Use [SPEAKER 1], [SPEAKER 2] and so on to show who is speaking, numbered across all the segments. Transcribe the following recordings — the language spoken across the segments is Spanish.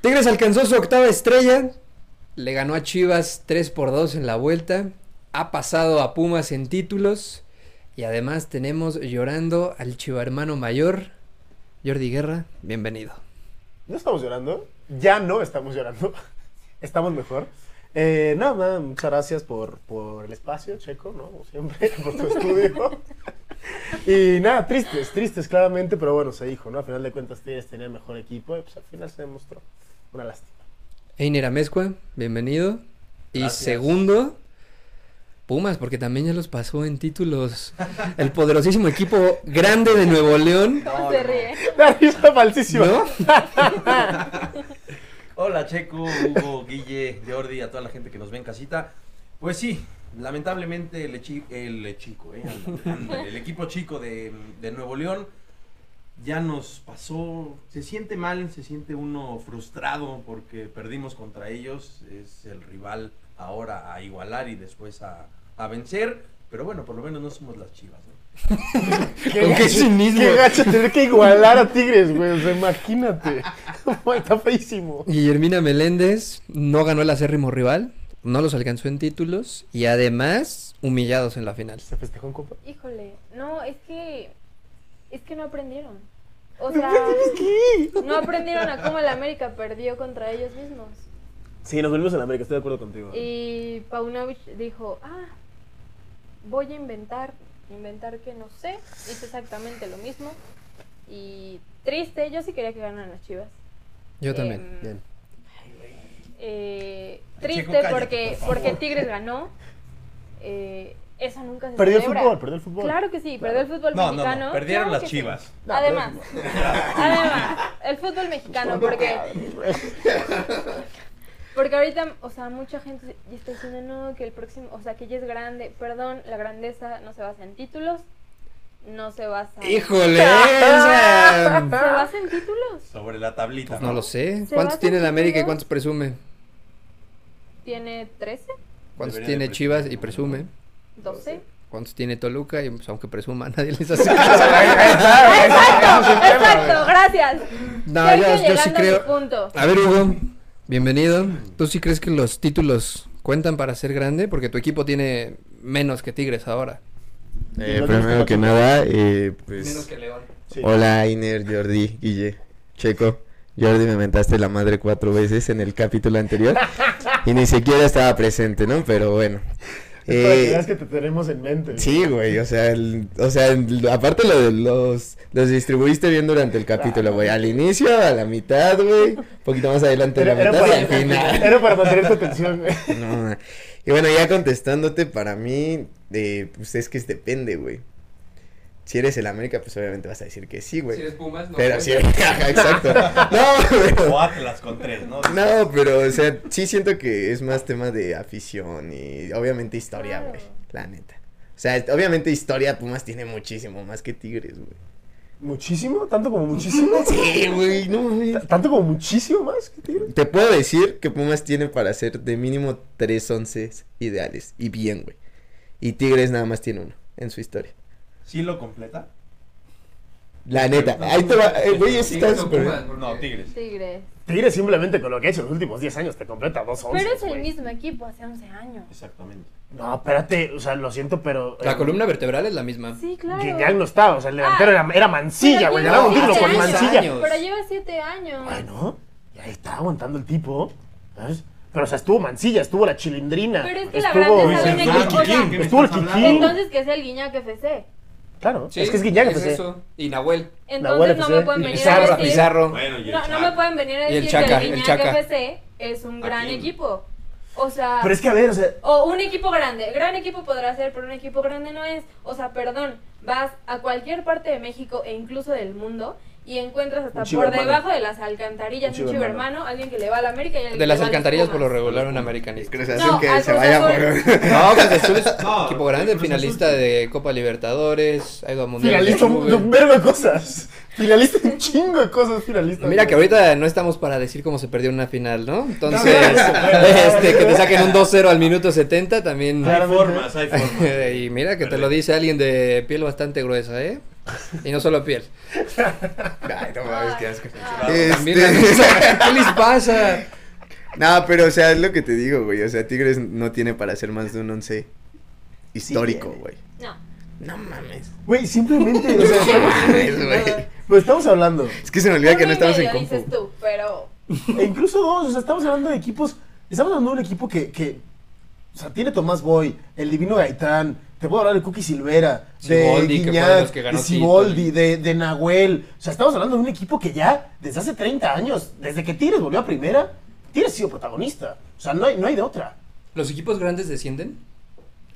[SPEAKER 1] Tigres alcanzó su octava estrella. Le ganó a Chivas 3 por 2 en la vuelta. Ha pasado a Pumas en títulos. Y además tenemos llorando al chivarmano mayor, Jordi Guerra. Bienvenido.
[SPEAKER 2] No estamos llorando. Ya no estamos llorando. Estamos mejor. Eh, nada, nada, muchas gracias por, por el espacio, Checo, ¿no? Como siempre, por tu estudio. y nada, tristes, tristes claramente, pero bueno, se dijo, ¿no? Al final de cuentas, Tigres tenía el mejor equipo y pues al final se demostró. Una lástima.
[SPEAKER 1] Einer Amezcua, bienvenido. Y
[SPEAKER 2] Gracias.
[SPEAKER 1] segundo, Pumas, porque también ya los pasó en títulos. El poderosísimo equipo grande de Nuevo León.
[SPEAKER 3] ¿Cómo se ríe?
[SPEAKER 2] La risa falsísima.
[SPEAKER 1] ¿No?
[SPEAKER 4] Hola Checo, Hugo, Guille, Jordi, a toda la gente que nos ve en casita. Pues sí, lamentablemente el, echi- el chico, eh, ándale, el equipo chico de, de Nuevo León ya nos pasó, se siente mal, se siente uno frustrado porque perdimos contra ellos, es el rival ahora a igualar y después a, a vencer, pero bueno, por lo menos no somos las chivas. ¿no?
[SPEAKER 2] Qué
[SPEAKER 1] Con qué
[SPEAKER 2] gacho-
[SPEAKER 1] cinismo.
[SPEAKER 2] Qué gacho tener que igualar a Tigres, güey. O sea, imagínate. Está feísimo.
[SPEAKER 1] Guillermina Meléndez no ganó el acérrimo rival, no los alcanzó en títulos y además humillados en la final.
[SPEAKER 2] ¿Se festejó en Copa?
[SPEAKER 3] Híjole, no, es que es que no aprendieron. O sea, no aprendieron a cómo el América perdió contra ellos mismos.
[SPEAKER 2] Sí, nos volvimos en América, estoy de acuerdo contigo.
[SPEAKER 3] Y Paunovic dijo, ah, voy a inventar, inventar que no sé. Hice exactamente lo mismo. Y triste, yo sí quería que ganaran las chivas.
[SPEAKER 1] Yo
[SPEAKER 3] Em,
[SPEAKER 1] también. bien.
[SPEAKER 3] Eh,
[SPEAKER 4] Checo,
[SPEAKER 3] triste
[SPEAKER 4] cállate,
[SPEAKER 3] porque,
[SPEAKER 4] por favor.
[SPEAKER 3] porque Tigres ganó. Eh, eso nunca se
[SPEAKER 2] Perdió el
[SPEAKER 3] celebra.
[SPEAKER 2] fútbol, perdió el fútbol.
[SPEAKER 3] Claro que sí, perdió el fútbol
[SPEAKER 4] No, no,
[SPEAKER 3] mexicano.
[SPEAKER 4] no, perdieron
[SPEAKER 3] claro
[SPEAKER 4] las
[SPEAKER 3] que sí.
[SPEAKER 4] chivas.
[SPEAKER 2] No,
[SPEAKER 3] además, además, el fútbol mexicano, porque, porque ahorita, o sea, mucha gente ya está diciendo, no, que el próximo, o sea, que ya es grande. Perdón, la grandeza no se basa en títulos, no se basa en...
[SPEAKER 1] ¡Híjole! esa!
[SPEAKER 3] ¿Se basa en títulos?
[SPEAKER 4] Sobre la tablita.
[SPEAKER 1] Pues no lo sé.
[SPEAKER 3] Se
[SPEAKER 1] ¿Cuántos
[SPEAKER 3] basan
[SPEAKER 1] tiene el América y
[SPEAKER 3] títulos.
[SPEAKER 1] cuántos presume?
[SPEAKER 3] ¿Tiene 13?
[SPEAKER 1] ¿Cuántos
[SPEAKER 4] Debería de
[SPEAKER 1] tiene
[SPEAKER 4] presumir.
[SPEAKER 1] Chivas y presume?
[SPEAKER 3] ¿12?
[SPEAKER 1] ¿Cuántos tiene Toluca? Y pues, aunque presuma, nadie les hace caso.
[SPEAKER 3] Exacto, exacto, gracias.
[SPEAKER 1] No,
[SPEAKER 3] Sergio
[SPEAKER 1] yo- yo sí
[SPEAKER 3] llegando a mi
[SPEAKER 1] creo.
[SPEAKER 3] punto.
[SPEAKER 1] A ver, Hugo, bienvenido. ¿Tú sí crees que los títulos cuentan para ser grande? Porque tu equipo tiene menos que Tigres ahora.
[SPEAKER 5] Eh,
[SPEAKER 2] Igual
[SPEAKER 5] primero
[SPEAKER 2] nos
[SPEAKER 5] que
[SPEAKER 2] toca.
[SPEAKER 5] nada, eh, pues.
[SPEAKER 1] León.
[SPEAKER 2] Sí.
[SPEAKER 5] Hola, Iner, Jordi, Guille, Checo. Jordi, me mentaste la madre cuatro veces en el capítulo anterior. y ni siquiera estaba presente, ¿no? Pero bueno.
[SPEAKER 2] Es para que
[SPEAKER 5] Eh,
[SPEAKER 2] veas que te tenemos en mente.
[SPEAKER 5] sí, güey, o sea, el- o sea el- aparte lo de los, los distribuiste bien durante el capítulo, güey. Al inicio, a la mitad, güey. Un poquito más adelante de
[SPEAKER 2] Era,
[SPEAKER 5] la
[SPEAKER 2] era
[SPEAKER 5] mitad y al
[SPEAKER 2] para,
[SPEAKER 5] final.
[SPEAKER 2] era para mantener tu atención. güey.
[SPEAKER 5] No, y bueno, ya contestándote, para mí, eh, pues es que es- depende, güey. Si eres el América, pues obviamente vas a decir que sí, güey.
[SPEAKER 1] Pumas,
[SPEAKER 5] pero si eres... Ajá, exacto. No,
[SPEAKER 4] O
[SPEAKER 5] pero...
[SPEAKER 4] Atlas con tres, ¿no?
[SPEAKER 5] No, pero, o sea, sí siento que es más tema de afición y obviamente historia,
[SPEAKER 3] Claro.
[SPEAKER 5] güey. La neta. O sea, obviamente historia Pumas tiene muchísimo más que Tigres, güey.
[SPEAKER 2] ¿Muchísimo? ¿Tanto como muchísimo?
[SPEAKER 5] Sí, güey, no mames.
[SPEAKER 2] T- ¿Tanto como muchísimo más que Tigres?
[SPEAKER 5] Te puedo decir que Pumas tiene para hacer de mínimo tres once ideales. Y bien, güey. Y Tigres nada más tiene uno en su historia.
[SPEAKER 4] ¿Sí lo completa?
[SPEAKER 5] La neta. Ahí te va. eh, güey, eso está súper bien.
[SPEAKER 4] No, Tigres.
[SPEAKER 3] Tigres.
[SPEAKER 2] Tigres simplemente con lo que ha hecho en los últimos 10 años te completa dos once.
[SPEAKER 3] Pero es el mismo equipo hace 11 años.
[SPEAKER 4] Exactamente.
[SPEAKER 2] No, espérate, o sea, lo siento, pero.
[SPEAKER 1] La
[SPEAKER 2] eh,
[SPEAKER 1] columna vertebral es la misma.
[SPEAKER 3] Sí, claro.
[SPEAKER 2] Guiñac no estaba, o sea, el delantero
[SPEAKER 3] Ah.
[SPEAKER 2] era, era Mancilla,
[SPEAKER 3] Pero
[SPEAKER 2] güey.
[SPEAKER 3] lleva
[SPEAKER 2] Ganaba un título
[SPEAKER 3] siete
[SPEAKER 2] con
[SPEAKER 3] años.
[SPEAKER 2] Mancilla.
[SPEAKER 3] Pero lleva 7 años.
[SPEAKER 2] Bueno, ya está aguantando el tipo. ¿sabes? Pero, o sea, estuvo Mancilla, estuvo la chilindrina.
[SPEAKER 3] Pero es que la
[SPEAKER 2] estuvo,
[SPEAKER 3] grandeza de un
[SPEAKER 4] estuvo el
[SPEAKER 3] equipo, o sea,
[SPEAKER 4] Kikín, que me
[SPEAKER 2] Estuvo el
[SPEAKER 4] estás
[SPEAKER 2] Kikín.
[SPEAKER 4] hablando.
[SPEAKER 3] Entonces, que es el Guiñac FC.
[SPEAKER 2] Claro, es que es Guiñac, pues, eh.
[SPEAKER 1] Y Nahuel.
[SPEAKER 2] Nahuel
[SPEAKER 3] Entonces, no
[SPEAKER 2] FC.
[SPEAKER 3] me pueden
[SPEAKER 2] Y
[SPEAKER 3] venir a
[SPEAKER 1] Pizarro,
[SPEAKER 3] decir.
[SPEAKER 1] Pizarro.
[SPEAKER 4] Bueno, y el
[SPEAKER 3] No, no
[SPEAKER 4] Chac.
[SPEAKER 3] me pueden venir a
[SPEAKER 1] Y el
[SPEAKER 3] decir que
[SPEAKER 1] Chaca,
[SPEAKER 3] el
[SPEAKER 1] el
[SPEAKER 3] Guiñac
[SPEAKER 1] Chaca.
[SPEAKER 3] FC es un gran
[SPEAKER 4] quién?
[SPEAKER 3] equipo. O sea,
[SPEAKER 2] Pero es que, a ver, o sea,
[SPEAKER 3] o un equipo grande. Gran equipo podrá ser, pero un equipo grande no es. O sea, perdón, vas a cualquier parte de México e incluso del mundo y encuentras hasta
[SPEAKER 2] Un
[SPEAKER 3] por
[SPEAKER 2] chivermano.
[SPEAKER 3] debajo de las alcantarillas
[SPEAKER 2] Un
[SPEAKER 3] un
[SPEAKER 2] chivermano.
[SPEAKER 3] chivermano, alguien que le va a la América y alguien
[SPEAKER 1] De las
[SPEAKER 3] que le va a los
[SPEAKER 1] alcantarillas por lo
[SPEAKER 3] Pumas.
[SPEAKER 1] regular un americanista.
[SPEAKER 5] Cruz
[SPEAKER 3] No,
[SPEAKER 5] Azul
[SPEAKER 3] al
[SPEAKER 5] que se
[SPEAKER 3] Cruz
[SPEAKER 5] vaya
[SPEAKER 3] Azul.
[SPEAKER 5] por.
[SPEAKER 1] No, Cruz Azul es
[SPEAKER 4] No,
[SPEAKER 1] equipo grande,
[SPEAKER 4] Cruz Azul.
[SPEAKER 1] finalista de Copa Libertadores, ha ido a Mundial.
[SPEAKER 2] finalista
[SPEAKER 1] de
[SPEAKER 2] un, de un
[SPEAKER 1] Clubes.
[SPEAKER 2] verbo de cosas. Finalista un chingo de cosas, finalista.
[SPEAKER 1] Mira que ahorita no estamos para decir cómo se perdió una final, ¿no? Entonces,
[SPEAKER 2] No,
[SPEAKER 1] este, que te saquen un 2-0 al minuto 70 también.
[SPEAKER 4] Hay
[SPEAKER 2] Claramente.
[SPEAKER 4] formas, hay formas.
[SPEAKER 1] y mira que te lo dice alguien de piel bastante gruesa, ¿eh? Y no solo piel.
[SPEAKER 5] Ay, no
[SPEAKER 1] Ah,
[SPEAKER 5] mames, qué asco.
[SPEAKER 3] Ay.
[SPEAKER 1] También la
[SPEAKER 5] Este...
[SPEAKER 1] camisa, ¿Qué les pasa?
[SPEAKER 5] No, pero o sea, es lo que te digo, güey. O sea, Tigres no tiene para hacer más de un once histórico, güey.
[SPEAKER 3] No.
[SPEAKER 5] No mames.
[SPEAKER 2] Güey, simplemente. o sea,
[SPEAKER 5] No
[SPEAKER 2] estamos,
[SPEAKER 5] mames, güey.
[SPEAKER 2] pero estamos hablando.
[SPEAKER 5] Es que se me olvida que
[SPEAKER 3] Uno y
[SPEAKER 5] no estamos en
[SPEAKER 3] medio, dices
[SPEAKER 5] compu.
[SPEAKER 3] tú, pero
[SPEAKER 2] E incluso dos, o sea, estamos hablando de equipos. Estamos hablando de un equipo que. que o sea, tiene Tomás Boy, el Divino Gaitán. Te puedo hablar de Cookie Silvera, de
[SPEAKER 1] Siboldi, que fue de
[SPEAKER 2] Guiñac,
[SPEAKER 1] los que ganó
[SPEAKER 2] de Siboldi,
[SPEAKER 1] título.
[SPEAKER 2] de, de Nahuel. O sea, estamos hablando de un equipo que ya, desde hace 30 años, desde que Tigres volvió a primera, Tigres ha sido protagonista. O sea, no hay, no hay de otra.
[SPEAKER 1] ¿Los equipos grandes descienden?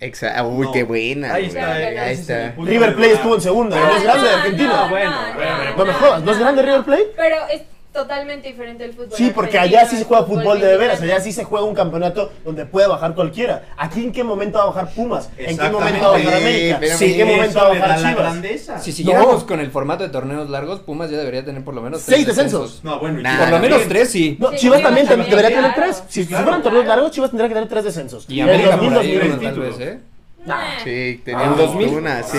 [SPEAKER 5] Exacto. Uy,
[SPEAKER 4] No.
[SPEAKER 5] qué buena.
[SPEAKER 4] Ahí
[SPEAKER 5] güey.
[SPEAKER 4] está,
[SPEAKER 3] eh,
[SPEAKER 4] ese
[SPEAKER 5] Ahí
[SPEAKER 4] es el
[SPEAKER 5] está.
[SPEAKER 4] punto
[SPEAKER 2] River
[SPEAKER 4] de
[SPEAKER 2] Plate
[SPEAKER 4] verdad.
[SPEAKER 2] estuvo en segunda,
[SPEAKER 3] Ah,
[SPEAKER 2] no es grande de
[SPEAKER 3] no,
[SPEAKER 2] Argentina.
[SPEAKER 3] no,
[SPEAKER 4] bueno,
[SPEAKER 3] no,
[SPEAKER 4] bueno,
[SPEAKER 3] no,
[SPEAKER 2] no me jodas, ¿no es grande River Plate?
[SPEAKER 3] Pero es totalmente diferente el fútbol.
[SPEAKER 2] Sí, porque
[SPEAKER 3] argentino
[SPEAKER 2] allá sí se
[SPEAKER 3] al
[SPEAKER 2] juega fútbol de veras,
[SPEAKER 3] mexicano.
[SPEAKER 2] allá sí se juega un campeonato donde puede bajar cualquiera. ¿Aquí en qué momento va a bajar Pumas? ¿En qué
[SPEAKER 4] Exactamente.
[SPEAKER 2] momento va a bajar América?
[SPEAKER 5] Sí,
[SPEAKER 2] ¿En qué
[SPEAKER 5] espérame,
[SPEAKER 2] momento va
[SPEAKER 4] Eso
[SPEAKER 2] a
[SPEAKER 4] le da
[SPEAKER 2] bajar
[SPEAKER 4] la
[SPEAKER 2] Chivas?
[SPEAKER 4] grandeza.
[SPEAKER 1] Si siguiéramos
[SPEAKER 2] No.
[SPEAKER 1] con el formato de torneos largos, Pumas ya debería tener por lo menos
[SPEAKER 2] Seis descensos.
[SPEAKER 4] No, bueno, y
[SPEAKER 5] Nah,
[SPEAKER 4] Chivas
[SPEAKER 1] Por lo menos
[SPEAKER 4] también.
[SPEAKER 1] tres, sí.
[SPEAKER 2] No,
[SPEAKER 3] Sí,
[SPEAKER 2] Chivas también,
[SPEAKER 3] también,
[SPEAKER 2] debería
[SPEAKER 3] claro.
[SPEAKER 2] tener tres. Si
[SPEAKER 4] Sí, claro.
[SPEAKER 2] fueran torneos
[SPEAKER 3] Claro.
[SPEAKER 2] largos, Chivas tendría que tener tres descensos.
[SPEAKER 1] Y América por ahí,
[SPEAKER 2] 2000,
[SPEAKER 1] uno, tal vez,
[SPEAKER 2] 2001.
[SPEAKER 1] ¿eh?
[SPEAKER 3] Nah.
[SPEAKER 4] Ah,
[SPEAKER 5] Sí,
[SPEAKER 1] En
[SPEAKER 5] teníamos
[SPEAKER 1] 2000.
[SPEAKER 5] una, sí.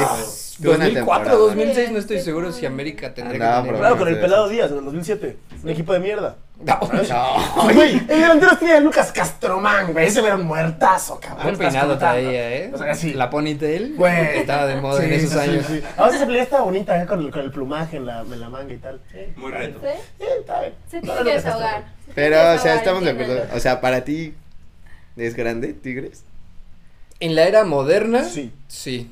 [SPEAKER 5] tuvo una
[SPEAKER 1] 2004,
[SPEAKER 5] temporada.
[SPEAKER 1] 2006, no estoy seguro si América tendría
[SPEAKER 5] Andaba
[SPEAKER 1] que
[SPEAKER 5] probando.
[SPEAKER 2] Claro, con el pelado Díaz en el 2007. Un equipo de mierda.
[SPEAKER 1] tener... No,
[SPEAKER 2] Güey, el delantero tenía a Lucas Castromán, güey. Ese era un muertazo, cabrón.
[SPEAKER 1] Buen
[SPEAKER 2] Estás
[SPEAKER 1] peinado
[SPEAKER 2] contando.
[SPEAKER 1] traía, ¿eh?
[SPEAKER 2] O sea, sí.
[SPEAKER 1] La ponytail
[SPEAKER 2] Güey.
[SPEAKER 1] que estaba de moda en
[SPEAKER 2] Sí,
[SPEAKER 1] esos
[SPEAKER 2] sí,
[SPEAKER 1] años.
[SPEAKER 2] sí, sí. A veces se pelea está bonita, ¿eh? Con el, con el plumaje en la, en la manga y tal. Sí,
[SPEAKER 4] Muy
[SPEAKER 2] está
[SPEAKER 4] reto.
[SPEAKER 2] bien.
[SPEAKER 3] ¿Sí?
[SPEAKER 2] Sí, está bien.
[SPEAKER 3] Se
[SPEAKER 2] No,
[SPEAKER 3] tiene
[SPEAKER 2] no
[SPEAKER 3] que
[SPEAKER 2] lo
[SPEAKER 3] desahogar. se tiene que
[SPEAKER 5] Pero, o sea,
[SPEAKER 3] desahogar,
[SPEAKER 5] estamos de
[SPEAKER 3] entiéndalo.
[SPEAKER 5] acuerdo. O sea, para ti, ¿es grande Tigres?
[SPEAKER 1] En la era moderna,
[SPEAKER 2] Sí.
[SPEAKER 1] sí.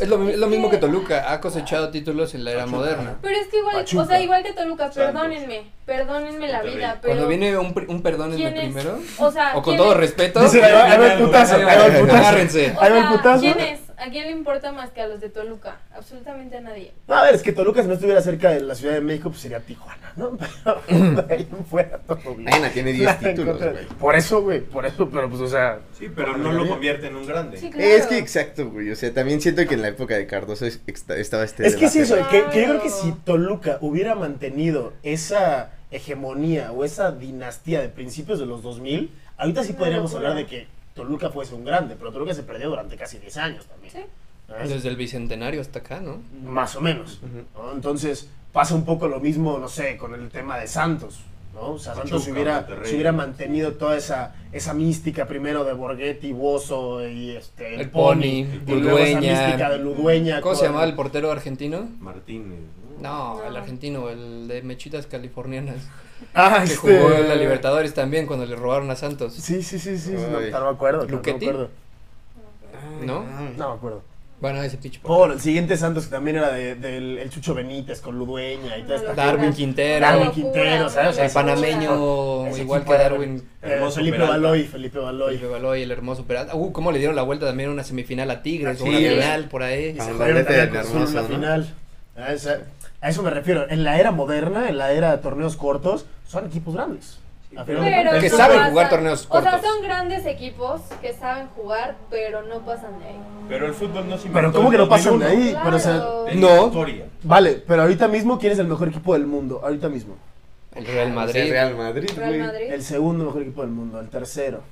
[SPEAKER 1] Es lo, mi- es lo mismo que Toluca, ha cosechado títulos en la era moderna.
[SPEAKER 3] Pero es que igual,
[SPEAKER 2] Pachuca.
[SPEAKER 3] o sea, igual que Toluca,
[SPEAKER 4] Santos.
[SPEAKER 3] perdónenme, perdónenme la
[SPEAKER 4] Monterrey.
[SPEAKER 3] vida, pero
[SPEAKER 1] Cuando viene un, pr- un perdónenme
[SPEAKER 3] ¿quién es?
[SPEAKER 1] primero,
[SPEAKER 3] O sea,
[SPEAKER 1] o con
[SPEAKER 3] ¿quién
[SPEAKER 1] todo
[SPEAKER 3] es?
[SPEAKER 1] respeto,
[SPEAKER 2] Dice, ahí va, ahí va el putazo, ahí va el putazo.
[SPEAKER 1] Agárrense.
[SPEAKER 3] o
[SPEAKER 2] Ahí va el
[SPEAKER 3] sea,
[SPEAKER 2] putazo.
[SPEAKER 3] ¿quién es? ¿A quién le importa más que a los de Toluca? Absolutamente a nadie.
[SPEAKER 2] No, a ver, es que Toluca si no estuviera cerca de la Ciudad de México, pues sería Tijuana, ¿no? Pero de ahí fuera todo bien.
[SPEAKER 5] Aina tiene 10
[SPEAKER 2] Nada en
[SPEAKER 5] títulos,
[SPEAKER 2] contra.
[SPEAKER 5] güey.
[SPEAKER 2] Por eso, güey, por eso, pero pues, o sea...
[SPEAKER 4] Sí, pero no lo convierte en un grande.
[SPEAKER 3] Sí, claro.
[SPEAKER 5] Es que exacto, güey. O sea, también siento que en la época de Cardoso es- esta- estaba este.
[SPEAKER 2] es que es
[SPEAKER 5] debate,
[SPEAKER 2] eso,
[SPEAKER 5] güey.
[SPEAKER 2] que, que yo creo que
[SPEAKER 3] Claro.
[SPEAKER 2] si Toluca hubiera mantenido esa hegemonía o esa dinastía de principios de los 2000, ahorita sí
[SPEAKER 3] Una
[SPEAKER 2] podríamos
[SPEAKER 3] locura.
[SPEAKER 2] hablar de que Toluca fuese un grande, pero Toluca se perdió durante casi 10 años también.
[SPEAKER 3] Sí.
[SPEAKER 2] ¿sabes?
[SPEAKER 1] desde el Bicentenario hasta acá, ¿no?
[SPEAKER 2] más o menos. ¿no? Entonces pasa un poco lo mismo, no sé, con el tema de Santos. ¿no? O sea, Santos se
[SPEAKER 4] Pachuca,
[SPEAKER 2] hubiera,
[SPEAKER 4] Monterrey.
[SPEAKER 2] se hubiera mantenido toda esa, esa mística primero de Borghetti, Bozo y este,
[SPEAKER 1] El Pony,
[SPEAKER 2] y luego esa
[SPEAKER 1] Ludueña.
[SPEAKER 2] mística de Ludueña.
[SPEAKER 1] ¿Cómo se
[SPEAKER 2] con-
[SPEAKER 1] llamaba el portero argentino?
[SPEAKER 4] Martínez.
[SPEAKER 1] No,
[SPEAKER 3] No.
[SPEAKER 1] el argentino, el de mechitas californianas.
[SPEAKER 2] Ah,
[SPEAKER 1] Que
[SPEAKER 2] este-
[SPEAKER 1] jugó en la Libertadores también cuando le robaron a Santos.
[SPEAKER 2] Sí, sí, sí, sí, no,
[SPEAKER 5] Ay.
[SPEAKER 2] no me acuerdo. No me
[SPEAKER 1] ¿Luchetti?
[SPEAKER 2] acuerdo.
[SPEAKER 1] ¿No?
[SPEAKER 4] Mm.
[SPEAKER 2] No me acuerdo.
[SPEAKER 1] Bueno, ese pinche.
[SPEAKER 2] Por el siguiente Santos que también era de- del el Chucho Benítez con Ludueña y toda esta
[SPEAKER 1] Darwin
[SPEAKER 2] gente.
[SPEAKER 1] Quintero.
[SPEAKER 2] Darwin Quintero, ¿sabes? O sea,
[SPEAKER 1] El
[SPEAKER 2] ese equipo-
[SPEAKER 1] panameño,
[SPEAKER 2] ese
[SPEAKER 1] Ah, igual
[SPEAKER 2] equipo
[SPEAKER 1] que
[SPEAKER 2] era-
[SPEAKER 1] Darwin.
[SPEAKER 2] eh,
[SPEAKER 4] Hermoso
[SPEAKER 2] Felipe
[SPEAKER 4] Peralta.
[SPEAKER 2] Baloy, Felipe Baloy.
[SPEAKER 1] Felipe Baloy, el hermoso Peralta. Uh, cómo le dieron la vuelta también a una semifinal a Tigres, o
[SPEAKER 5] Sí,
[SPEAKER 1] una
[SPEAKER 5] güey.
[SPEAKER 1] final por ahí.
[SPEAKER 5] Ah,
[SPEAKER 2] Se
[SPEAKER 5] El
[SPEAKER 2] jodieron
[SPEAKER 5] doblete
[SPEAKER 2] también
[SPEAKER 5] del
[SPEAKER 2] con Cruz Azul
[SPEAKER 5] Hermoso,
[SPEAKER 2] en
[SPEAKER 5] ¿no?
[SPEAKER 2] la final. A, esa- a eso me refiero. En la era moderna, en la era de torneos cortos, son equipos grandes. A final de
[SPEAKER 3] Pero
[SPEAKER 2] cuentas.
[SPEAKER 1] Que
[SPEAKER 3] no
[SPEAKER 1] saben
[SPEAKER 3] pasa-
[SPEAKER 1] jugar torneos
[SPEAKER 3] O
[SPEAKER 1] cortos.
[SPEAKER 3] sea, son grandes equipos que saben jugar, pero no pasan de ahí.
[SPEAKER 4] Pero el fútbol no se
[SPEAKER 2] Pero
[SPEAKER 4] inventó
[SPEAKER 2] ¿cómo
[SPEAKER 4] en
[SPEAKER 2] que no pasan de
[SPEAKER 4] 2001.
[SPEAKER 2] ahí? Pero, o sea,
[SPEAKER 3] Claro.
[SPEAKER 4] Tenía
[SPEAKER 1] No.
[SPEAKER 4] historia.
[SPEAKER 2] vale, pero ahorita mismo, ¿quién es el mejor equipo del mundo? Ahorita mismo.
[SPEAKER 1] El
[SPEAKER 2] Ah,
[SPEAKER 1] Real
[SPEAKER 5] O sea,
[SPEAKER 1] Madrid.
[SPEAKER 5] Real Madrid,
[SPEAKER 3] Real
[SPEAKER 5] güey.
[SPEAKER 3] Madrid.
[SPEAKER 2] El segundo mejor equipo del mundo, el tercero.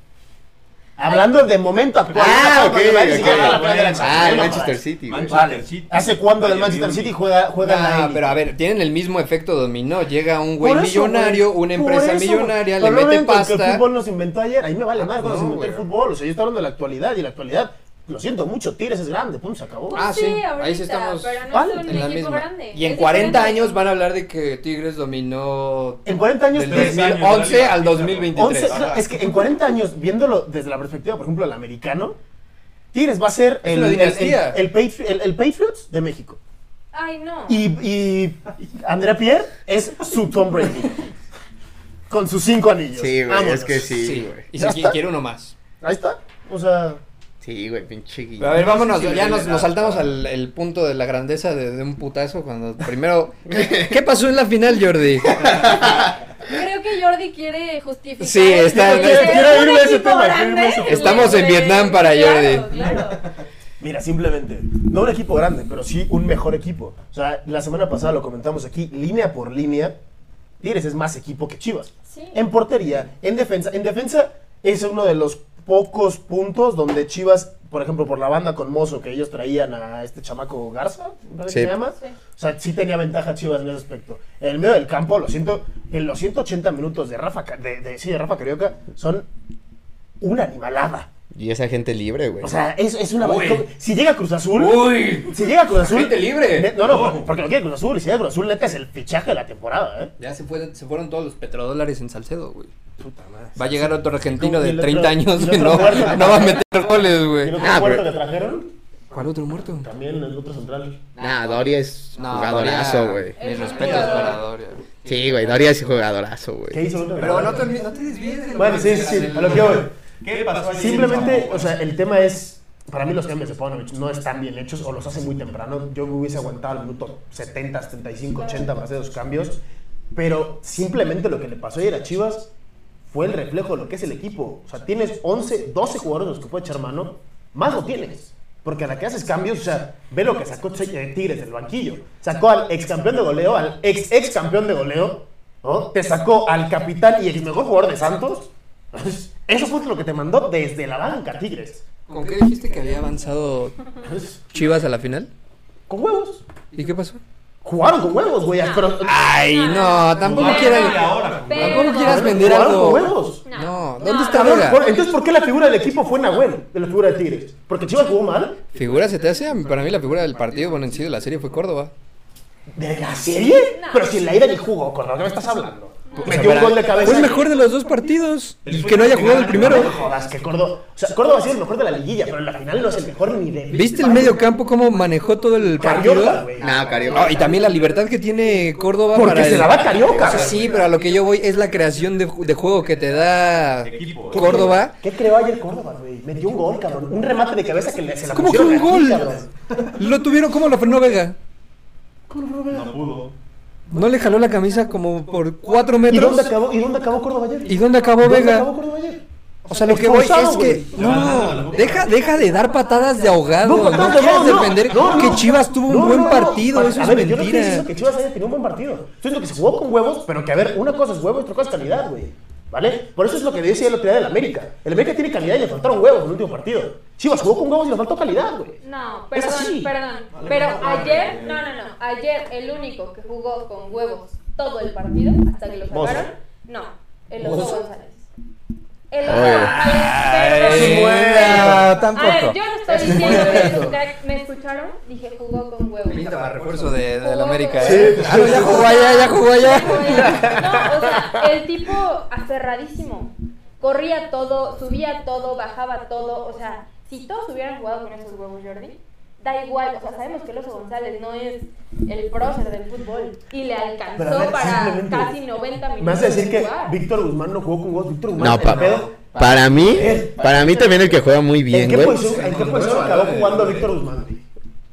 [SPEAKER 2] Hablando de momento actual.
[SPEAKER 5] Ah,
[SPEAKER 2] Porque
[SPEAKER 5] ok,
[SPEAKER 2] Bayern se
[SPEAKER 5] ok.
[SPEAKER 2] lleva la playa de la Champions.
[SPEAKER 5] Ah, el
[SPEAKER 2] No
[SPEAKER 5] Manchester
[SPEAKER 2] jodas.
[SPEAKER 5] City, güey.
[SPEAKER 4] Manchester
[SPEAKER 2] Vale.
[SPEAKER 4] City.
[SPEAKER 2] ¿Hace cuándo el
[SPEAKER 4] Bayern
[SPEAKER 2] Manchester
[SPEAKER 4] Múnich.
[SPEAKER 2] City juega, juega en la
[SPEAKER 1] Ah,
[SPEAKER 2] élite?
[SPEAKER 1] pero a ver, tienen el mismo efecto dominó. Llega un güey
[SPEAKER 2] Por eso,
[SPEAKER 1] millonario,
[SPEAKER 2] güey.
[SPEAKER 1] una
[SPEAKER 2] Por
[SPEAKER 1] empresa
[SPEAKER 2] eso,
[SPEAKER 1] millonaria,
[SPEAKER 2] güey.
[SPEAKER 1] le
[SPEAKER 2] Pero no
[SPEAKER 1] mete
[SPEAKER 2] vengan con que El
[SPEAKER 1] pasta. Ah,
[SPEAKER 2] fútbol no se inventó ayer, ahí me vale más cuando
[SPEAKER 1] no,
[SPEAKER 2] se inventó el
[SPEAKER 1] güey.
[SPEAKER 2] fútbol. O sea, yo estoy hablando de la actualidad y la actualidad, lo siento mucho, Tigres es grande, pum, se acabó.
[SPEAKER 1] Ah, sí, ahí sí
[SPEAKER 3] Pues ahorita,
[SPEAKER 1] estamos
[SPEAKER 3] Pero no
[SPEAKER 2] Vale,
[SPEAKER 3] son un
[SPEAKER 1] En la
[SPEAKER 3] equipo
[SPEAKER 1] misma.
[SPEAKER 3] grande.
[SPEAKER 1] Y en
[SPEAKER 3] Es
[SPEAKER 1] 40
[SPEAKER 3] diferente.
[SPEAKER 1] años van a hablar de que Tigres dominó
[SPEAKER 2] en 40 años,
[SPEAKER 1] del
[SPEAKER 4] tres
[SPEAKER 2] Tigres-
[SPEAKER 4] años.
[SPEAKER 1] 2011 al
[SPEAKER 2] once-
[SPEAKER 1] 2023.
[SPEAKER 2] no, es que en 40 años, viéndolo desde la perspectiva, por ejemplo, del americano, Tigres va a ser
[SPEAKER 1] Es
[SPEAKER 2] el,
[SPEAKER 1] una
[SPEAKER 2] el, el,
[SPEAKER 1] dinastía.
[SPEAKER 2] el Patri- el- el Patriots de México.
[SPEAKER 3] Ay, no.
[SPEAKER 2] Y, y Andrea Pierre es su Tom Brady. Con sus cinco anillos.
[SPEAKER 5] Sí, güey, es
[SPEAKER 2] Vámonos.
[SPEAKER 5] que sí,
[SPEAKER 1] Sí,
[SPEAKER 5] güey.
[SPEAKER 1] y
[SPEAKER 2] Ya
[SPEAKER 1] si
[SPEAKER 2] está.
[SPEAKER 1] quiere uno más.
[SPEAKER 2] Ahí está. O sea,
[SPEAKER 5] Sí, güey, pinche guille.
[SPEAKER 1] Pero a ver, vámonos,
[SPEAKER 4] sí,
[SPEAKER 1] ya
[SPEAKER 4] sí,
[SPEAKER 1] nos,
[SPEAKER 4] sí,
[SPEAKER 1] nos
[SPEAKER 4] sí.
[SPEAKER 1] saltamos al el punto de la grandeza de, de un putazo cuando primero... ¿Qué pasó en la final, Jordi?
[SPEAKER 3] Creo que Jordi quiere justificar.
[SPEAKER 1] Sí, está-
[SPEAKER 3] el-
[SPEAKER 1] quiero-
[SPEAKER 3] el-
[SPEAKER 2] quiero
[SPEAKER 3] un
[SPEAKER 2] irme a ese
[SPEAKER 3] equipo
[SPEAKER 2] tema,
[SPEAKER 3] grande
[SPEAKER 2] quiero irme a ese tema.
[SPEAKER 1] Estamos en
[SPEAKER 3] le-
[SPEAKER 1] Vietnam para
[SPEAKER 3] claro,
[SPEAKER 1] Jordi.
[SPEAKER 3] Claro.
[SPEAKER 2] mira, simplemente, no un equipo grande, pero sí un mejor equipo. O sea, la semana pasada lo comentamos aquí, línea por línea, Tigres es más equipo que Chivas.
[SPEAKER 3] Sí.
[SPEAKER 2] En portería, en defensa. En defensa es uno de los pocos puntos donde Chivas por ejemplo, por la banda con Mozo que ellos traían a este chamaco Garza, ¿no
[SPEAKER 5] Sí.
[SPEAKER 2] se llama?
[SPEAKER 3] Sí.
[SPEAKER 2] O sea, sí tenía ventaja Chivas en ese aspecto. En el medio del campo, lo siento, en los 180 minutos de Rafa, Ca- de, de- sí, de Rafa Carioca son una animalada.
[SPEAKER 5] Y esa gente libre, güey.
[SPEAKER 2] O sea, es, es una...
[SPEAKER 4] Uy.
[SPEAKER 2] Si llega Cruz Azul...
[SPEAKER 4] Uy.
[SPEAKER 2] Si llega Cruz Azul...
[SPEAKER 1] Gente libre.
[SPEAKER 2] Ne- No, no, porque lo quiere Cruz Azul. Y si llega Cruz Azul, neta, es el fichaje de la temporada, ¿eh?
[SPEAKER 1] Ya se, fue- se fueron todos los petrodólares en Salcedo, güey.
[SPEAKER 2] Puta madre.
[SPEAKER 1] Va a llegar otro argentino
[SPEAKER 2] ¿Y
[SPEAKER 1] de
[SPEAKER 2] el otro-
[SPEAKER 1] 30 años
[SPEAKER 2] y el
[SPEAKER 1] que
[SPEAKER 2] otro
[SPEAKER 1] no,
[SPEAKER 2] muerto que
[SPEAKER 1] no va a meter goles,
[SPEAKER 2] ¿Y
[SPEAKER 1] güey.
[SPEAKER 2] el otro
[SPEAKER 5] Ah,
[SPEAKER 2] muerto
[SPEAKER 5] pero-
[SPEAKER 2] que trajeron?
[SPEAKER 1] ¿Cuál otro muerto?
[SPEAKER 2] También el otro central.
[SPEAKER 5] Nah, Doria es
[SPEAKER 1] No,
[SPEAKER 5] jugadorazo,
[SPEAKER 1] Doria,
[SPEAKER 5] güey.
[SPEAKER 1] Mis
[SPEAKER 3] Es un
[SPEAKER 1] respetos
[SPEAKER 3] jugador.
[SPEAKER 1] para Doria.
[SPEAKER 5] Sí, güey, Doria es jugadorazo,
[SPEAKER 2] ¿Qué
[SPEAKER 5] güey.
[SPEAKER 2] hizo?
[SPEAKER 1] Pero no te, olvi- no te desvíes. del-
[SPEAKER 2] Bueno, sí, sí, sí,
[SPEAKER 1] del-
[SPEAKER 2] a lo que voy.
[SPEAKER 4] ¿Qué pasó? ahí?
[SPEAKER 2] Simplemente, o sea, el tema es, para mí los cambios de Pavlovich no están bien hechos o los hacen muy temprano. Yo me hubiese aguantado al minuto 70, 75, 80 para hacer esos cambios. Pero simplemente lo que le pasó ayer a Chivas fue el reflejo de lo que es el equipo. O sea, tienes 11, 12 jugadores de los que puede echar mano, más no tienes. Porque a la que haces cambios, o sea, ve lo que sacó Ch- eh, Tigres del banquillo. Sacó al ex campeón de goleo, al ex ex campeón de goleo, ¿no? Te sacó al capitán y ex mejor jugador de Santos. Eso fue lo que te mandó desde la banca, Tigres.
[SPEAKER 1] ¿Con qué dijiste que había avanzado Chivas a la final?
[SPEAKER 2] Con huevos.
[SPEAKER 1] ¿Y qué pasó?
[SPEAKER 2] Jugaron con huevos, güey. Pero,
[SPEAKER 1] Ay, no, tampoco
[SPEAKER 3] Pero-
[SPEAKER 1] quieras,
[SPEAKER 3] pero-
[SPEAKER 1] tampoco quieras vender
[SPEAKER 2] Jugaron
[SPEAKER 1] algo.
[SPEAKER 2] con huevos.
[SPEAKER 1] Eh, No,
[SPEAKER 3] No,
[SPEAKER 1] ¿dónde está
[SPEAKER 2] Cabrón,
[SPEAKER 1] Vega?
[SPEAKER 2] por- entonces, ¿por qué la figura del equipo fue Nahuel de la figura de Tigres? ¿Porque Chivas jugó mal?
[SPEAKER 1] ¿Figura se te hace? Para mí la figura del partido, bueno, en sí de la serie fue Córdoba.
[SPEAKER 2] ¿De la serie?
[SPEAKER 3] No.
[SPEAKER 2] Pero si en la ida ni jugó, ¿con lo que me estás hablando? Metió un
[SPEAKER 5] para-
[SPEAKER 2] gol de cabeza.
[SPEAKER 1] Pues Fue el mejor de los dos partidos. Y que no haya jugado el
[SPEAKER 2] No me
[SPEAKER 1] primero.
[SPEAKER 2] jodas, que Córdoba. O sea, Córdoba ha sido el mejor de la liguilla, pero en la final no es el mejor ni de.
[SPEAKER 1] ¿Viste el medio campo cómo manejó todo el
[SPEAKER 2] Carioca,
[SPEAKER 1] partido?
[SPEAKER 2] güey.
[SPEAKER 5] Nah, Carioca.
[SPEAKER 1] Ah, y también la libertad que tiene Córdoba
[SPEAKER 2] Porque
[SPEAKER 1] para
[SPEAKER 2] se
[SPEAKER 1] el-
[SPEAKER 2] la va Carioca.
[SPEAKER 1] Sí, sí, pero a lo que yo voy es la creación de, ju- de juego que te da
[SPEAKER 4] Equipo.
[SPEAKER 2] ¿Qué
[SPEAKER 1] Córdoba.
[SPEAKER 2] creó- ¿Qué creó ayer Córdoba, güey? Metió un gol, cabrón. Un remate de cabeza que le, se la
[SPEAKER 1] ¿Cómo que
[SPEAKER 2] pusieron
[SPEAKER 1] un
[SPEAKER 2] aquí,
[SPEAKER 1] gol?
[SPEAKER 2] cabrón.
[SPEAKER 1] Lo tuvieron como lo frenó Vega.
[SPEAKER 4] No pudo.
[SPEAKER 1] No le jaló la camisa como por cuatro
[SPEAKER 2] ¿Y dónde,
[SPEAKER 1] metros.
[SPEAKER 2] acabó, ¿Y dónde acabó Córdoba ayer?
[SPEAKER 1] ¿Y dónde acabó
[SPEAKER 2] ¿Dónde
[SPEAKER 1] Vega?
[SPEAKER 2] acabó Córdoba ayer?
[SPEAKER 1] O sea, lo que voy es
[SPEAKER 2] Expulsado,
[SPEAKER 1] que.
[SPEAKER 2] güey.
[SPEAKER 1] No, deja, deja de dar patadas de ahogado.
[SPEAKER 2] No,
[SPEAKER 1] No,
[SPEAKER 2] no,
[SPEAKER 1] quieras
[SPEAKER 2] no, no,
[SPEAKER 1] defender
[SPEAKER 2] no, no.
[SPEAKER 1] que Chivas tuvo
[SPEAKER 2] No,
[SPEAKER 1] un buen
[SPEAKER 2] no, no.
[SPEAKER 1] partido.
[SPEAKER 2] Para-
[SPEAKER 1] Eso
[SPEAKER 2] a
[SPEAKER 1] es
[SPEAKER 2] ver, Yo no estoy
[SPEAKER 1] mentira.
[SPEAKER 2] diciendo que Chivas haya tenido un buen partido. Estoy diciendo que se jugó con huevos, pero que a ver, una cosa es huevos y otra cosa es calidad, güey. ¿Vale? Por eso es lo que decía el otro día del América. El América tiene calidad y le faltaron huevos en el último partido. Chivas jugó con huevos y le faltó calidad, güey.
[SPEAKER 3] No,
[SPEAKER 2] Es
[SPEAKER 3] perdón,
[SPEAKER 2] así.
[SPEAKER 3] perdón. Pero ayer, no, no, no. Ayer el único que jugó con huevos todo el partido, hasta que lo
[SPEAKER 2] Mozo.
[SPEAKER 3] sacaron, no, el Oso
[SPEAKER 2] Mozo.
[SPEAKER 3] González. El Oso
[SPEAKER 5] Oye.
[SPEAKER 3] González,
[SPEAKER 1] Ay,
[SPEAKER 3] perdón.
[SPEAKER 1] no, tampoco.
[SPEAKER 3] A ver, yo no estoy
[SPEAKER 2] muerto.
[SPEAKER 3] diciendo que me escucharon, dije jugó con huevos.
[SPEAKER 1] Pinta para refuerzo de,
[SPEAKER 3] Jugó
[SPEAKER 1] del América,
[SPEAKER 3] con
[SPEAKER 1] ¿eh?
[SPEAKER 3] huevos.
[SPEAKER 1] Ah, no, ya jugó allá, ya jugó allá.
[SPEAKER 3] No, o sea, el tipo aferradísimo. Corría todo, subía todo, bajaba todo. O sea, si todos hubieran jugado con esos huevos, Jordi, da igual. O sea, sabemos que Loso González no es el prócer del fútbol y le
[SPEAKER 2] Pero a
[SPEAKER 3] alcanzó
[SPEAKER 2] ver,
[SPEAKER 3] para
[SPEAKER 2] simplemente-
[SPEAKER 3] casi 90 minutos.
[SPEAKER 2] Me vas a decir
[SPEAKER 3] sin
[SPEAKER 2] que
[SPEAKER 3] jugar.
[SPEAKER 2] Víctor Guzmán no jugó con huevos. Víctor Guzmán,
[SPEAKER 5] No,
[SPEAKER 2] el
[SPEAKER 5] pa-
[SPEAKER 2] pedo-
[SPEAKER 5] para mí, para mí también el que juega muy
[SPEAKER 2] ¿En
[SPEAKER 5] bien,
[SPEAKER 2] qué
[SPEAKER 5] güey.
[SPEAKER 2] posición, en qué posición acabó jugando Víctor Guzmán?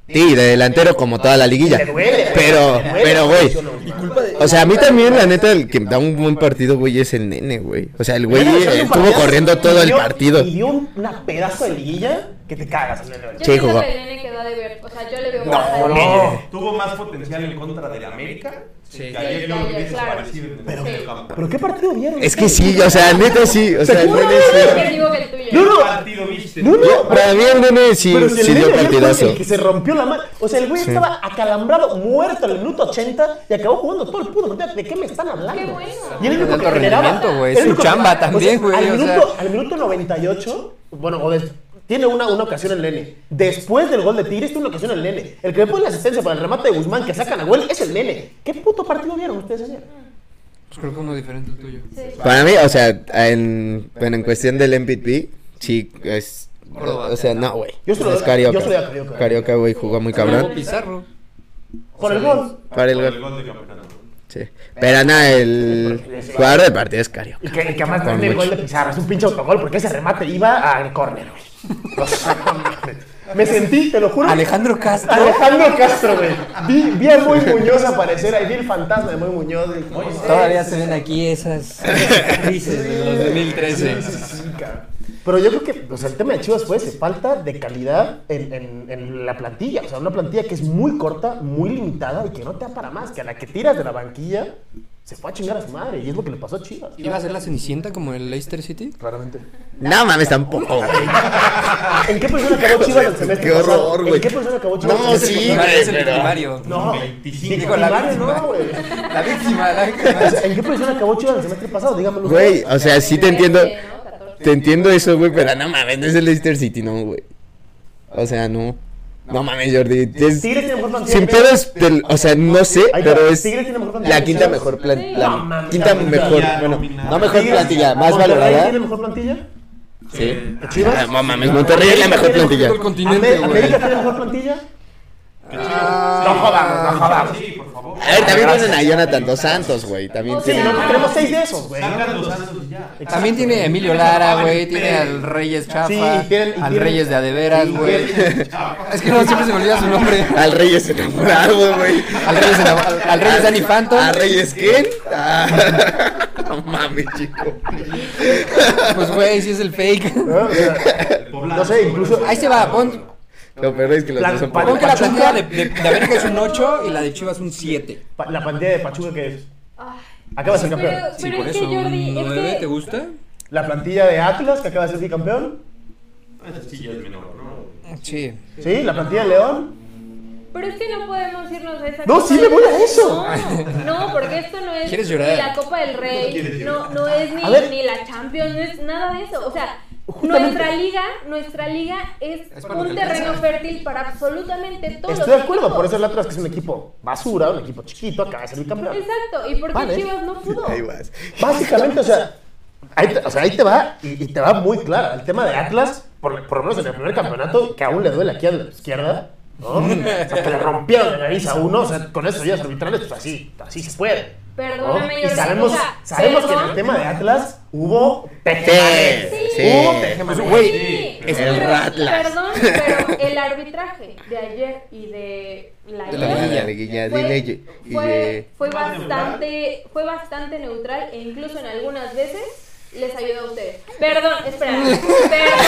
[SPEAKER 5] Sí, de delantero como toda la liguilla.
[SPEAKER 2] Le duele,
[SPEAKER 5] Pero,
[SPEAKER 2] le duele
[SPEAKER 5] pero,
[SPEAKER 2] la
[SPEAKER 5] güey.
[SPEAKER 2] posición a Guzmán.
[SPEAKER 5] O sea, a mí también, la neta, el que da un buen partido, güey, es el nene, güey. O sea, el güey
[SPEAKER 2] Mira, o sea,
[SPEAKER 5] eh,
[SPEAKER 2] hizo un
[SPEAKER 5] estuvo
[SPEAKER 2] partidazo
[SPEAKER 5] corriendo
[SPEAKER 2] y
[SPEAKER 5] todo el
[SPEAKER 2] dio-
[SPEAKER 5] partido.
[SPEAKER 2] Y dio una pedazo de liguilla que te cagas.
[SPEAKER 3] Yo
[SPEAKER 5] Sí,
[SPEAKER 3] siento
[SPEAKER 5] jugó.
[SPEAKER 3] que el nene quedó de ver. O sea, yo le veo.
[SPEAKER 2] No, no.
[SPEAKER 4] Tuvo más potencial en contra del América
[SPEAKER 1] Sí.
[SPEAKER 4] que ayer
[SPEAKER 3] Sí,
[SPEAKER 4] yo creo que
[SPEAKER 3] ayer,
[SPEAKER 4] hubiese
[SPEAKER 3] claro.
[SPEAKER 4] aparecido en el
[SPEAKER 3] Pero-
[SPEAKER 4] medio campo.
[SPEAKER 2] ¿Pero qué partido vieron?
[SPEAKER 5] Es que sí, o sea, neta sí. O sea, el nene
[SPEAKER 3] Que
[SPEAKER 5] sí.
[SPEAKER 3] digo que el tuyo.
[SPEAKER 2] No,
[SPEAKER 4] ¿Qué
[SPEAKER 2] no,
[SPEAKER 4] partido viste?
[SPEAKER 2] no, no.
[SPEAKER 5] Yo- para mí el nene sí,
[SPEAKER 2] Pero si el
[SPEAKER 5] sí
[SPEAKER 2] nene
[SPEAKER 5] dio
[SPEAKER 2] ayer fue
[SPEAKER 5] partidazo.
[SPEAKER 2] El que se rompió la mano. O sea, el güey estaba acalambrado, muerto en el minuto 80 y acabó jugando todo el puto. partido. ¿De qué me están hablando?
[SPEAKER 3] Qué bueno.
[SPEAKER 2] Y el único
[SPEAKER 1] Alto
[SPEAKER 2] que generaba.
[SPEAKER 1] rendimiento, güey,
[SPEAKER 2] el
[SPEAKER 1] es su
[SPEAKER 2] único que-
[SPEAKER 1] chamba
[SPEAKER 2] o sea,
[SPEAKER 1] también, güey,
[SPEAKER 2] Al,
[SPEAKER 1] o sea.
[SPEAKER 2] minuto- al minuto 98, bueno, o des- tiene una, una ocasión el nene. Después del gol de Tigres, tiene una ocasión el nene. El que le pone la asistencia para el remate de Guzmán que sacan a Nahuel es el nene. ¿Qué puto partido vieron ustedes ayer?
[SPEAKER 1] Pues creo que uno diferente al tuyo.
[SPEAKER 3] Sí.
[SPEAKER 5] Para mí, o sea, en, bueno, en cuestión del MVP, sí, es. O sea, no, güey.
[SPEAKER 2] Yo se lo doy-
[SPEAKER 5] Es Carioca.
[SPEAKER 2] yo se lo doy a Carioca.
[SPEAKER 5] Carioca, güey, jugó muy cabrón.
[SPEAKER 1] Pizarro.
[SPEAKER 2] Por el gol.
[SPEAKER 5] Para el
[SPEAKER 4] Por
[SPEAKER 5] gol.
[SPEAKER 4] gol de campeonato.
[SPEAKER 5] Sí. Pero nada, el jugador del partido es Carioca.
[SPEAKER 2] Y que, y que además no
[SPEAKER 5] Con
[SPEAKER 2] es el
[SPEAKER 5] mucho.
[SPEAKER 2] gol de Pizarro, es un pinche autogol porque ese remate iba al córner, güey. O sea, no mames. Me sentí, te lo juro.
[SPEAKER 1] Alejandro Castro.
[SPEAKER 2] Alejandro Castro, güey. Vi, vi a Moy Muñoz aparecer ahí, vi el fantasma de Moy Muñoz. güey.
[SPEAKER 1] Todavía se ven aquí esas crisis de los 2013.
[SPEAKER 2] Sí, sí, sí, cabrón. Pero yo creo que o sea, el tema de Chivas fue ese, falta de calidad en, en- en la plantilla. O sea, una plantilla que es muy corta, muy limitada y que no te da para más. Que a la que tiras de la banquilla, se fue a chingar a su madre y es lo que le pasó a Chivas.
[SPEAKER 1] ¿Iba a ser la Cenicienta como el Leicester City?
[SPEAKER 2] Claramente.
[SPEAKER 5] No mames, tampoco. güey.
[SPEAKER 2] ¿En qué posición acabó Chivas el semestre
[SPEAKER 5] Qué
[SPEAKER 2] pasado?
[SPEAKER 5] horror, güey.
[SPEAKER 2] ¿En qué posición acabó Chivas
[SPEAKER 5] No,
[SPEAKER 2] el semestre
[SPEAKER 5] Ah, sí,
[SPEAKER 2] pasado?
[SPEAKER 5] güey,
[SPEAKER 1] es el
[SPEAKER 5] pero-
[SPEAKER 1] primario.
[SPEAKER 2] No,
[SPEAKER 4] 25.
[SPEAKER 2] digo, la primaria no, güey.
[SPEAKER 1] La víctima, la víctima.
[SPEAKER 2] ¿En qué posición acabó Chivas el semestre pasado? Dígamelo.
[SPEAKER 5] Güey, o sea, sí te entiendo.
[SPEAKER 3] ¿no? 14.
[SPEAKER 5] Te entiendo eso, güey, pero no mames, no es el Leicester City, no, güey. O sea, no. No mames, Jordi.
[SPEAKER 2] Tigres
[SPEAKER 5] es-
[SPEAKER 2] tiene mejor plantilla.
[SPEAKER 5] sin pedos, te- o sea, no sé,
[SPEAKER 2] Ahí está,
[SPEAKER 5] pero es
[SPEAKER 2] Tigres tiene mejor plantilla.
[SPEAKER 5] la quinta mejor
[SPEAKER 3] Sí.
[SPEAKER 5] plantilla.
[SPEAKER 2] No mames,
[SPEAKER 5] quinta
[SPEAKER 2] la
[SPEAKER 5] mejor,
[SPEAKER 4] plantilla
[SPEAKER 5] bueno,
[SPEAKER 4] nominada.
[SPEAKER 5] no mejor
[SPEAKER 2] Tigres-
[SPEAKER 5] plantilla, más
[SPEAKER 2] Monterrey
[SPEAKER 5] valorada.
[SPEAKER 2] ¿Tiene mejor plantilla?
[SPEAKER 5] Sí.
[SPEAKER 2] Chivas.
[SPEAKER 5] Ah, No mames, Monterrey es la mejor plantilla.
[SPEAKER 1] Todo el continente,
[SPEAKER 2] Amé- ¿América
[SPEAKER 1] güey.
[SPEAKER 2] tiene mejor plantilla?
[SPEAKER 4] No jodamos, no jodamos. Sí, por favor.
[SPEAKER 5] A ver, también tienen a Jonathan Dos Santos, güey, también
[SPEAKER 2] Sí,
[SPEAKER 3] Sí.
[SPEAKER 5] tienen.
[SPEAKER 2] nosotros tenemos seis de esos, güey.
[SPEAKER 4] Sacan los santos ya.
[SPEAKER 1] También tiene a Emilio Lara, güey. Tiene al Reyes Chafa.
[SPEAKER 2] Sí, y tienen- y
[SPEAKER 1] al
[SPEAKER 2] tienen-
[SPEAKER 1] Reyes de Adeveras,
[SPEAKER 2] Sí,
[SPEAKER 1] güey. Es que no siempre se me olvida su nombre.
[SPEAKER 5] Al Reyes enamorado, güey.
[SPEAKER 1] Al Reyes, enamo- al, al Reyes Danny Phantom.
[SPEAKER 5] ¿Al Reyes quién? Ah, No mames, chico.
[SPEAKER 1] Pues, güey, si es el fake.
[SPEAKER 2] ¿no? O sea,
[SPEAKER 4] Poblado.
[SPEAKER 2] No sé, incluso.
[SPEAKER 1] Ahí se va, pon,
[SPEAKER 5] Lo peor es que los
[SPEAKER 2] Plan-
[SPEAKER 5] dos son
[SPEAKER 2] Pan-
[SPEAKER 1] pon
[SPEAKER 5] pobres.
[SPEAKER 1] que la
[SPEAKER 2] Pachuca.
[SPEAKER 1] plantilla de, de, de América es un 8 y la de Chivas un 7.
[SPEAKER 2] Pa- La plantilla de Pachuca que es.
[SPEAKER 3] Ay,
[SPEAKER 2] Acaba de ser
[SPEAKER 3] Pero,
[SPEAKER 2] campeón.
[SPEAKER 3] pero es que Jordi,
[SPEAKER 1] un
[SPEAKER 3] es
[SPEAKER 1] nueve,
[SPEAKER 3] que-
[SPEAKER 1] ¿te gusta?
[SPEAKER 2] La plantilla de Atlas que acaba de ser bicampeón.
[SPEAKER 4] Sí, ya es menor, ¿no?
[SPEAKER 1] Sí.
[SPEAKER 2] Sí, la plantilla de León.
[SPEAKER 3] Pero es que no podemos irnos de esa
[SPEAKER 2] No,
[SPEAKER 3] Copa
[SPEAKER 2] sí
[SPEAKER 3] del
[SPEAKER 2] me voy a
[SPEAKER 3] Rey.
[SPEAKER 2] eso.
[SPEAKER 3] No, no, porque esto no es
[SPEAKER 1] ¿Quieres llorar?
[SPEAKER 3] ni la Copa del Rey, no, no es ni,
[SPEAKER 2] A ver.
[SPEAKER 3] ni la Champions, no es nada de eso. O sea,
[SPEAKER 2] Justamente.
[SPEAKER 3] nuestra liga, nuestra liga es,
[SPEAKER 1] Es para lo
[SPEAKER 3] un
[SPEAKER 1] que
[SPEAKER 3] terreno
[SPEAKER 1] alcanza.
[SPEAKER 3] fértil para absolutamente todos
[SPEAKER 2] Estoy de
[SPEAKER 3] los
[SPEAKER 2] acuerdo,
[SPEAKER 3] equipos.
[SPEAKER 2] por eso el Atlas que es un equipo basura, un equipo chiquito, acaba de ser bicampeón.
[SPEAKER 3] Exacto, y porque
[SPEAKER 2] Vale.
[SPEAKER 3] Chivas no pudo.
[SPEAKER 5] Ahí vas.
[SPEAKER 2] Básicamente, o sea, ahí te, o sea, ahí te va y, y te va muy clara. El tema de Atlas, por, por lo menos en el primer campeonato, que aún le duele aquí a la izquierda, ¿no? O sea, que le rompieron la nariz a uno, o sea, con esas salidas arbitrales, pues así, así se puede. ¿no?
[SPEAKER 3] Perdóname,
[SPEAKER 2] Y
[SPEAKER 3] Jordi,
[SPEAKER 2] sabemos,
[SPEAKER 3] o sea,
[SPEAKER 2] sabemos que en el
[SPEAKER 3] perdón.
[SPEAKER 2] tema de Atlas hubo
[SPEAKER 5] Sí,
[SPEAKER 2] pejemanes.
[SPEAKER 5] sí.
[SPEAKER 2] Hubo pejemanes.
[SPEAKER 1] Pues, güey,
[SPEAKER 3] Sí,
[SPEAKER 1] es
[SPEAKER 5] el
[SPEAKER 3] pero-
[SPEAKER 5] Ratlas.
[SPEAKER 3] Perdón, pero el arbitraje de ayer y de la
[SPEAKER 1] De la
[SPEAKER 3] ayer
[SPEAKER 1] liguilla,
[SPEAKER 5] de guilla,
[SPEAKER 3] fue-
[SPEAKER 5] dile yo- y
[SPEAKER 3] fue,
[SPEAKER 5] de-
[SPEAKER 3] fue bastante fue bastante neutral e incluso en algunas veces les ayudó a ustedes. Perdón, espera.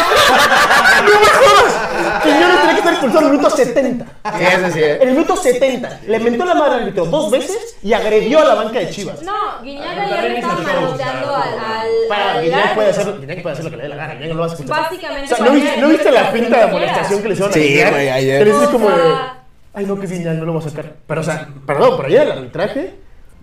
[SPEAKER 3] Perdón.
[SPEAKER 2] Quiñones tenía que estar expulsado en el minuto 70.
[SPEAKER 5] Sí, eso
[SPEAKER 2] En
[SPEAKER 5] sí, eh.
[SPEAKER 2] el minuto 70 le mentó la madre al árbitro dos veces y agredió a la banca de Chivas.
[SPEAKER 3] No, Guiñaga ya le estaba manoteando al, al,
[SPEAKER 2] Para,
[SPEAKER 3] al
[SPEAKER 2] Guiñac puede,
[SPEAKER 3] árbitro.
[SPEAKER 2] hacer, Guiñac puede hacer lo que le dé la gana, Guiñac no lo va a escuchar. O
[SPEAKER 3] Básicamente.
[SPEAKER 2] sea, ¿no, viste- no viste la pinta de molestación
[SPEAKER 3] molestación
[SPEAKER 2] que le hicieron a
[SPEAKER 5] Sí,
[SPEAKER 2] Guiñac?
[SPEAKER 5] güey, ayer.
[SPEAKER 2] Que le dices como de,
[SPEAKER 3] O sea-
[SPEAKER 2] ay no, que Guiñac no lo va a sacar. Pero o sea, perdón, pero ayer el arbitraje,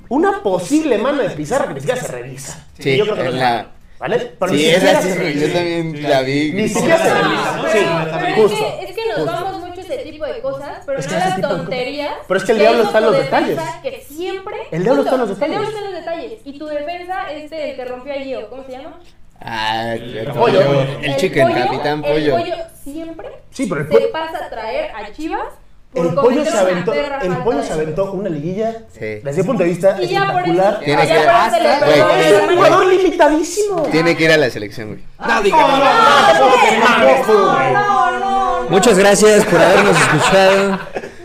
[SPEAKER 2] una posible mano de Pizarra que ni siquiera se revisa.
[SPEAKER 5] Sí,
[SPEAKER 2] Y yo creo que no
[SPEAKER 5] en
[SPEAKER 2] se-
[SPEAKER 5] la-
[SPEAKER 2] ¿Vale? Pero
[SPEAKER 5] Sí,
[SPEAKER 2] ni
[SPEAKER 5] es
[SPEAKER 2] siquiera
[SPEAKER 5] así,
[SPEAKER 2] se
[SPEAKER 5] güey.
[SPEAKER 2] revisa.
[SPEAKER 5] Yo también la
[SPEAKER 2] Ni
[SPEAKER 5] vi.
[SPEAKER 2] siquiera se revisa.
[SPEAKER 3] No,
[SPEAKER 2] Sí,
[SPEAKER 3] pero, pero es,
[SPEAKER 2] justo.
[SPEAKER 3] que, es que nos vamos mucho a ese tipo de cosas, pero
[SPEAKER 2] Es que
[SPEAKER 3] no
[SPEAKER 2] ese
[SPEAKER 3] a las
[SPEAKER 2] tipo de
[SPEAKER 3] tonterías.
[SPEAKER 2] cosas. Pero es que el
[SPEAKER 3] que
[SPEAKER 2] diablo
[SPEAKER 3] hizo
[SPEAKER 2] está en
[SPEAKER 3] tu
[SPEAKER 2] los
[SPEAKER 3] defensa,
[SPEAKER 2] detalles.
[SPEAKER 3] Que siempre.
[SPEAKER 2] El diablo está en los
[SPEAKER 3] justo, El diablo
[SPEAKER 2] detalles.
[SPEAKER 3] está en los detalles. Y tu defensa es el que rompió a Gio. ¿Cómo se llama?
[SPEAKER 5] Ah, el
[SPEAKER 2] pollo.
[SPEAKER 5] El chicken, capitán pollo.
[SPEAKER 3] El pollo siempre
[SPEAKER 2] Sí, pero el
[SPEAKER 3] se
[SPEAKER 2] pollo-
[SPEAKER 3] pasa a traer a Chivas. por
[SPEAKER 2] El pollo,
[SPEAKER 3] cometer
[SPEAKER 2] se
[SPEAKER 3] una
[SPEAKER 2] aventó,
[SPEAKER 3] perra
[SPEAKER 2] el
[SPEAKER 3] falta
[SPEAKER 2] pollo
[SPEAKER 3] de-
[SPEAKER 2] se aventó una liguilla
[SPEAKER 5] Sí.
[SPEAKER 2] desde el punto de vista
[SPEAKER 3] Y ya por eso.
[SPEAKER 2] espectacular.
[SPEAKER 3] ya
[SPEAKER 5] Tiene que-
[SPEAKER 3] por eso se le perdonó
[SPEAKER 5] Hasta- Güey,
[SPEAKER 3] la
[SPEAKER 5] tiene-
[SPEAKER 2] Es un
[SPEAKER 3] mano.
[SPEAKER 2] jugador limitadísimo.
[SPEAKER 5] Tiene que ir a la selección, güey.
[SPEAKER 1] No,
[SPEAKER 3] Ah,
[SPEAKER 1] diga.
[SPEAKER 3] No, no, no.
[SPEAKER 1] Muchas gracias por habernos escuchado.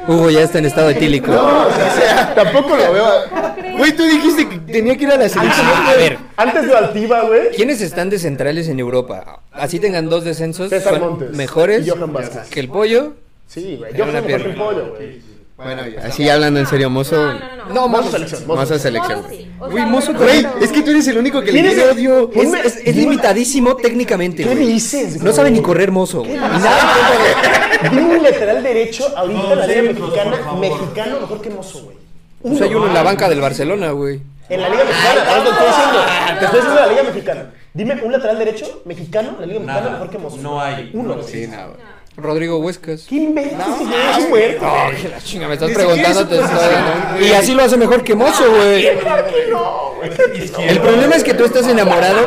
[SPEAKER 1] Hugo ya está en estado etílico.
[SPEAKER 5] O sea, tampoco lo veo.
[SPEAKER 3] ¿Cómo crees?
[SPEAKER 5] Güey, tú dijiste que tenía que ir a la selección.
[SPEAKER 1] A ver,
[SPEAKER 2] Antes de Altiva, güey.
[SPEAKER 1] ¿quiénes están de centrales en Europa? Así tengan dos descensos,
[SPEAKER 2] César
[SPEAKER 1] son
[SPEAKER 2] Montes
[SPEAKER 1] mejores
[SPEAKER 2] y Johan Vázquez.
[SPEAKER 1] que el pollo.
[SPEAKER 2] Sí, güey.
[SPEAKER 1] Era
[SPEAKER 2] Yo
[SPEAKER 1] una
[SPEAKER 2] soy mejor que el
[SPEAKER 1] pierna.
[SPEAKER 2] pollo, güey.
[SPEAKER 5] Bueno, ya. así ya hablando en serio, mozo.
[SPEAKER 3] No, no, no.
[SPEAKER 1] No,
[SPEAKER 2] Mozo
[SPEAKER 1] Mozo.
[SPEAKER 2] selección. Mozo
[SPEAKER 5] Mozo
[SPEAKER 2] selección.
[SPEAKER 3] Mozo
[SPEAKER 5] selección, güey.
[SPEAKER 3] sí, o sea,
[SPEAKER 1] Güey, mozo,
[SPEAKER 3] bueno,
[SPEAKER 5] Güey,
[SPEAKER 3] pero-
[SPEAKER 5] es que tú eres el único que le
[SPEAKER 2] ¿Quién es
[SPEAKER 5] tiene
[SPEAKER 2] el-
[SPEAKER 5] odio.
[SPEAKER 1] Es,
[SPEAKER 2] Ponme-
[SPEAKER 1] es- es limitadísimo técnicamente.
[SPEAKER 2] ¿Qué
[SPEAKER 1] güey.
[SPEAKER 2] dices, güey?
[SPEAKER 1] No sabe ni correr mozo. güey.
[SPEAKER 2] Dime un lateral derecho ahorita en la Liga
[SPEAKER 4] Concéntranos, por
[SPEAKER 2] Mexicana.
[SPEAKER 4] favor.
[SPEAKER 2] Mexicano mejor que Mozo, güey.
[SPEAKER 1] Pues hay uno en la banca del Barcelona, güey.
[SPEAKER 2] En
[SPEAKER 1] Ah,
[SPEAKER 2] la Liga Mexicana, por eso te estoy diciendo. Te estoy diciendo la Liga Mexicana. Dime un lateral derecho mexicano en la Liga Mexicana mejor que Mozo.
[SPEAKER 4] No hay.
[SPEAKER 2] Uno, güey.
[SPEAKER 5] Sí, no, güey.
[SPEAKER 1] Rodrigo Huescas.
[SPEAKER 2] ¿Qué inventas? ¡Qué muerto!
[SPEAKER 1] Ay, la chinga, me estás
[SPEAKER 5] Ni siquiera
[SPEAKER 1] preguntando.
[SPEAKER 5] es su
[SPEAKER 1] te estoy-
[SPEAKER 5] posición, güey.
[SPEAKER 1] Y así lo hace mejor que mozo, güey. El problema es que tú estás enamorado.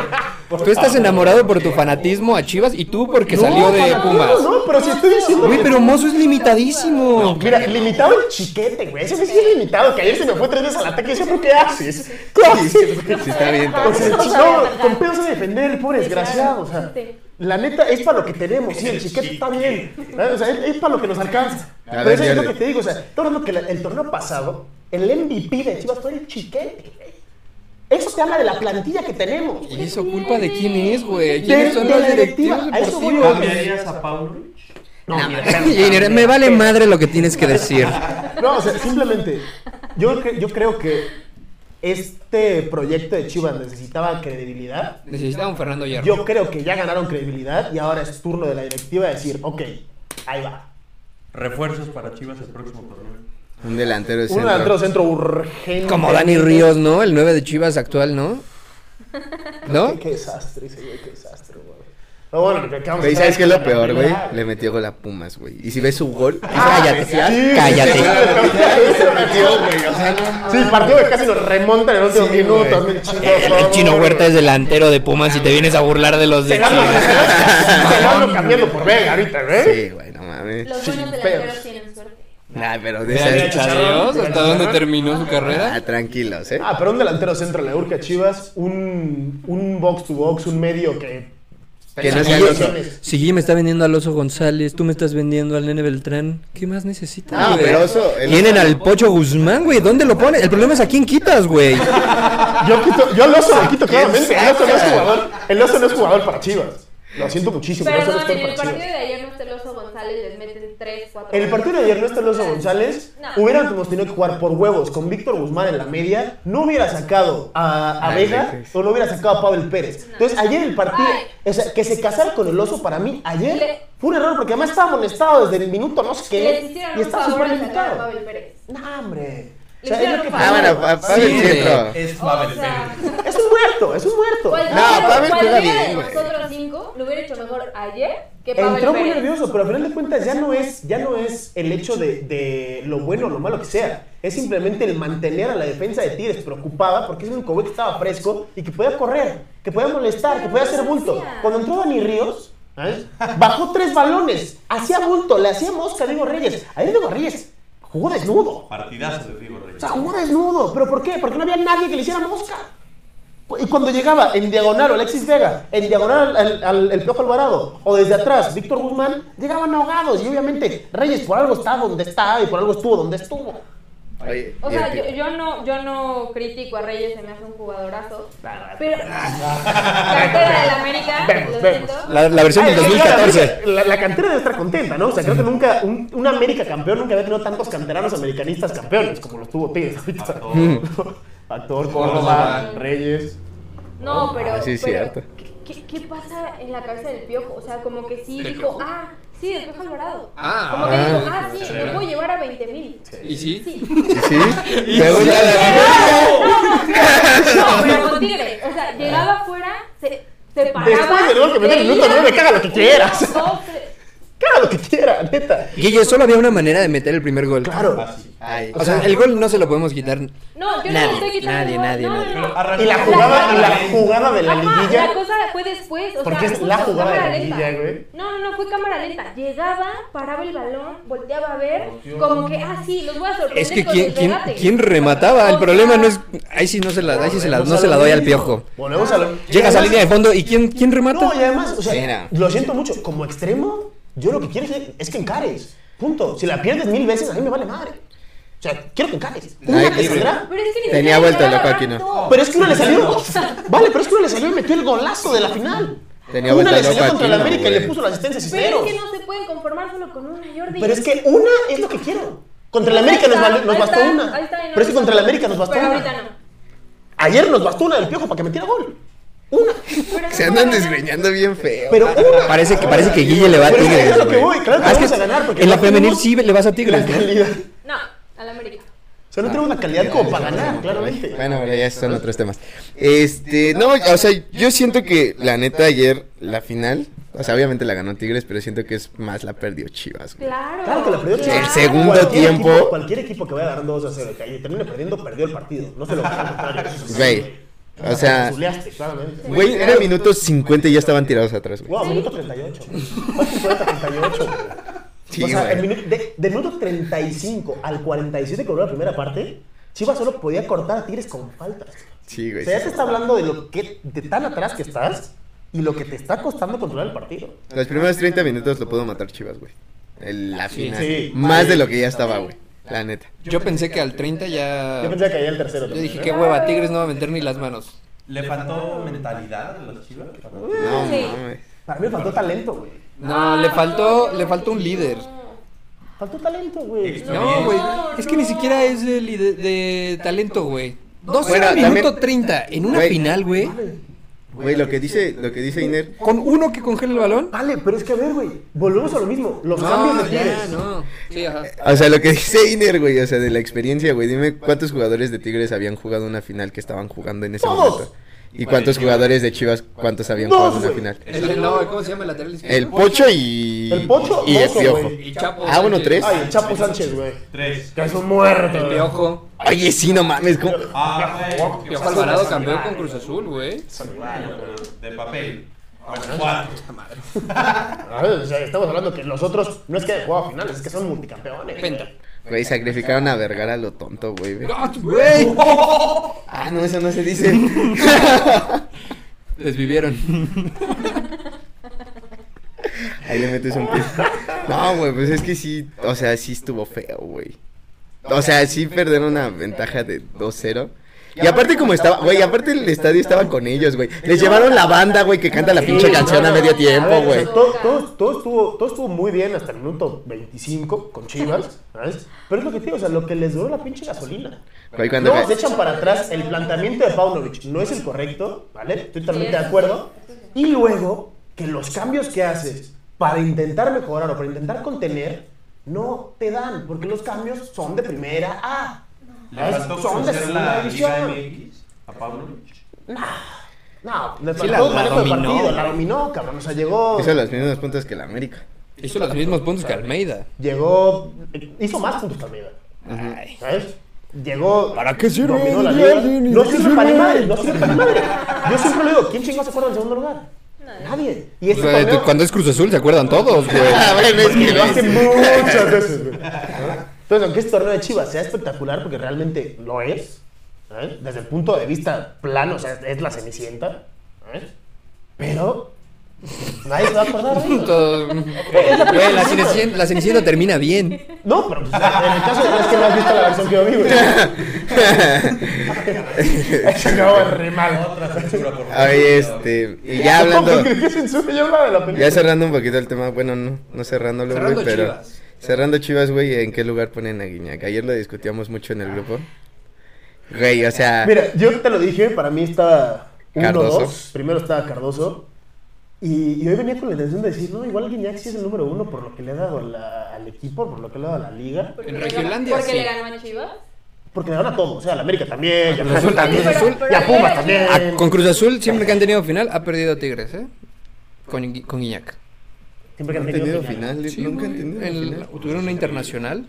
[SPEAKER 1] Tú estás enamorado por tu fanatismo a Chivas y tú porque salió de Pumas.
[SPEAKER 2] No, no, pero si estoy diciendo.
[SPEAKER 1] Güey,
[SPEAKER 2] que-
[SPEAKER 1] pero Mozo es limitadísimo.
[SPEAKER 2] Mira, limitado el chiquete, güey. Ese güey sí es limitado. Que ayer se me fue tres veces al ataque. ¿Eso qué haces? ¿Qué haces?
[SPEAKER 5] Sí, está bien. está
[SPEAKER 2] O
[SPEAKER 5] bien.
[SPEAKER 2] sea,
[SPEAKER 3] No
[SPEAKER 2] el chico,
[SPEAKER 3] sabe atacar.
[SPEAKER 2] con pedos de defender, el pobre
[SPEAKER 3] Sí,
[SPEAKER 2] desgraciado. O
[SPEAKER 3] claro.
[SPEAKER 2] sea,
[SPEAKER 3] Sí.
[SPEAKER 2] la neta es para lo que tenemos. Sí, el chiquete está bien. ¿no? O sea, es, es para lo que nos alcanza.
[SPEAKER 5] A
[SPEAKER 2] Pero
[SPEAKER 5] ver,
[SPEAKER 2] eso es lo
[SPEAKER 5] Jordi.
[SPEAKER 2] que te digo. O sea, todo lo que la- el torneo pasado, el MVP de Chivas fue el chiquete. güey. Eso te habla de la plantilla que tenemos.
[SPEAKER 1] ¿Y eso culpa de quién es, güey?
[SPEAKER 2] De,
[SPEAKER 1] ¿Quiénes
[SPEAKER 2] de
[SPEAKER 1] son
[SPEAKER 2] la
[SPEAKER 1] los
[SPEAKER 2] directiva.
[SPEAKER 1] directivos
[SPEAKER 2] A eso voy,
[SPEAKER 1] deportivos?
[SPEAKER 2] güey.
[SPEAKER 4] ¿Cambiarías a Paulo?
[SPEAKER 2] No, mira,
[SPEAKER 1] Y mira, Me vale madre lo que tienes que decir.
[SPEAKER 2] No, o sea, simplemente, yo, cre- yo creo que este proyecto de Chivas necesitaba credibilidad,
[SPEAKER 1] Necesitaba un Fernando Hierro.
[SPEAKER 2] yo creo que ya ganaron credibilidad y ahora es turno de la directiva de decir, ok, ahí va.
[SPEAKER 4] Refuerzos para Chivas el próximo torneo.
[SPEAKER 5] Un delantero de
[SPEAKER 2] Un
[SPEAKER 5] centro.
[SPEAKER 2] delantero centro urgente.
[SPEAKER 1] Como Dani Ríos, ¿no? El 9 de Chivas actual, ¿no? ¿No?
[SPEAKER 2] Qué, qué desastre, ese güey, qué desastre, güey. Pero bueno, que acabamos
[SPEAKER 5] Güey,
[SPEAKER 2] de
[SPEAKER 5] ¿sabes qué es lo
[SPEAKER 2] entrar en la
[SPEAKER 5] peor, güey?
[SPEAKER 2] primera.
[SPEAKER 5] Le metió gol a Pumas, güey. Y si ves su gol,
[SPEAKER 2] Ah,
[SPEAKER 5] cállate.
[SPEAKER 2] sí, sí, sí.
[SPEAKER 1] cállate.
[SPEAKER 2] Se metió, güey, o sea, no- Sí, el partido que casi nos remonta en el último minuto. mi chino,
[SPEAKER 1] El, el chino
[SPEAKER 2] favor.
[SPEAKER 1] Huerta es delantero de Pumas y te vienes a burlar de los de
[SPEAKER 2] Se lo ando-
[SPEAKER 1] Chivas.
[SPEAKER 2] se lo ando cambiando por Vega ahorita, ¿eh? güey.
[SPEAKER 5] Sí, güey, no mames.
[SPEAKER 3] Los buenos delanteros tienen suerte.
[SPEAKER 5] Nah, pero de
[SPEAKER 1] Vean el
[SPEAKER 5] esas...
[SPEAKER 1] chadeo, ¿Hasta dónde terminó su
[SPEAKER 5] Ah,
[SPEAKER 1] carrera?
[SPEAKER 5] tranquilos, ¿eh?
[SPEAKER 2] Ah, pero un delantero centro le urge a Chivas, un, un box to box, un medio que.
[SPEAKER 5] Que no
[SPEAKER 2] Sí,
[SPEAKER 5] sea
[SPEAKER 2] sí,
[SPEAKER 5] loco.
[SPEAKER 2] sí.
[SPEAKER 1] Si Gigi me está vendiendo al Oso González, tú me estás vendiendo al Nene Beltrán, ¿qué más necesitas?
[SPEAKER 5] Ah,
[SPEAKER 1] güey?
[SPEAKER 5] pero Oso, el-
[SPEAKER 1] Tienen al Pocho Guzmán, güey. ¿Dónde lo pones? El problema es a quién quitas, güey.
[SPEAKER 2] Yo, quito, yo al oso lo quito claramente. El oso no es jugador. El oso no es jugador para Chivas. Lo siento muchísimo. El oso no es
[SPEAKER 3] Perdón, en
[SPEAKER 2] jugador
[SPEAKER 3] el
[SPEAKER 2] para
[SPEAKER 3] partido
[SPEAKER 2] Chivas.
[SPEAKER 3] de ayer no está el oso González, les meten 3, 4.
[SPEAKER 2] En el partido de ayer no está el oso González.
[SPEAKER 3] No.
[SPEAKER 2] Hubiéramos tenido que jugar por huevos con Víctor Guzmán en la media. No hubiera sacado a, a Vega o no hubiera sacado a Pavel Pérez. Entonces, ayer el partido. O sea, que se casara con el oso para mí ayer fue un error porque además estaba molestado desde el minuto no sé
[SPEAKER 3] Les
[SPEAKER 2] qué.
[SPEAKER 3] hicieron
[SPEAKER 2] Y
[SPEAKER 3] un
[SPEAKER 2] estaba súper
[SPEAKER 3] favor de sacar a
[SPEAKER 2] limitado.
[SPEAKER 3] Pavel Pérez.
[SPEAKER 2] No, hombre. O
[SPEAKER 3] Le
[SPEAKER 2] sea, es lo
[SPEAKER 3] hicieron
[SPEAKER 2] que
[SPEAKER 3] un
[SPEAKER 5] Ah,
[SPEAKER 3] favor.
[SPEAKER 2] pasa.
[SPEAKER 5] bueno, pa- Pavel
[SPEAKER 1] Sí,
[SPEAKER 5] Centro.
[SPEAKER 4] Es
[SPEAKER 3] O
[SPEAKER 4] Pavel
[SPEAKER 3] sea,
[SPEAKER 4] Pérez.
[SPEAKER 2] Es un muerto, es un muerto.
[SPEAKER 3] cualquiera-
[SPEAKER 5] No, Pavel juega
[SPEAKER 3] cualquiera
[SPEAKER 5] bien,
[SPEAKER 3] de
[SPEAKER 5] güey.
[SPEAKER 3] nosotros cinco lo hubiera hecho mejor ayer que Pavel
[SPEAKER 2] Entró muy
[SPEAKER 3] Pérez.
[SPEAKER 2] nervioso, pero al final de cuentas ya no es, ya no es el hecho de, de lo bueno o lo malo que sea. Es simplemente el mantener a la defensa de Tigres preocupada porque es un cobo que estaba fresco y que podía correr, que podía molestar, que podía hacer bulto. Cuando entró Dani Ríos, ¿sabes? bajó tres balones, hacía bulto, le hacía mosca a Diego Reyes. Ayer Diego Reyes jugó desnudo.
[SPEAKER 4] Partidazo de Diego Reyes.
[SPEAKER 2] O sea, jugó desnudo. ¿Pero por qué? Porque no había nadie que le hiciera mosca. Y cuando llegaba en diagonal Alexis Vega, en diagonal al, al- el Piojo Alvarado, o desde atrás Víctor Guzmán, llegaban ahogados. Y obviamente Reyes por algo está donde está y por algo estuvo donde estuvo.
[SPEAKER 5] Oye,
[SPEAKER 3] O
[SPEAKER 5] y el
[SPEAKER 3] sea,
[SPEAKER 5] pi-
[SPEAKER 3] yo, yo no, yo no critico a Reyes, se me hace un jugadorazo. Pero. Cartera del América,
[SPEAKER 2] Vemos,
[SPEAKER 3] lo
[SPEAKER 2] vemos.
[SPEAKER 3] siento.
[SPEAKER 1] La, la versión del
[SPEAKER 2] Ay, creo que la
[SPEAKER 1] 2014.
[SPEAKER 2] América- La, la cantera debe estar contenta, ¿no? O sea, creo que nunca, un, un América campeón nunca había tenido tantos canteranos americanistas campeones como los tuvo Tigres ahorita. Factor, Córdoba, Reyes.
[SPEAKER 3] No, pero.
[SPEAKER 5] Ah, sí, es
[SPEAKER 3] pero,
[SPEAKER 5] cierto.
[SPEAKER 3] ¿qué, qué pasa en la cabeza del piojo? O sea, como que sí dijo, ah, sí, del piojo Alvarado.
[SPEAKER 1] Ah.
[SPEAKER 3] como que dijo, ah,
[SPEAKER 1] Ah.
[SPEAKER 3] sí, me puedo llevar a 20 mil.
[SPEAKER 1] ¿Y sí?
[SPEAKER 5] ¿y ¿Sí? Pregunta a
[SPEAKER 3] No, pero con Tigre. O sea, llegaba afuera, se, se paraba.
[SPEAKER 2] Después del gol que metió en el minuto
[SPEAKER 3] leía,
[SPEAKER 2] nueve, caga lo que quieras.
[SPEAKER 3] uno, dos, tres.
[SPEAKER 2] Claro que quiera, neta.
[SPEAKER 1] Guille, solo había una manera de meter el primer gol.
[SPEAKER 2] Claro.
[SPEAKER 1] O sea, el gol no se lo podemos quitar.
[SPEAKER 3] No, yo no le
[SPEAKER 1] Nadie,
[SPEAKER 3] estoy quitando.
[SPEAKER 1] nadie,
[SPEAKER 3] el gol.
[SPEAKER 1] nadie, nadie.
[SPEAKER 3] No, no, no.
[SPEAKER 2] Y la jugada, y la jugada de la
[SPEAKER 3] Ajá,
[SPEAKER 2] liguilla.
[SPEAKER 3] La cosa fue después. O
[SPEAKER 2] Porque
[SPEAKER 3] sea,
[SPEAKER 2] es la
[SPEAKER 3] justo,
[SPEAKER 2] jugada de
[SPEAKER 3] cámara
[SPEAKER 2] la
[SPEAKER 3] lenta.
[SPEAKER 2] liguilla, güey.
[SPEAKER 3] No, no, no, fue cámara lenta. Llegaba, paraba el balón, volteaba a ver,
[SPEAKER 2] Oh,
[SPEAKER 3] como que, ah, sí, los voy a sorprender.
[SPEAKER 1] Es que
[SPEAKER 3] con
[SPEAKER 1] quién,
[SPEAKER 3] el
[SPEAKER 1] quién,
[SPEAKER 3] regate.
[SPEAKER 1] quién remataba. El
[SPEAKER 3] O
[SPEAKER 1] problema
[SPEAKER 3] sea,
[SPEAKER 1] no es. Ahí sí no se la, ahí sí se la, no
[SPEAKER 2] Volvemos
[SPEAKER 1] se
[SPEAKER 2] a
[SPEAKER 1] la
[SPEAKER 2] lo
[SPEAKER 1] doy al
[SPEAKER 2] mismo.
[SPEAKER 1] piojo.
[SPEAKER 2] Volvemos a lo.
[SPEAKER 1] Llegas a
[SPEAKER 2] además-
[SPEAKER 1] línea de fondo y quién, quién remata.
[SPEAKER 2] No, y además, o sea,
[SPEAKER 5] Mira.
[SPEAKER 2] lo siento mucho. Como extremo, yo lo que quiero es, es que encares. Punto. Si la pierdes mil veces, a mí me vale madre. O sea, quiero que encares. Una que saldrá.
[SPEAKER 3] Pero es que ni
[SPEAKER 5] Tenía
[SPEAKER 3] siquiera
[SPEAKER 5] vuelta
[SPEAKER 3] llegaba
[SPEAKER 5] loco aquí, ¿no?
[SPEAKER 3] tanto.
[SPEAKER 2] Pero es que uno le salió. Vale, pero es que uno le salió y metió el golazo de la final.
[SPEAKER 5] Tenía
[SPEAKER 2] una
[SPEAKER 5] vuelta
[SPEAKER 2] le salió
[SPEAKER 5] loca
[SPEAKER 2] contra
[SPEAKER 5] aquí,
[SPEAKER 2] la
[SPEAKER 5] no,
[SPEAKER 2] América y le
[SPEAKER 5] güey.
[SPEAKER 2] puso la asistencia a
[SPEAKER 3] Pero
[SPEAKER 2] Cisneros.
[SPEAKER 3] es que no se pueden conformar solo con una, Jordi.
[SPEAKER 2] Pero es que una es lo que quiero. Contra la
[SPEAKER 3] Ahí
[SPEAKER 2] América nos,
[SPEAKER 3] está,
[SPEAKER 2] val- nos
[SPEAKER 3] ahí
[SPEAKER 2] bastó
[SPEAKER 3] está,
[SPEAKER 2] una.
[SPEAKER 3] ahí está, y no
[SPEAKER 2] pero es que
[SPEAKER 3] nos
[SPEAKER 2] contra la América nos bastó
[SPEAKER 3] Pero
[SPEAKER 2] una.
[SPEAKER 3] ahorita no.
[SPEAKER 2] Ayer nos bastó una del piojo para que metiera gol. Una.
[SPEAKER 3] Pero
[SPEAKER 5] Se
[SPEAKER 3] no
[SPEAKER 5] andan
[SPEAKER 3] van a ganar.
[SPEAKER 5] desgreñando bien feo.
[SPEAKER 2] Pero una.
[SPEAKER 1] Parece que, parece que Guille le va a
[SPEAKER 2] Pero es que
[SPEAKER 1] Tigres.
[SPEAKER 2] es lo que
[SPEAKER 1] güey.
[SPEAKER 2] voy, claro que
[SPEAKER 1] Ah, es
[SPEAKER 2] vamos a ganar, porque
[SPEAKER 1] En la
[SPEAKER 2] no
[SPEAKER 1] femenil
[SPEAKER 2] tenemos
[SPEAKER 1] sí le vas a Tigres,
[SPEAKER 2] La
[SPEAKER 1] ¿no?
[SPEAKER 2] calidad.
[SPEAKER 3] No, al América.
[SPEAKER 2] O sea, no tenemos la calidad como para ganar, claramente.
[SPEAKER 5] Bueno, pero ya son otros temas. Este, no, o sea, yo siento que la neta ayer, la final, o sea, obviamente la ganó Tigres, pero siento que es más la perdió Chivas, güey.
[SPEAKER 3] Claro.
[SPEAKER 2] Claro que la perdió Chivas.
[SPEAKER 5] El segundo
[SPEAKER 2] Cualquier
[SPEAKER 5] tiempo-
[SPEAKER 2] equipo- cualquier equipo que vaya ganando 2 a 0 que termine perdiendo, perdió el partido. No se lo gana al contrario. Eso sí,
[SPEAKER 5] Güey, o sea,
[SPEAKER 2] Zuleaste, claramente.
[SPEAKER 5] güey, era minutos 50 y ya estaban tirados atrás, güey.
[SPEAKER 2] Wow, minuto 38. Fue 50, 38. güey.
[SPEAKER 5] Sí,
[SPEAKER 2] o sea,
[SPEAKER 5] güey.
[SPEAKER 2] el minu- de, del minuto 35 al 47 que duró la primera parte, Chivas solo podía cortar a Tigres con faltas.
[SPEAKER 5] Sí,
[SPEAKER 2] O
[SPEAKER 5] güey.
[SPEAKER 2] sea, ya
[SPEAKER 5] sí.
[SPEAKER 2] te está hablando de lo que de tan atrás que estás y lo que te está costando controlar el partido.
[SPEAKER 5] Los primeros 30 minutos lo pudo matar Chivas, güey. El- La final.
[SPEAKER 2] sí.
[SPEAKER 5] Más de lo que ya estaba, güey. La neta.
[SPEAKER 1] Yo pensé que al 30 ya.
[SPEAKER 2] Yo pensé que caía el tercero.
[SPEAKER 1] Yo
[SPEAKER 2] también, ¿eh?
[SPEAKER 1] dije,
[SPEAKER 2] ¿no?
[SPEAKER 1] qué hueva, Tigres no va a meter ni las manos.
[SPEAKER 4] Le faltó mentalidad a los Chivas.
[SPEAKER 5] No
[SPEAKER 3] Sí.
[SPEAKER 5] mames.
[SPEAKER 2] Para mí me faltó talento, güey.
[SPEAKER 3] Ah,
[SPEAKER 1] No, le faltó, le faltó un líder.
[SPEAKER 2] Faltó talento, güey.
[SPEAKER 4] Extra.
[SPEAKER 1] No, güey. Es que ni
[SPEAKER 3] no.
[SPEAKER 1] siquiera es de, lider- de talento, güey. Dos
[SPEAKER 5] Bueno,
[SPEAKER 1] minutos
[SPEAKER 5] también-
[SPEAKER 1] 30 en una
[SPEAKER 5] Güey.
[SPEAKER 1] final, güey.
[SPEAKER 5] Güey, lo que dice, lo que dice Iner.
[SPEAKER 1] Con uno que congela el balón.
[SPEAKER 2] Vale, pero es que a ver, güey. Volvemos a lo mismo. Los cambios de Tigres.
[SPEAKER 1] no. Sí, ajá.
[SPEAKER 5] O sea, lo que dice Iner, güey, o sea, de la experiencia, güey. Dime cuántos jugadores de Tigres habían jugado una final que estaban jugando en ese
[SPEAKER 2] Todos.
[SPEAKER 5] momento. Y cuántos jugadores de Chivas, cuántos habían
[SPEAKER 2] Dos,
[SPEAKER 5] jugado una
[SPEAKER 2] güey.
[SPEAKER 5] final.
[SPEAKER 1] El, no, ¿cómo se llama el lateral izquierdo?
[SPEAKER 5] El Pocho y.
[SPEAKER 2] El Pocho,
[SPEAKER 5] y el
[SPEAKER 2] Pocho,
[SPEAKER 5] Piojo.
[SPEAKER 2] güey.
[SPEAKER 1] Y Chapo.
[SPEAKER 5] Ah, bueno,
[SPEAKER 1] Sánchez.
[SPEAKER 5] tres.
[SPEAKER 2] Ay, el Chapo Sánchez, güey.
[SPEAKER 6] Tres.
[SPEAKER 2] Ya es un muerto.
[SPEAKER 1] El
[SPEAKER 2] güey.
[SPEAKER 1] Piojo.
[SPEAKER 5] Oye, sí, no mames. ¿cómo?
[SPEAKER 6] Ah, güey.
[SPEAKER 1] Piojo Alvarado campeón con Cruz Azul, güey.
[SPEAKER 6] De papel.
[SPEAKER 2] Ah,
[SPEAKER 6] Bueno, cuatro.
[SPEAKER 2] Ay, o sea, estamos hablando que los otros no es que hayan jugado finales, es que son multicampeones.
[SPEAKER 1] Penta.
[SPEAKER 5] Güey, sacrificaron a Vergara lo tonto, güey. güey.
[SPEAKER 1] güey!
[SPEAKER 5] Ah, no, eso no se dice.
[SPEAKER 1] Desvivieron.
[SPEAKER 5] Ahí le metes un pie. No, güey, pues es que sí, o sea, sí estuvo feo, güey. O sea, sí perdieron una ventaja de 2-0. Y aparte como estaba, güey, aparte el estadio estaba con ellos, güey. Les llevaron la banda, güey, que canta la pinche canción a medio tiempo,
[SPEAKER 2] ver, o
[SPEAKER 5] güey.
[SPEAKER 2] sea, todo, todo- todo estuvo, todo estuvo muy bien hasta el minuto 25 con Chivas, ¿sabes? Pero es lo que te digo, o sea, lo que les duró la pinche gasolina.
[SPEAKER 5] Güey, cuando
[SPEAKER 2] Luego se
[SPEAKER 5] ga-
[SPEAKER 2] echan para atrás, el planteamiento de Paunovic no es el correcto, ¿vale? Estoy totalmente de acuerdo. Y luego, que los cambios que haces para intentar mejorar o para intentar contener, no te dan, porque los cambios son de primera A.
[SPEAKER 6] Le faltó
[SPEAKER 2] Son de
[SPEAKER 6] conocer
[SPEAKER 2] segunda
[SPEAKER 6] la Liga
[SPEAKER 2] división.
[SPEAKER 6] MX a Pablo.
[SPEAKER 2] No, le
[SPEAKER 1] Sí, la-
[SPEAKER 2] faltó
[SPEAKER 1] la
[SPEAKER 2] manejo de
[SPEAKER 1] dominó.
[SPEAKER 2] partido, la dominó, cabrón. O sea, llegó,
[SPEAKER 5] Hizo los mismos puntos que la América.
[SPEAKER 1] Hizo los mismos puntos que Almeida.
[SPEAKER 2] llegó, hizo más puntos que Almeida,
[SPEAKER 1] Ay.
[SPEAKER 2] ¿sabes? Llegó,
[SPEAKER 5] ¿Para qué sirve
[SPEAKER 2] dominó la
[SPEAKER 5] el
[SPEAKER 2] liga.
[SPEAKER 5] Jardín y
[SPEAKER 2] No
[SPEAKER 5] qué
[SPEAKER 2] sirve para ni
[SPEAKER 5] sirve?
[SPEAKER 2] madre, no sirve para ni madre. Yo siempre le digo, ¿quién chingón se acuerda del segundo lugar? Nadie. Y
[SPEAKER 1] O
[SPEAKER 2] este
[SPEAKER 1] sea,
[SPEAKER 2] torneo-
[SPEAKER 1] tú- Pues, cuando es Cruz Azul se acuerdan todos, güey.
[SPEAKER 5] Ah, bueno, es que
[SPEAKER 2] Lo hace
[SPEAKER 5] no.
[SPEAKER 2] muchas veces, güey. Entonces, aunque este torneo de Chivas sea espectacular, porque realmente lo es, ¿sabes? desde el punto de vista plano, o sea, es la cenicienta, ¿sabes? pero nadie se va a acordar de ello.
[SPEAKER 1] Todo- Güey, la Cenicienta la Cenicienta termina bien.
[SPEAKER 2] No, pero pues, en el caso de es que no has visto la versión que yo vi, güey. Se acabó de rimar.
[SPEAKER 4] Otra censura, por favor.
[SPEAKER 5] Oye, este, y ya hablando,
[SPEAKER 2] ¿Qué censura? Yo hablaba de la película.
[SPEAKER 5] ya cerrando un poquito el tema, bueno, no, no cerrándolo, güey,
[SPEAKER 1] Cerrando
[SPEAKER 5] pero...
[SPEAKER 1] Chivas.
[SPEAKER 5] Cerrando Chivas, güey, ¿en qué lugar ponen a Guiñac? Ayer lo discutíamos mucho en el grupo. Güey, o sea...
[SPEAKER 2] Mira, yo te lo dije, para mí estaba
[SPEAKER 5] Ah. Cardoso.
[SPEAKER 2] 1-2. Primero estaba Cardoso. Y, y hoy venía con la intención de decir, no, igual Guiñac sí es el número uno por lo que le ha dado la- al equipo, por lo que le ha dado a la liga.
[SPEAKER 3] Porque
[SPEAKER 1] En
[SPEAKER 3] le ganó-
[SPEAKER 1] Regiolandia,
[SPEAKER 3] Porque
[SPEAKER 1] sí.
[SPEAKER 3] le ganó a Chivas.
[SPEAKER 2] Porque le dan a todos, o sea, a la América también, y a
[SPEAKER 5] Pues
[SPEAKER 1] Cruz Azul también.
[SPEAKER 2] Cruz Azul, y a Pumas también.
[SPEAKER 1] Ah, con Cruz Azul, siempre que han tenido final, ha perdido Tigres, ¿eh? Con, Gui- con Guiñac.
[SPEAKER 2] Siempre
[SPEAKER 5] No
[SPEAKER 2] que han
[SPEAKER 5] han
[SPEAKER 2] tenido
[SPEAKER 5] tenido
[SPEAKER 2] final.
[SPEAKER 5] final,
[SPEAKER 1] Sí,
[SPEAKER 5] nunca han
[SPEAKER 1] güey.
[SPEAKER 5] tenido
[SPEAKER 1] El-
[SPEAKER 5] final.
[SPEAKER 1] Tuvieron una internacional.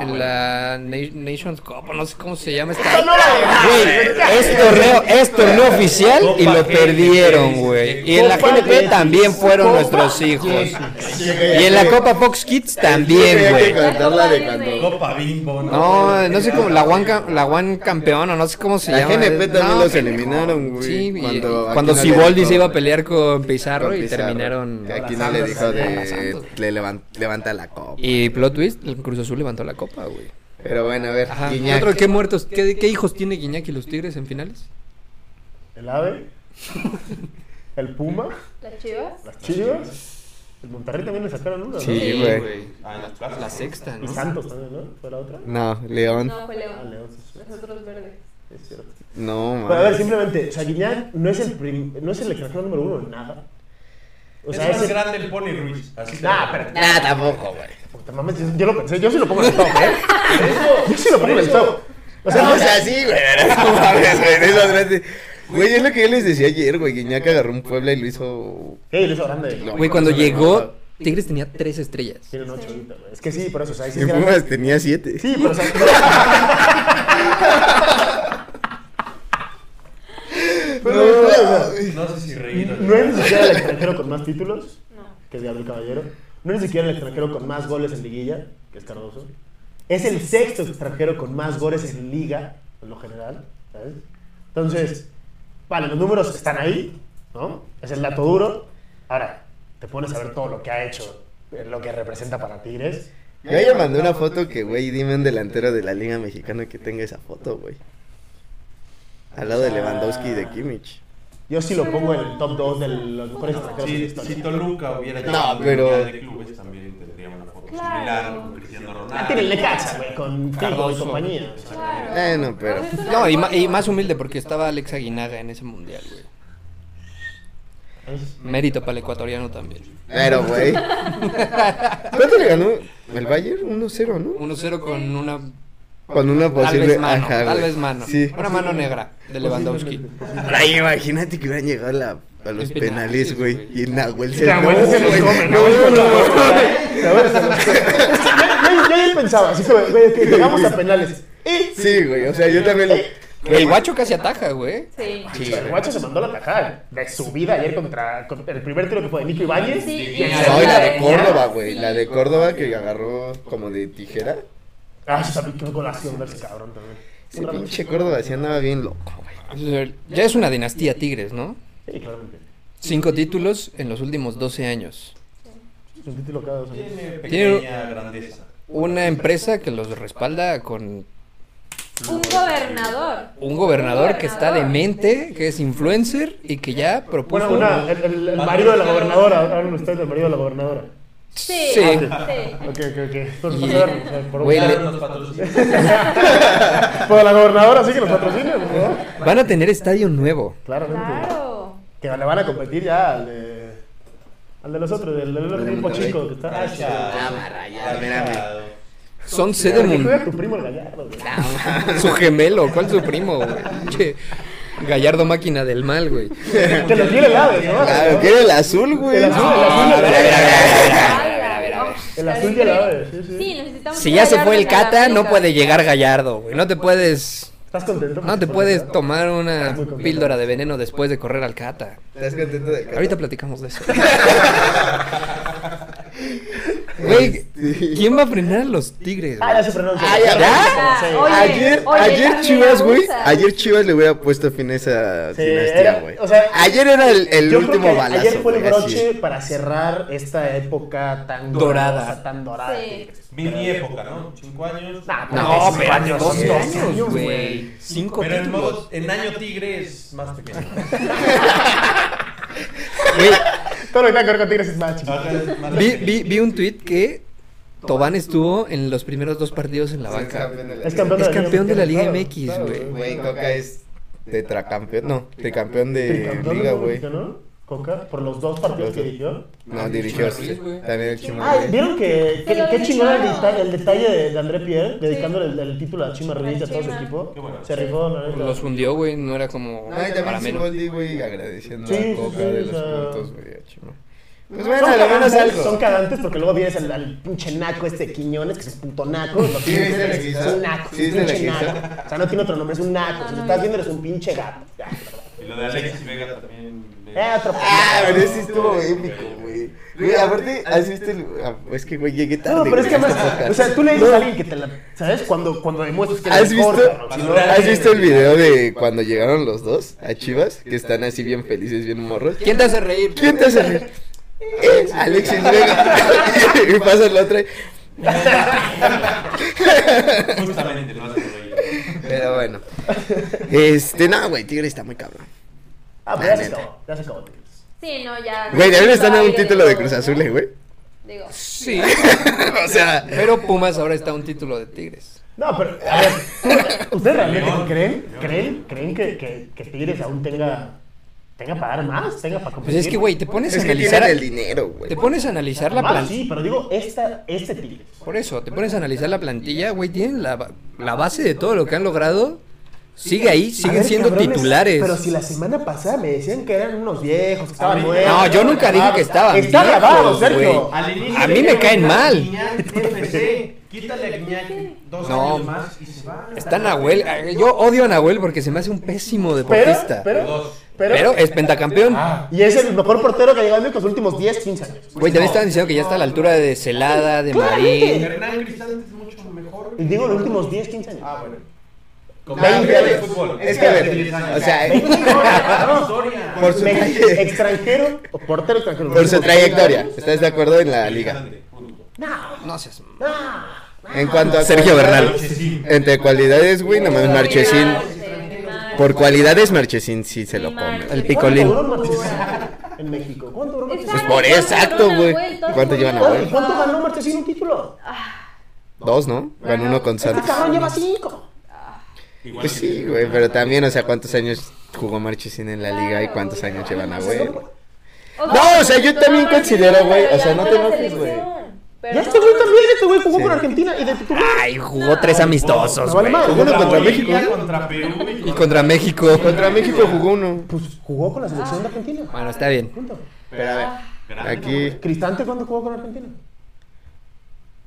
[SPEAKER 1] En la Na- Nations Cup, o no sé cómo se llama esta. Güey, es torneo, es torneo oficial y lo perdieron, güey. Y en la
[SPEAKER 2] Copa
[SPEAKER 1] GNP
[SPEAKER 2] Davis.
[SPEAKER 1] también fueron
[SPEAKER 2] Copa
[SPEAKER 1] nuestros hijos. Y en la Copa Fox Kids también,
[SPEAKER 5] Hay que
[SPEAKER 1] güey.
[SPEAKER 5] contarla de cuando...
[SPEAKER 6] Copa Bimbo,
[SPEAKER 1] No, no sé cómo, la One, Cam- la One Campeón, o no sé cómo se
[SPEAKER 5] La
[SPEAKER 1] llama.
[SPEAKER 5] GNP
[SPEAKER 1] Es-
[SPEAKER 5] también
[SPEAKER 1] no,
[SPEAKER 5] los
[SPEAKER 1] pendejo.
[SPEAKER 5] eliminaron, güey.
[SPEAKER 1] Sí, y- y
[SPEAKER 5] Cuando-
[SPEAKER 1] cuando
[SPEAKER 5] aquí no le
[SPEAKER 1] Siboldi
[SPEAKER 5] dijo-
[SPEAKER 1] se iba a pelear con Pizarro,
[SPEAKER 5] con
[SPEAKER 1] y
[SPEAKER 5] Pizarro.
[SPEAKER 1] terminaron.
[SPEAKER 5] Que Aquí no le dijo de... Le levan- levanta la copa.
[SPEAKER 1] Y plot twist, el Cruz Azul levantó la copa, güey.
[SPEAKER 5] Pero bueno, a ver,
[SPEAKER 1] Ajá. ¿Y
[SPEAKER 5] Guiñac.
[SPEAKER 1] otro, ¿qué muertos? ¿Qué, qué hijos tiene Guiñac y los Tigres en finales?
[SPEAKER 2] El AVE, el Puma,
[SPEAKER 3] Las Chivas.
[SPEAKER 2] las Chivas, el Monterrey también le sacaron uno, ¿no?
[SPEAKER 5] Sí, güey.
[SPEAKER 1] La sexta,
[SPEAKER 2] Y
[SPEAKER 1] ¿no?
[SPEAKER 2] Santos también, ¿no? ¿Fue la otra?
[SPEAKER 5] No, León.
[SPEAKER 3] No, fue
[SPEAKER 2] Ah,
[SPEAKER 3] León.
[SPEAKER 2] León, sí, sí,
[SPEAKER 3] Los otros verdes.
[SPEAKER 2] es cierto.
[SPEAKER 5] No,
[SPEAKER 2] Pero a ver,
[SPEAKER 5] mames.
[SPEAKER 2] simplemente, o sea, Guiñac no es el, prim- no es el extranjero número uno en nada. O sea,
[SPEAKER 6] es
[SPEAKER 2] es
[SPEAKER 6] más
[SPEAKER 2] el...
[SPEAKER 6] grande el Pony Ruiz. Así te
[SPEAKER 2] Nah,
[SPEAKER 6] lo
[SPEAKER 2] pero...
[SPEAKER 5] Nada, tampoco, güey.
[SPEAKER 2] Puta, mames, yo- yo lo pensé, yo sí lo pongo en el top, ¿eh? Yo sí lo pongo en el top. O sea, no,
[SPEAKER 5] No, o sea, sí, güey. No mames, güey. de esas veces. Güey, es lo que yo les decía ayer, güey. Guiñac agarró un Puebla y lo hizo.
[SPEAKER 2] Ey, lo hizo grande.
[SPEAKER 1] Güey, cuando llegó, Tigres tenía tres estrellas.
[SPEAKER 2] Tiene un ocho ahorita, güey. Es que sí, por eso, o sea, ahí sí
[SPEAKER 5] Y
[SPEAKER 2] es grande.
[SPEAKER 5] Pumas tenía siete.
[SPEAKER 2] Sí, pero o sea... Pero, o sea,
[SPEAKER 6] No sé si reír.
[SPEAKER 2] No es ni siquiera el extranjero con más títulos,
[SPEAKER 3] No.
[SPEAKER 2] que es Gabriel Caballero. No es ni siquiera el extranjero con más goles en liguilla, que es Cardoso. Es el sexto extranjero con más goles en liga, en lo general. ¿sabes? Entonces, vale, los números están ahí, ¿no? Es el dato duro. Ahora, te pones a ver todo lo que ha hecho, eh, lo que representa para Tigres.
[SPEAKER 5] Yo ya mandé una foto que, güey, dime un delantero de la Liga Mexicana que tenga esa foto, güey. Al lado de Lewandowski y de Kimmich.
[SPEAKER 2] Yo sí lo pongo en el top 2 de los mejores extranjeros en la
[SPEAKER 6] Si,
[SPEAKER 2] historia.
[SPEAKER 6] si Toluca hubiera
[SPEAKER 5] No,
[SPEAKER 6] llegado a la
[SPEAKER 5] pero-
[SPEAKER 6] Mundial de clubes también tendría una foto
[SPEAKER 3] Claro.
[SPEAKER 6] similar con Cristiano Ronaldo.
[SPEAKER 2] Ah, tiene el Necaxa, güey, con Figo y compañía.
[SPEAKER 3] Claro.
[SPEAKER 5] Eh, no,
[SPEAKER 3] O
[SPEAKER 5] pero-
[SPEAKER 3] sea, es una
[SPEAKER 1] No, y, ma-
[SPEAKER 3] foto.
[SPEAKER 1] y más humilde porque estaba Alex Aguinaga en ese mundial, güey. Mérito para el ecuatoriano también.
[SPEAKER 5] Pero, güey. ¿Cuánto le ganó el Bayern? 1-0, ¿no?
[SPEAKER 1] 1-0 con una
[SPEAKER 5] Con una
[SPEAKER 1] tal
[SPEAKER 5] posible.
[SPEAKER 1] vez mano,
[SPEAKER 5] ajá,
[SPEAKER 1] tal
[SPEAKER 5] güey.
[SPEAKER 1] vez mano.
[SPEAKER 5] Sí.
[SPEAKER 1] Una mano negra de Lewandowski.
[SPEAKER 5] Ay, imagínate que hubieran llegado a, la- a los
[SPEAKER 1] En penales,
[SPEAKER 5] penales, güey.
[SPEAKER 1] güey.
[SPEAKER 5] Y el Nahuel se
[SPEAKER 2] Nahuel se los
[SPEAKER 5] güey,
[SPEAKER 2] come,
[SPEAKER 5] No,
[SPEAKER 2] Nahuel
[SPEAKER 5] no, no.
[SPEAKER 2] Yo, yo, yo pensaba, así como, güey, que llegamos a penales. Y
[SPEAKER 5] Sí, güey. O sea, yo también.
[SPEAKER 1] El guacho casi ataja, güey.
[SPEAKER 3] Sí.
[SPEAKER 5] Sí,
[SPEAKER 2] el guacho se mandó la tajada de su vida ayer contra, contra el primer tiro que fue de Nico Ibáñez.
[SPEAKER 3] Sí.
[SPEAKER 2] y el
[SPEAKER 3] No,
[SPEAKER 5] No, y
[SPEAKER 2] segundo
[SPEAKER 5] la
[SPEAKER 2] de
[SPEAKER 5] de
[SPEAKER 2] Peña.
[SPEAKER 5] Córdoba, güey. La de Córdoba que agarró como de tijera.
[SPEAKER 2] Ah, sí, sabe qué golación de ese cabrón también.
[SPEAKER 5] Ese pinche Córdoba sí andaba bien loco, güey.
[SPEAKER 1] Ya es una dinastía Tigres, ¿no?
[SPEAKER 2] Sí, claramente.
[SPEAKER 1] Cinco títulos en los últimos 12 años.
[SPEAKER 2] Es un título cada dos años.
[SPEAKER 6] Tiene
[SPEAKER 1] Tiene-
[SPEAKER 6] pequeña grandeza.
[SPEAKER 1] Una empresa que los respalda con
[SPEAKER 3] Un gobernador.
[SPEAKER 1] un gobernador que está demente, que es influencer y que ya propuso...
[SPEAKER 2] Bueno, una, el, el- el marido de la gobernadora. Hablan ustedes del marido de la gobernadora.
[SPEAKER 3] Sí.
[SPEAKER 1] Sí.
[SPEAKER 2] Ok,
[SPEAKER 3] sí.
[SPEAKER 2] ok, ok. Esto nos
[SPEAKER 1] Y-
[SPEAKER 2] va a quedar, eh, por, un-
[SPEAKER 1] Güey,
[SPEAKER 6] Claro,
[SPEAKER 1] le-
[SPEAKER 6] los patrocinios.
[SPEAKER 2] por la gobernadora, sí que los patrocina, por favor.
[SPEAKER 1] Van a tener estadio nuevo.
[SPEAKER 2] Claramente.
[SPEAKER 3] Claro.
[SPEAKER 2] Que le van a competir ya al de, al de los otros, del del otro equipo chico que
[SPEAKER 4] Ah,
[SPEAKER 2] está.
[SPEAKER 6] Rayado.
[SPEAKER 1] Son sede
[SPEAKER 2] Que juega
[SPEAKER 1] mundial.
[SPEAKER 2] tu primo el gallardo, güey.
[SPEAKER 1] Su gemelo, ¿cuál su primo, güey? Che, Gallardo máquina del mal, güey.
[SPEAKER 2] Que lo quiere el Aves, ¿no?
[SPEAKER 5] Claro, que era el azul, güey. Ah,
[SPEAKER 2] El azul, el azul, el
[SPEAKER 5] No,
[SPEAKER 2] azul.
[SPEAKER 5] mira, mira, mira.
[SPEAKER 2] El azul y el Aves, sí, sí.
[SPEAKER 3] Sí, necesitamos.
[SPEAKER 1] Si ya se fue el
[SPEAKER 3] gallardos en la
[SPEAKER 1] Cata, no
[SPEAKER 3] mesa.
[SPEAKER 1] puede llegar Gallardo, güey. No te puedes,
[SPEAKER 2] ¿Estás contento?
[SPEAKER 1] no te
[SPEAKER 2] Porque-
[SPEAKER 1] puedes tomar una
[SPEAKER 2] muy complicado.
[SPEAKER 1] píldora de veneno después de correr al Cata.
[SPEAKER 5] ¿Estás contento de
[SPEAKER 1] Ahorita platicamos de eso. Güey,
[SPEAKER 5] Sí.
[SPEAKER 1] ¿quién va a frenar a los Tigres?
[SPEAKER 2] Ah,
[SPEAKER 1] güey?
[SPEAKER 2] ya se frenó.
[SPEAKER 5] Este. Ah, ya.
[SPEAKER 2] ya. Sí.
[SPEAKER 3] Oye,
[SPEAKER 5] ayer,
[SPEAKER 3] oye,
[SPEAKER 5] ayer
[SPEAKER 3] también
[SPEAKER 5] Chivas, güey.
[SPEAKER 3] abusas.
[SPEAKER 5] Ayer Chivas le hubiera puesto fin a esa
[SPEAKER 2] Sí,
[SPEAKER 5] dinastía,
[SPEAKER 2] era-
[SPEAKER 5] güey.
[SPEAKER 2] o sea,
[SPEAKER 5] ayer era el, el
[SPEAKER 2] Yo creo
[SPEAKER 5] último
[SPEAKER 2] que
[SPEAKER 5] balazo.
[SPEAKER 2] Ayer fue el
[SPEAKER 5] güey, así.
[SPEAKER 2] broche para cerrar esta época tan
[SPEAKER 1] Dorada.
[SPEAKER 2] gloriosa, tan dorada.
[SPEAKER 3] Sí.
[SPEAKER 2] de Tigres.
[SPEAKER 6] Mi época, ¿no? Cinco años.
[SPEAKER 2] Nah, pues,
[SPEAKER 1] No, pero
[SPEAKER 2] años,
[SPEAKER 1] años,
[SPEAKER 2] sí,
[SPEAKER 1] dos años,
[SPEAKER 2] años,
[SPEAKER 1] güey. Cinco
[SPEAKER 6] Pero en,
[SPEAKER 1] títulos.
[SPEAKER 6] modo, en año tigre es más pequeño.
[SPEAKER 2] Todo lo que tenga que ver con Tigres es más chiquito.
[SPEAKER 6] Ahora es más
[SPEAKER 1] Vi,
[SPEAKER 6] pequeño.
[SPEAKER 1] vi- vi un tweet que Tobán estuvo en los primeros dos partidos en la
[SPEAKER 5] Es
[SPEAKER 1] banca.
[SPEAKER 5] campeón de la-
[SPEAKER 2] Es campeón,
[SPEAKER 1] Es
[SPEAKER 2] de la
[SPEAKER 1] campeón de la Liga
[SPEAKER 2] Claro,
[SPEAKER 1] MX,
[SPEAKER 2] claro,
[SPEAKER 1] güey.
[SPEAKER 5] Güey, Coca es tetracampeón. No, tricampeón de
[SPEAKER 2] Tricampeón
[SPEAKER 5] liga, güey.
[SPEAKER 2] republicano, Coca, por los dos partidos que dirigió.
[SPEAKER 5] No, dirigió. sí.
[SPEAKER 1] Ruiz, güey.
[SPEAKER 5] También el Chima
[SPEAKER 2] Ay,
[SPEAKER 5] Ruiz.
[SPEAKER 2] Ah, ¿vieron que,
[SPEAKER 3] Se
[SPEAKER 2] que-
[SPEAKER 3] lo
[SPEAKER 2] qué chingón el,
[SPEAKER 3] dedicaron.
[SPEAKER 2] deta- el detalle de, de André Pierre, dedicándole el, el título a Chima Ruiz y a
[SPEAKER 3] Al
[SPEAKER 2] todo su
[SPEAKER 3] Chima.
[SPEAKER 2] equipo?
[SPEAKER 6] Qué bueno.
[SPEAKER 2] Se rifó, la neta.
[SPEAKER 1] Los hundió, güey, no era como
[SPEAKER 5] No, y
[SPEAKER 1] para
[SPEAKER 5] también
[SPEAKER 1] menos.
[SPEAKER 5] Siboldi, güey, agradeciendo
[SPEAKER 2] Sí, sí,
[SPEAKER 5] a Coca
[SPEAKER 2] sí,
[SPEAKER 5] de
[SPEAKER 2] o
[SPEAKER 5] los
[SPEAKER 2] sea.
[SPEAKER 5] puntos, güey, a Chima. Pues
[SPEAKER 2] Son
[SPEAKER 5] bueno, al menos
[SPEAKER 2] cagantes,
[SPEAKER 5] algo.
[SPEAKER 2] son cagantes porque luego vienes al, al pinche naco este Quiñones, que es un puto naco. lo
[SPEAKER 5] ¿Sí viste la
[SPEAKER 2] es
[SPEAKER 5] guisa?
[SPEAKER 2] un naco,
[SPEAKER 5] ¿Sí
[SPEAKER 2] es un
[SPEAKER 5] viste la
[SPEAKER 2] pinche
[SPEAKER 5] guisa?
[SPEAKER 2] naco. O sea, no tiene otro nombre, es un naco. si lo estás viendo, eres un pinche gato.
[SPEAKER 6] Y lo de Alexis Vega también. le-
[SPEAKER 2] Eh, otro
[SPEAKER 5] Ah, pero ese estuvo épico, güey. Güey, aparte, ¿has visto el...? ah, Es que, güey, llegué tarde.
[SPEAKER 2] No, pero es que
[SPEAKER 5] güey, a
[SPEAKER 2] además,
[SPEAKER 5] este podcast.
[SPEAKER 2] o sea, tú le dices
[SPEAKER 5] No,
[SPEAKER 2] a alguien que te la. ¿Sabes? Cuando, cuando demuestras que
[SPEAKER 5] ¿Has
[SPEAKER 2] eres
[SPEAKER 5] visto,
[SPEAKER 2] mejor, cabrón, si no-
[SPEAKER 5] ¿Has visto el video de cuando llegaron los dos a Chivas? Que están así bien felices, bien morros.
[SPEAKER 1] ¿Quién te hace reír?
[SPEAKER 5] ¿Quién te hace reír? Eh, Alexis Vega. y pasa la otra.
[SPEAKER 6] Justamente lo hace por ahí.
[SPEAKER 5] Pero bueno. Este, no, güey, Tigre está muy cabrón.
[SPEAKER 2] Ah, pero ya se acabó. Ya se acabó.
[SPEAKER 3] Sí, no, ya.
[SPEAKER 5] Güey, también están a un
[SPEAKER 3] Aire
[SPEAKER 5] título de
[SPEAKER 3] todo,
[SPEAKER 5] Cruz
[SPEAKER 3] ¿no?
[SPEAKER 5] Azul, eh, güey.
[SPEAKER 3] Digo,
[SPEAKER 1] Sí,
[SPEAKER 5] o sea,
[SPEAKER 1] pero Pumas ahora está a un título de Tigres.
[SPEAKER 2] No, pero, a ver, tú- ¿ustedes realmente creen, creen, creen que, que, que Tigres aún tenga, tenga para dar más? Tenga para
[SPEAKER 1] Pues
[SPEAKER 2] competir.
[SPEAKER 1] es que, güey, te pones a
[SPEAKER 5] es que tienen
[SPEAKER 1] analizar.
[SPEAKER 5] el dinero, güey.
[SPEAKER 1] Te pones a analizar la
[SPEAKER 2] Más,
[SPEAKER 1] plantilla.
[SPEAKER 2] sí, pero digo, esta, este Tigres.
[SPEAKER 1] Por eso, te pones a analizar la plantilla, güey, tienen la, ba- la base de todo lo que han logrado. Sigue ahí,
[SPEAKER 2] A
[SPEAKER 1] siguen
[SPEAKER 2] ver,
[SPEAKER 1] siendo
[SPEAKER 2] cabrones,
[SPEAKER 1] titulares.
[SPEAKER 2] Pero si la semana pasada me decían que eran unos viejos, que estaban nuevos.
[SPEAKER 1] No, yo nunca dije que estaban
[SPEAKER 2] Está
[SPEAKER 1] viejos,
[SPEAKER 2] grabado, Sergio.
[SPEAKER 1] güey. A mí me caen mal.
[SPEAKER 6] Guiñac, FC, Quítale a Guiñac dos
[SPEAKER 1] No.
[SPEAKER 6] años más y se va.
[SPEAKER 1] Está Nahuel. eh, Yo odio a Nahuel porque se me hace un pésimo
[SPEAKER 2] Pero,
[SPEAKER 1] deportista. Pero,
[SPEAKER 2] pero, pero, Ah.
[SPEAKER 1] es pentacampeón.
[SPEAKER 2] Y es el mejor portero que ha llegado en los últimos 10, 15 años.
[SPEAKER 1] Güey, también estaban diciendo que ya está a la altura de Celada, de
[SPEAKER 2] Claramente.
[SPEAKER 1] Marín.
[SPEAKER 6] Hernán Cristante es mucho mejor.
[SPEAKER 2] Y digo, los últimos 10, 15 años.
[SPEAKER 6] Ah, bueno. Como
[SPEAKER 5] Ah,
[SPEAKER 6] mundial de
[SPEAKER 5] pero-
[SPEAKER 6] fútbol.
[SPEAKER 5] Es que, a ver,
[SPEAKER 6] 10 años.
[SPEAKER 5] o sea,
[SPEAKER 6] Ah,
[SPEAKER 2] Cabrón,
[SPEAKER 6] Soria.
[SPEAKER 5] Por su-
[SPEAKER 2] me- extranjero o portero extranjero.
[SPEAKER 5] por su trayectoria. ¿Estás de acuerdo en la liga?
[SPEAKER 1] No seas. m-
[SPEAKER 2] Ah,
[SPEAKER 5] En cuanto a
[SPEAKER 1] Sergio Bernal.
[SPEAKER 5] Entre cualidades, güey, nomás Marchesín.
[SPEAKER 3] Marchesín,
[SPEAKER 5] Por cualidades, Marchesín sí se lo
[SPEAKER 3] Ni
[SPEAKER 5] come.
[SPEAKER 3] manches.
[SPEAKER 5] El
[SPEAKER 2] ¿Cuánto
[SPEAKER 5] picolín.
[SPEAKER 2] duró Marchesín en México? ¿Cuánto duró Marchesín?
[SPEAKER 5] Pues por eso, exacto, güey. ¿Cuánto llevan a
[SPEAKER 2] ¿Cuánto,
[SPEAKER 5] ver?
[SPEAKER 2] cuánto ganó Marchesín un título?
[SPEAKER 5] Dos, ¿no? Ganó uno con
[SPEAKER 2] Este
[SPEAKER 5] Santos.
[SPEAKER 2] cabrón lleva cinco.
[SPEAKER 6] Igual
[SPEAKER 5] Pues
[SPEAKER 6] que-
[SPEAKER 5] sí, güey, pero también, o sea, ¿cuántos años jugó Marchesín en la liga y cuántos años llevan a güey? No, o sea, yo también considero, güey, o sea, no te enojes, güey.
[SPEAKER 2] Ya este güey también, este güey jugó con Argentina y de titular.
[SPEAKER 1] Ay, jugó tres amistosos,
[SPEAKER 2] Me vale
[SPEAKER 1] güey.
[SPEAKER 2] madre.
[SPEAKER 5] Jugó uno contra
[SPEAKER 6] Bolivia,
[SPEAKER 5] México, ¿no?
[SPEAKER 6] Contra Perú y
[SPEAKER 1] Y contra México.
[SPEAKER 5] Contra México jugó uno.
[SPEAKER 2] Pues jugó con la selección de Argentina.
[SPEAKER 1] Bueno, está bien.
[SPEAKER 2] Punto.
[SPEAKER 5] Pero a ver,
[SPEAKER 6] Grande,
[SPEAKER 5] aquí.
[SPEAKER 2] ¿Cristante cuándo jugó con Argentina?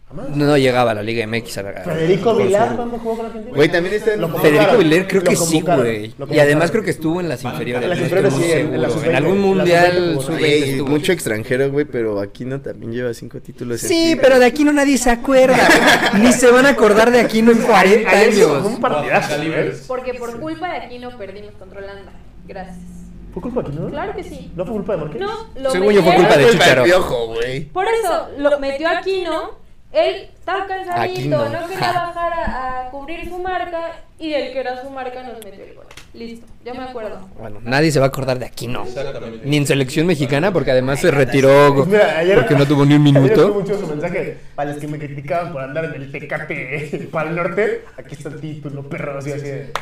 [SPEAKER 2] Jamás.
[SPEAKER 1] No llegaba a la Liga MX a la-
[SPEAKER 2] Federico Vilar cuándo jugó con Argentina.
[SPEAKER 5] Güey, también está en...
[SPEAKER 2] Lo convocaron.
[SPEAKER 1] Federico Villar creo
[SPEAKER 2] Lo
[SPEAKER 1] que sí,
[SPEAKER 2] convocaron,
[SPEAKER 1] güey.
[SPEAKER 2] lo
[SPEAKER 1] Y además
[SPEAKER 2] convocaron.
[SPEAKER 1] creo que estuvo en las inferiores.
[SPEAKER 2] En las
[SPEAKER 1] no estoy
[SPEAKER 2] inferiores
[SPEAKER 1] muy
[SPEAKER 2] sí, en- en
[SPEAKER 1] seguro.
[SPEAKER 2] las
[SPEAKER 1] en,
[SPEAKER 2] sub-veinte,
[SPEAKER 1] algún
[SPEAKER 2] en las sub-veinte
[SPEAKER 1] mundial
[SPEAKER 2] jugó.
[SPEAKER 1] sub-veinte
[SPEAKER 5] Güey,
[SPEAKER 1] estuvo.
[SPEAKER 5] mucho extranjero, güey, pero Aquino también lleva cinco títulos. en
[SPEAKER 1] Sí,
[SPEAKER 5] Tigres.
[SPEAKER 1] pero de aquí no nadie se acuerda. Ni se van a acordar de aquí no en 40
[SPEAKER 2] Ayer se jugó
[SPEAKER 1] años.
[SPEAKER 2] un partidazo.
[SPEAKER 4] Calibres.
[SPEAKER 2] güey.
[SPEAKER 3] Porque por culpa de aquí no perdimos controlando. Gracias.
[SPEAKER 2] ¿Fue culpa de Aquino?
[SPEAKER 3] Claro que sí.
[SPEAKER 2] ¿No fue culpa de Marqués?
[SPEAKER 3] No, lo
[SPEAKER 1] Según yo fue
[SPEAKER 3] metieron-
[SPEAKER 1] culpa de Chicharo.
[SPEAKER 5] Piojo, güey.
[SPEAKER 3] Por eso lo metió Aquino. Él estaba cansadito,
[SPEAKER 5] Aquino.
[SPEAKER 3] no quería bajar a, a cubrir su marca y el que era su marca nos metió el gol. Listo, ya me acuerdo.
[SPEAKER 1] Bueno, nadie se va a acordar de aquí no.
[SPEAKER 4] Exactamente.
[SPEAKER 1] Ni en selección mexicana porque además se retiró
[SPEAKER 2] Pues mira, ayer-
[SPEAKER 1] porque no tuvo ni un
[SPEAKER 2] Ayer estuvo
[SPEAKER 1] minuto.
[SPEAKER 2] mucho su mensaje. Para los que me criticaban por andar en el Tecate para el norte, aquí está el título, perro, así, así. de-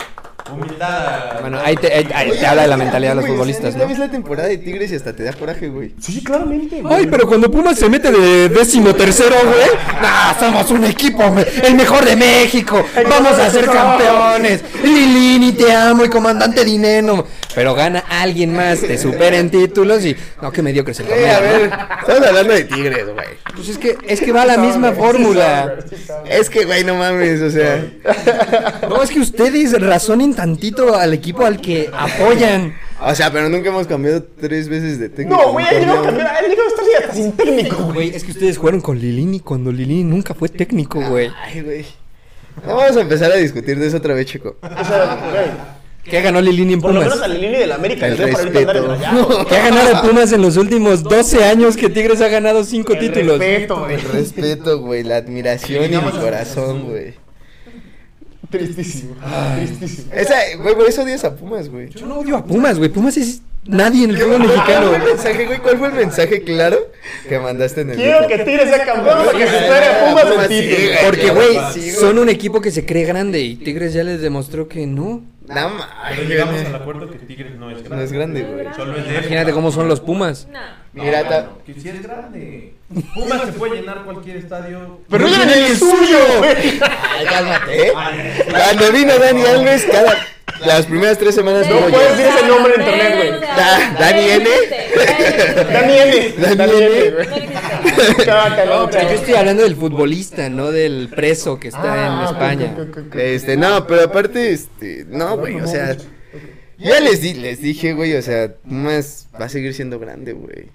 [SPEAKER 4] Humildad.
[SPEAKER 1] Bueno, ahí te, ahí- ahí te habla de la mentalidad de los futbolistas,
[SPEAKER 5] Ya
[SPEAKER 1] ¿no?
[SPEAKER 5] ves la temporada de Tigres y hasta te da coraje, güey.
[SPEAKER 2] Sí, claramente. güey.
[SPEAKER 1] Ay, pero cuando Pumas se mete de décimo tercero, güey. Nah, somos un equipo, güey, el mejor de México. Vamos a ser campeones. Lilini, te amo y comandante Dineno. Pero gana alguien más, te supera en títulos y. No, que mediocre es el
[SPEAKER 5] Eh, a
[SPEAKER 1] torneo,
[SPEAKER 5] ver,
[SPEAKER 1] ¿no?
[SPEAKER 5] estamos hablando de Tigres, güey.
[SPEAKER 1] Pues es que, es que va la misma fórmula.
[SPEAKER 5] Es que, güey, no mames, o sea.
[SPEAKER 1] No, es que ustedes razonen tantito al equipo al que apoyan.
[SPEAKER 5] O sea, pero nunca hemos cambiado tres veces de técnico.
[SPEAKER 2] No,
[SPEAKER 5] en
[SPEAKER 2] güey,
[SPEAKER 5] un
[SPEAKER 2] él llegó a
[SPEAKER 5] torneo.
[SPEAKER 2] cambiar. Él llegó a estar hasta sin técnico, güey.
[SPEAKER 1] Güey, es que ustedes jugaron con Lilini cuando Lilini nunca fue técnico, güey.
[SPEAKER 5] Ay, güey. No vamos a empezar a discutir de eso otra vez, chico.
[SPEAKER 2] O sea, güey.
[SPEAKER 1] ¿Qué ganó Lilini en
[SPEAKER 2] Por lo menos
[SPEAKER 1] Pumas?
[SPEAKER 2] a la línea del América.
[SPEAKER 5] El
[SPEAKER 2] le dio para ahorita andar en
[SPEAKER 5] respeto.
[SPEAKER 2] allá, güey.
[SPEAKER 1] ¿Qué ha ganado Pumas en los últimos 12 años que Tigres ha ganado 5
[SPEAKER 2] El
[SPEAKER 1] títulos?
[SPEAKER 2] Respeto, güey.
[SPEAKER 5] El respeto, güey, la admiración y el corazón, güey.
[SPEAKER 2] Tristísimo. Tristísimo.
[SPEAKER 5] Esa, güey, por eso odias a Pumas, güey.
[SPEAKER 1] Yo no odio a Pumas, güey. Pumas es nadie en el fútbol
[SPEAKER 5] ¿Cuál
[SPEAKER 1] mexicano.
[SPEAKER 5] fue el mensaje, güey? ¿Cuál fue el mensaje claro que mandaste en el
[SPEAKER 2] Quiero que
[SPEAKER 5] grupo? Ah,
[SPEAKER 2] Tigres sea campeón para que se espere a Pumas el título.
[SPEAKER 1] Porque,
[SPEAKER 5] Sí,
[SPEAKER 1] güey,
[SPEAKER 5] sí,
[SPEAKER 1] son un equipo que se cree grande y Tigres ya les demostró que no.
[SPEAKER 5] Nada más.
[SPEAKER 4] Pero llegamos al acuerdo que Tigres no es grande.
[SPEAKER 5] No es grande, güey.
[SPEAKER 4] Solo es de
[SPEAKER 1] Imagínate cómo son los Pumas.
[SPEAKER 3] Nah.
[SPEAKER 5] Mira, ta-
[SPEAKER 4] Que si es grande. Pumas se puede llenar cualquier estadio.
[SPEAKER 2] Pero no en el suyo, güey.
[SPEAKER 5] Ay, cálmate, ¿eh?
[SPEAKER 4] Ah,
[SPEAKER 5] Cuando vino Dani Alves, cada... las primeras tres semanas
[SPEAKER 2] No
[SPEAKER 5] no
[SPEAKER 2] puedes decir
[SPEAKER 5] oye.
[SPEAKER 2] ese nombre en internet, güey.
[SPEAKER 3] No, no, no,
[SPEAKER 5] Da-
[SPEAKER 3] no
[SPEAKER 5] Dani N.
[SPEAKER 3] existe.
[SPEAKER 2] Dani N.
[SPEAKER 5] Dani N,
[SPEAKER 3] No
[SPEAKER 2] güey.
[SPEAKER 3] existe.
[SPEAKER 2] Chácalo,
[SPEAKER 1] No, pero yo
[SPEAKER 2] chácalo.
[SPEAKER 1] estoy hablando del futbolista, no del preso que está en España.
[SPEAKER 2] ok, ok, ok, ok.
[SPEAKER 5] Este, no, pero aparte, este, no, güey, o sea, ya les di, les dije, güey, o sea, más va a seguir siendo grande, güey.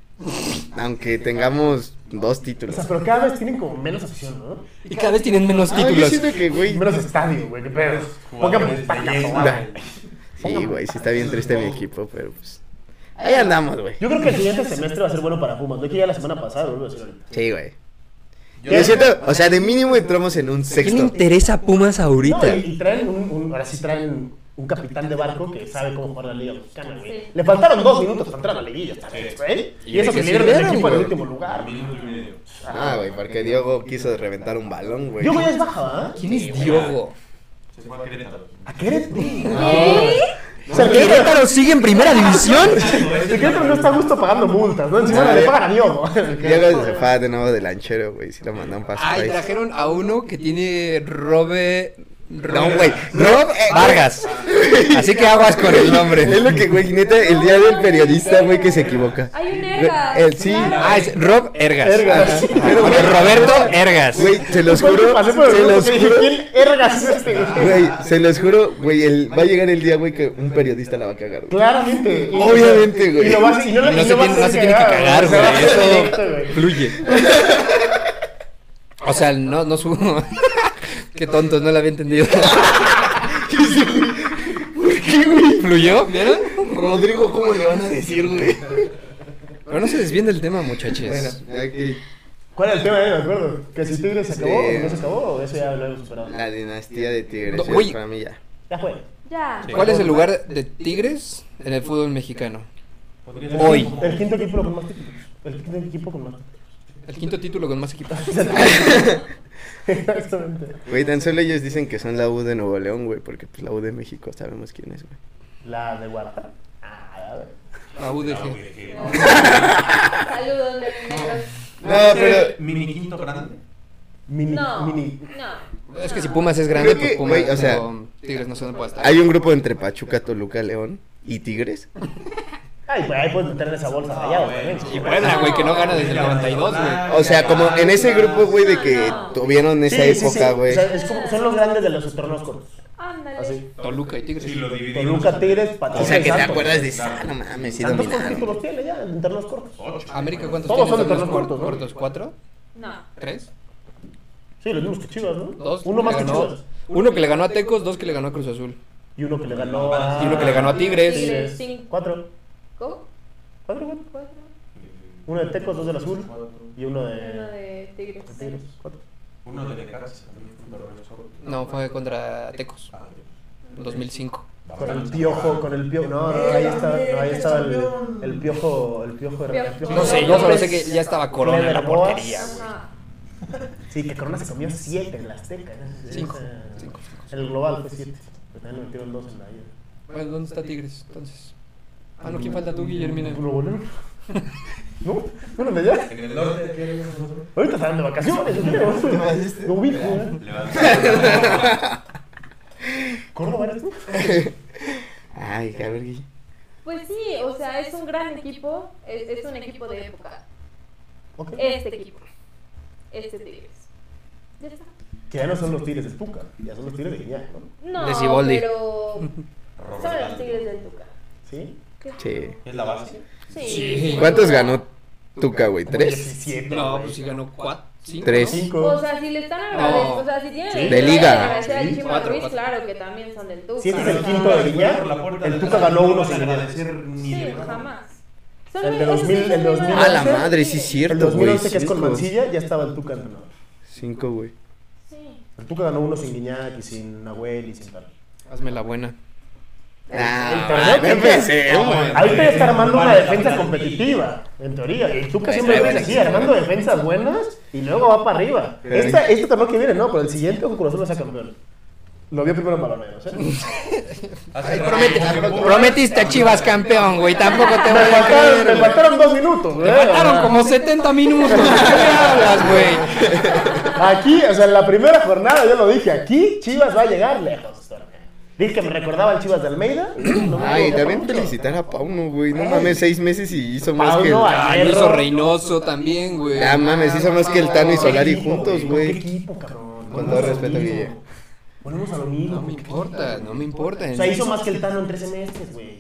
[SPEAKER 5] Aunque tengamos dos
[SPEAKER 2] O
[SPEAKER 5] títulos.
[SPEAKER 2] sea, pero cada vez tienen como menos afición, ¿no?
[SPEAKER 1] Y cada vez tienen menos
[SPEAKER 5] Ah, yo
[SPEAKER 1] títulos.
[SPEAKER 5] siento que, güey,
[SPEAKER 2] Menos estadio, güey. Qué pedo. Póngame
[SPEAKER 4] Jugadores de
[SPEAKER 2] esta
[SPEAKER 4] leyenda.
[SPEAKER 5] sí, güey, sí está bien triste mi equipo, pero pues, ahí andamos, güey.
[SPEAKER 2] Yo creo que el siguiente semestre va a ser bueno para Pumas. No que ya la semana pasada, vuelvo a decir ahorita.
[SPEAKER 5] Sí, güey.
[SPEAKER 4] Yo-
[SPEAKER 5] Yo siento, o sea, de mínimo entramos en un
[SPEAKER 1] ¿Qué le
[SPEAKER 5] sexto.
[SPEAKER 1] interesa a Pumas
[SPEAKER 2] No,
[SPEAKER 1] ahorita?
[SPEAKER 2] y, y traen un, un- Ahora sí traen un capitán de barco que sabe cómo jugar la Liga Mexicana, güey.
[SPEAKER 3] Sí.
[SPEAKER 2] Le faltaron dos minutos para entrar a la liguilla, ¿sabes, güey? Y
[SPEAKER 1] ¿Y
[SPEAKER 2] eso
[SPEAKER 1] de
[SPEAKER 2] que
[SPEAKER 1] qué
[SPEAKER 2] líder del
[SPEAKER 1] sirvieron,
[SPEAKER 2] equipo en el
[SPEAKER 1] güey?
[SPEAKER 2] último lugar.
[SPEAKER 4] Minuto y medio.
[SPEAKER 5] Ah, güey, porque Diego quiso reventar un balón, güey.
[SPEAKER 2] Yo voy es baja, ¿ah?
[SPEAKER 1] ¿Quién es Diogo?
[SPEAKER 4] Se fue a Querétaro.
[SPEAKER 2] ¿A Querétaro?
[SPEAKER 3] ¿Qué?
[SPEAKER 2] O sea, el Querétaro,
[SPEAKER 1] ¿Querétaro sigue en primera división?
[SPEAKER 2] el
[SPEAKER 4] Este,
[SPEAKER 2] Querétaro no está a gusto pagando multas, ¿no? Encima
[SPEAKER 5] Ah,
[SPEAKER 2] le
[SPEAKER 5] eh.
[SPEAKER 2] pagan a Diogo.
[SPEAKER 5] Diego se fue de nuevo de lanchero, güey, sí lo mandó un paso.
[SPEAKER 1] Ay,
[SPEAKER 5] ahí.
[SPEAKER 1] trajeron a uno que tiene Robe...
[SPEAKER 5] No,
[SPEAKER 1] Robe-
[SPEAKER 5] güey. Rob eh,
[SPEAKER 1] Vargas. Así que aguas con el nombre.
[SPEAKER 5] Es lo que, güey, neta, el día del periodista, güey, que se equivoca.
[SPEAKER 3] Hay un Ergas,
[SPEAKER 5] El sí.
[SPEAKER 3] claro.
[SPEAKER 1] Ah, es Rob Ergas.
[SPEAKER 2] Ergas.
[SPEAKER 1] Ajá. Porque Roberto Ergas.
[SPEAKER 5] Güey, se los
[SPEAKER 2] Después
[SPEAKER 5] juro,
[SPEAKER 2] pasé por el
[SPEAKER 5] se
[SPEAKER 2] grupo
[SPEAKER 5] los
[SPEAKER 2] que dije,
[SPEAKER 5] juro.
[SPEAKER 2] ¿Quién ergas es este, güey?
[SPEAKER 5] Güey, se los juro, güey, el- va a llegar el día, güey, que un periodista la va a cagar, güey.
[SPEAKER 2] Claramente. Y-
[SPEAKER 5] Obviamente, güey.
[SPEAKER 2] Y lo vas- y no, le-
[SPEAKER 1] Y no
[SPEAKER 2] y
[SPEAKER 1] se
[SPEAKER 2] lo vas
[SPEAKER 1] tiene,
[SPEAKER 2] a
[SPEAKER 1] no se tiene que cagar,
[SPEAKER 2] Se va a
[SPEAKER 1] güey.
[SPEAKER 2] hacer directo,
[SPEAKER 1] Eso
[SPEAKER 2] güey.
[SPEAKER 1] fluye. O sea, no, no subo. Qué tonto, no lo había entendido. ¿Fluyó? ¿Vieron?
[SPEAKER 5] Rodrigo, ¿cómo le van a decir, güey?
[SPEAKER 1] Pero no se desvíen del tema, muchachos.
[SPEAKER 5] Pues,
[SPEAKER 2] ¿Cuál era el tema? eh? Me acuerdo. Que si Tigres se acabó,
[SPEAKER 5] Este-
[SPEAKER 4] Ah.
[SPEAKER 2] no se acabó, o eso ya lo hemos superado.
[SPEAKER 5] La dinastía de Tigres,
[SPEAKER 1] No, güey.
[SPEAKER 5] para mí ya.
[SPEAKER 2] Ya fue.
[SPEAKER 3] Ya.
[SPEAKER 4] Sí.
[SPEAKER 1] ¿Cuál es el lugar de Tigres en el fútbol mexicano?
[SPEAKER 4] Podría
[SPEAKER 1] Hoy.
[SPEAKER 4] como-
[SPEAKER 2] El quinto equipo con más títulos. El quinto equipo con más
[SPEAKER 1] El quinto título con más equipos.
[SPEAKER 2] Exactamente.
[SPEAKER 5] Güey, tan solo ellos dicen que son la U de Nuevo León, güey, porque pues la U de México sabemos quién es, güey.
[SPEAKER 2] La de Guadalajara. Ah, a ver.
[SPEAKER 1] La UDG.
[SPEAKER 3] Saludos, negros.
[SPEAKER 5] No, pero-
[SPEAKER 4] Mini quinto grande.
[SPEAKER 2] Mini,
[SPEAKER 3] No.
[SPEAKER 2] mini.
[SPEAKER 3] No.
[SPEAKER 1] Es que si
[SPEAKER 3] no.
[SPEAKER 1] Pumas es grande,
[SPEAKER 5] Creo que,
[SPEAKER 1] pues Pumas,
[SPEAKER 5] güey, o sea,
[SPEAKER 1] no, Tigres no se puede estar.
[SPEAKER 5] Hay un grupo entre Pachuca, Toluca, León y Tigres.
[SPEAKER 2] Ay, pues ahí puedes meter en esa bolsa
[SPEAKER 4] Ah,
[SPEAKER 2] rayada
[SPEAKER 4] bueno.
[SPEAKER 2] también.
[SPEAKER 4] Y
[SPEAKER 1] Puebla, güey, que no gana desde el
[SPEAKER 4] Ya,
[SPEAKER 1] 92,
[SPEAKER 4] ya,
[SPEAKER 1] güey.
[SPEAKER 5] O sea, como en ese grupo, güey, de que
[SPEAKER 3] No, no.
[SPEAKER 5] tuvieron esa
[SPEAKER 2] Sí, sí, sí.
[SPEAKER 5] época, güey.
[SPEAKER 2] O sea, es como- son los grandes de los estornoscos.
[SPEAKER 3] Ándale.
[SPEAKER 2] Así.
[SPEAKER 1] Toluca y Tigres.
[SPEAKER 4] Sí, lo dividimos.
[SPEAKER 2] Toluca, Tigres, Pachuca.
[SPEAKER 5] O sea,
[SPEAKER 2] y
[SPEAKER 5] que te
[SPEAKER 2] Santos.
[SPEAKER 5] acuerdas de esa, no mames, sí
[SPEAKER 2] Santos con
[SPEAKER 5] dominaron.
[SPEAKER 2] títulos tiene ya, en ternos cortos.
[SPEAKER 4] Ocho.
[SPEAKER 1] América, ¿cuántos
[SPEAKER 2] Todos son
[SPEAKER 1] tiene?
[SPEAKER 2] de terreno
[SPEAKER 1] ¿Torneos
[SPEAKER 2] corto, ¿no?
[SPEAKER 1] cortos? ¿Cuatro?
[SPEAKER 3] No.
[SPEAKER 1] ¿Tres?
[SPEAKER 2] Sí, los mismos que Chivas, ¿no?
[SPEAKER 1] ¿Dos?
[SPEAKER 2] uno más
[SPEAKER 1] le
[SPEAKER 2] que
[SPEAKER 1] ganó-
[SPEAKER 2] Chivas.
[SPEAKER 1] Uno que le ganó a Tecos, dos que le ganó a Cruz Azul.
[SPEAKER 2] Y uno que le ganó a...
[SPEAKER 1] Y uno que le ganó a Tigres.
[SPEAKER 3] Tigres, cinco.
[SPEAKER 2] Cuatro.
[SPEAKER 3] ¿Cómo?
[SPEAKER 2] Cuatro, cuatro.
[SPEAKER 3] Cuatro.
[SPEAKER 2] Uno de Tecos, dos del Azul. Y uno de...
[SPEAKER 3] Uno de tigres.
[SPEAKER 2] Tigres. Cuatro.
[SPEAKER 4] Uno de Necaxa también, pero menos corto.
[SPEAKER 1] No, fue contra Tecos,
[SPEAKER 4] Ah, ok.
[SPEAKER 1] 2005.
[SPEAKER 2] Con el piojo, con el piojo. No, no, no, ahí estaba, no, ahí estaba el, el piojo, el piojo. El
[SPEAKER 3] Piojo.
[SPEAKER 2] piojo
[SPEAKER 1] No sé, yo solo sé que ya estaba Corona en la
[SPEAKER 2] Clever Boas.
[SPEAKER 1] portería, güey.
[SPEAKER 3] Ajá.
[SPEAKER 2] Sí, que Corona se comió siete en la Azteca. ¿no?
[SPEAKER 1] Cinco,
[SPEAKER 2] Esa-
[SPEAKER 1] cinco,
[SPEAKER 2] El global fue siete. Pero también le metieron dos en la ida.
[SPEAKER 1] Bueno, ¿dónde está Tigres entonces? Ah, no, ¿quién falta tú, Guillermina?
[SPEAKER 2] ¿Uno boludo? ¿No? ¿No lo me dio?
[SPEAKER 4] En el norte, ¿qué era nosotros?
[SPEAKER 2] Ahorita están de vacaciones. ¿Te Lo ubico. ¿eh? ¿Córdoba eres tú?
[SPEAKER 5] Ay, cabrón.
[SPEAKER 3] Pues sí, o sea, es un gran equipo. Es, es un equipo de época.
[SPEAKER 2] Ok.
[SPEAKER 3] Este equipo. Este Tigres. Ya está.
[SPEAKER 2] Que ya no son los tigres de Tuca, ya son los tigres de Guiñac, ¿no?
[SPEAKER 3] No,
[SPEAKER 1] De Siboldi.
[SPEAKER 3] pero son los tigres del Tuca.
[SPEAKER 2] ¿Sí?
[SPEAKER 5] Sí.
[SPEAKER 4] ¿Es la base?
[SPEAKER 3] Sí.
[SPEAKER 1] Sí.
[SPEAKER 5] ¿Cuántos ganó Tuca, güey? ¿Tres?
[SPEAKER 2] Siete.
[SPEAKER 1] No,
[SPEAKER 2] güey.
[SPEAKER 1] pues sí ganó cuatro, cinco,
[SPEAKER 5] Tres.
[SPEAKER 1] ¿no?
[SPEAKER 2] Cinco.
[SPEAKER 3] O sea, si le están agradeciendo,
[SPEAKER 1] No.
[SPEAKER 3] o sea, si tienen
[SPEAKER 5] Sí.
[SPEAKER 3] el
[SPEAKER 5] De
[SPEAKER 3] detalle
[SPEAKER 5] liga.
[SPEAKER 3] agradecer al
[SPEAKER 2] Sí.
[SPEAKER 3] Chima
[SPEAKER 1] Cuatro,
[SPEAKER 3] Ruiz,
[SPEAKER 1] cuatro.
[SPEAKER 3] claro que también son del Tuca.
[SPEAKER 2] Si este es el
[SPEAKER 4] Ah,
[SPEAKER 2] quinto de Guiñac,
[SPEAKER 4] por la puerta
[SPEAKER 2] el
[SPEAKER 4] de
[SPEAKER 2] Tuca
[SPEAKER 4] atrás,
[SPEAKER 2] ganó
[SPEAKER 4] no
[SPEAKER 2] uno
[SPEAKER 4] vas a
[SPEAKER 2] sin
[SPEAKER 4] agradecer ni
[SPEAKER 3] Sí,
[SPEAKER 4] de
[SPEAKER 3] jamás. Son
[SPEAKER 2] El de
[SPEAKER 3] ellos
[SPEAKER 2] 2000, el
[SPEAKER 3] son
[SPEAKER 2] 2000.
[SPEAKER 3] los
[SPEAKER 5] A la
[SPEAKER 3] tigres.
[SPEAKER 5] madre, sí es
[SPEAKER 2] El
[SPEAKER 5] cierto, güey.
[SPEAKER 2] 2011 que es con
[SPEAKER 5] cinco.
[SPEAKER 2] Mancilla, ya estaba el Tuca entrenador.
[SPEAKER 5] Cinco, güey.
[SPEAKER 3] Sí.
[SPEAKER 2] El Tuca ganó uno sin Guiñac y sin Nahuel y sin tal.
[SPEAKER 1] Hazme la buena.
[SPEAKER 5] Ah,
[SPEAKER 2] torneo
[SPEAKER 5] no
[SPEAKER 2] que-
[SPEAKER 5] empecemos.
[SPEAKER 2] Ahorita ya está armando una defensa competitiva, en teoría. Y Tuca siempre viene así, armando defensas buenas y luego va para arriba. Esta, este torneo que viene, no, pero el siguiente ojo Cruz Azul va a ser campeón. Lo vio primero en Baloneros, ¿eh?
[SPEAKER 4] Hace rato,
[SPEAKER 5] promete-
[SPEAKER 4] como que Pumas-
[SPEAKER 1] Prometiste a Chivas campeón, güey. Tampoco te
[SPEAKER 2] Me
[SPEAKER 1] voy a
[SPEAKER 2] faltaron, me
[SPEAKER 1] creer. güey.
[SPEAKER 2] faltaron dos minutos, ¿eh? güey.
[SPEAKER 1] Te faltaron como 70 minutos. ¿Qué hablas, güey?
[SPEAKER 2] Aquí, o sea, en la primera jornada yo lo dije, aquí Chivas va a llegar lejos. Dije que me recordaba al Chivas de Almeida. No me
[SPEAKER 5] Ay,
[SPEAKER 2] equivoco
[SPEAKER 5] también
[SPEAKER 2] mucho.
[SPEAKER 5] felicitar a Pauno, güey. No mames, seis meses y hizo más que.
[SPEAKER 2] Pauno,
[SPEAKER 5] Ah,
[SPEAKER 1] Ah, hizo Reynoso también, güey.
[SPEAKER 5] mames, hizo más que el Tano y
[SPEAKER 2] Qué
[SPEAKER 5] Solari
[SPEAKER 2] equipo,
[SPEAKER 5] juntos,
[SPEAKER 2] ¿Qué
[SPEAKER 5] güey.
[SPEAKER 2] equipo, cabrón?
[SPEAKER 5] Con todo respeto, Guille.
[SPEAKER 2] Ponemos a lo mismo.
[SPEAKER 1] No me importa, no me importa.
[SPEAKER 2] O sea, hizo más que el Tano en tres semestres, güey.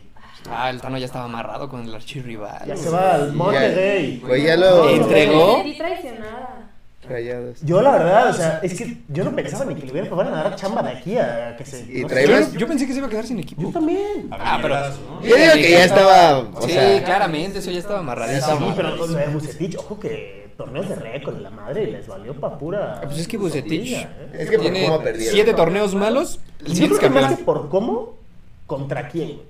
[SPEAKER 1] Ah, el Tano ya estaba amarrado con el archirrival.
[SPEAKER 2] Ya
[SPEAKER 1] güey.
[SPEAKER 2] se va al Monterrey.
[SPEAKER 5] Güey, ya lo.
[SPEAKER 1] ¿Te entregó?
[SPEAKER 3] Me sentí traicionada.
[SPEAKER 5] Rayados.
[SPEAKER 2] Yo, la verdad, o sea, es que yo no pensaba ni que le hubieran a dar chamba de aquí a que se.
[SPEAKER 5] Y
[SPEAKER 2] no sé.
[SPEAKER 5] trae más-
[SPEAKER 1] Yo, yo pensé que se iba a quedar sin
[SPEAKER 2] Yo
[SPEAKER 1] equipo.
[SPEAKER 2] también.
[SPEAKER 1] Ah, pero.
[SPEAKER 5] Yo digo que ya estaba. O
[SPEAKER 1] Sí,
[SPEAKER 5] sea,
[SPEAKER 1] claramente, eso ya estaba
[SPEAKER 2] Sí,
[SPEAKER 1] amarradísimo.
[SPEAKER 2] pero o sea, Bucetich, ojo que torneos de récord, la madre, les valió pa' pura. ¿eh?
[SPEAKER 1] Pues es que Bucetich
[SPEAKER 5] es que por
[SPEAKER 1] tiene
[SPEAKER 5] cómo perdieron.
[SPEAKER 1] siete torneos malos, el
[SPEAKER 2] Yo
[SPEAKER 1] siguiente
[SPEAKER 2] creo
[SPEAKER 1] es
[SPEAKER 2] que más
[SPEAKER 1] campeón.
[SPEAKER 2] que por cómo, contra quién.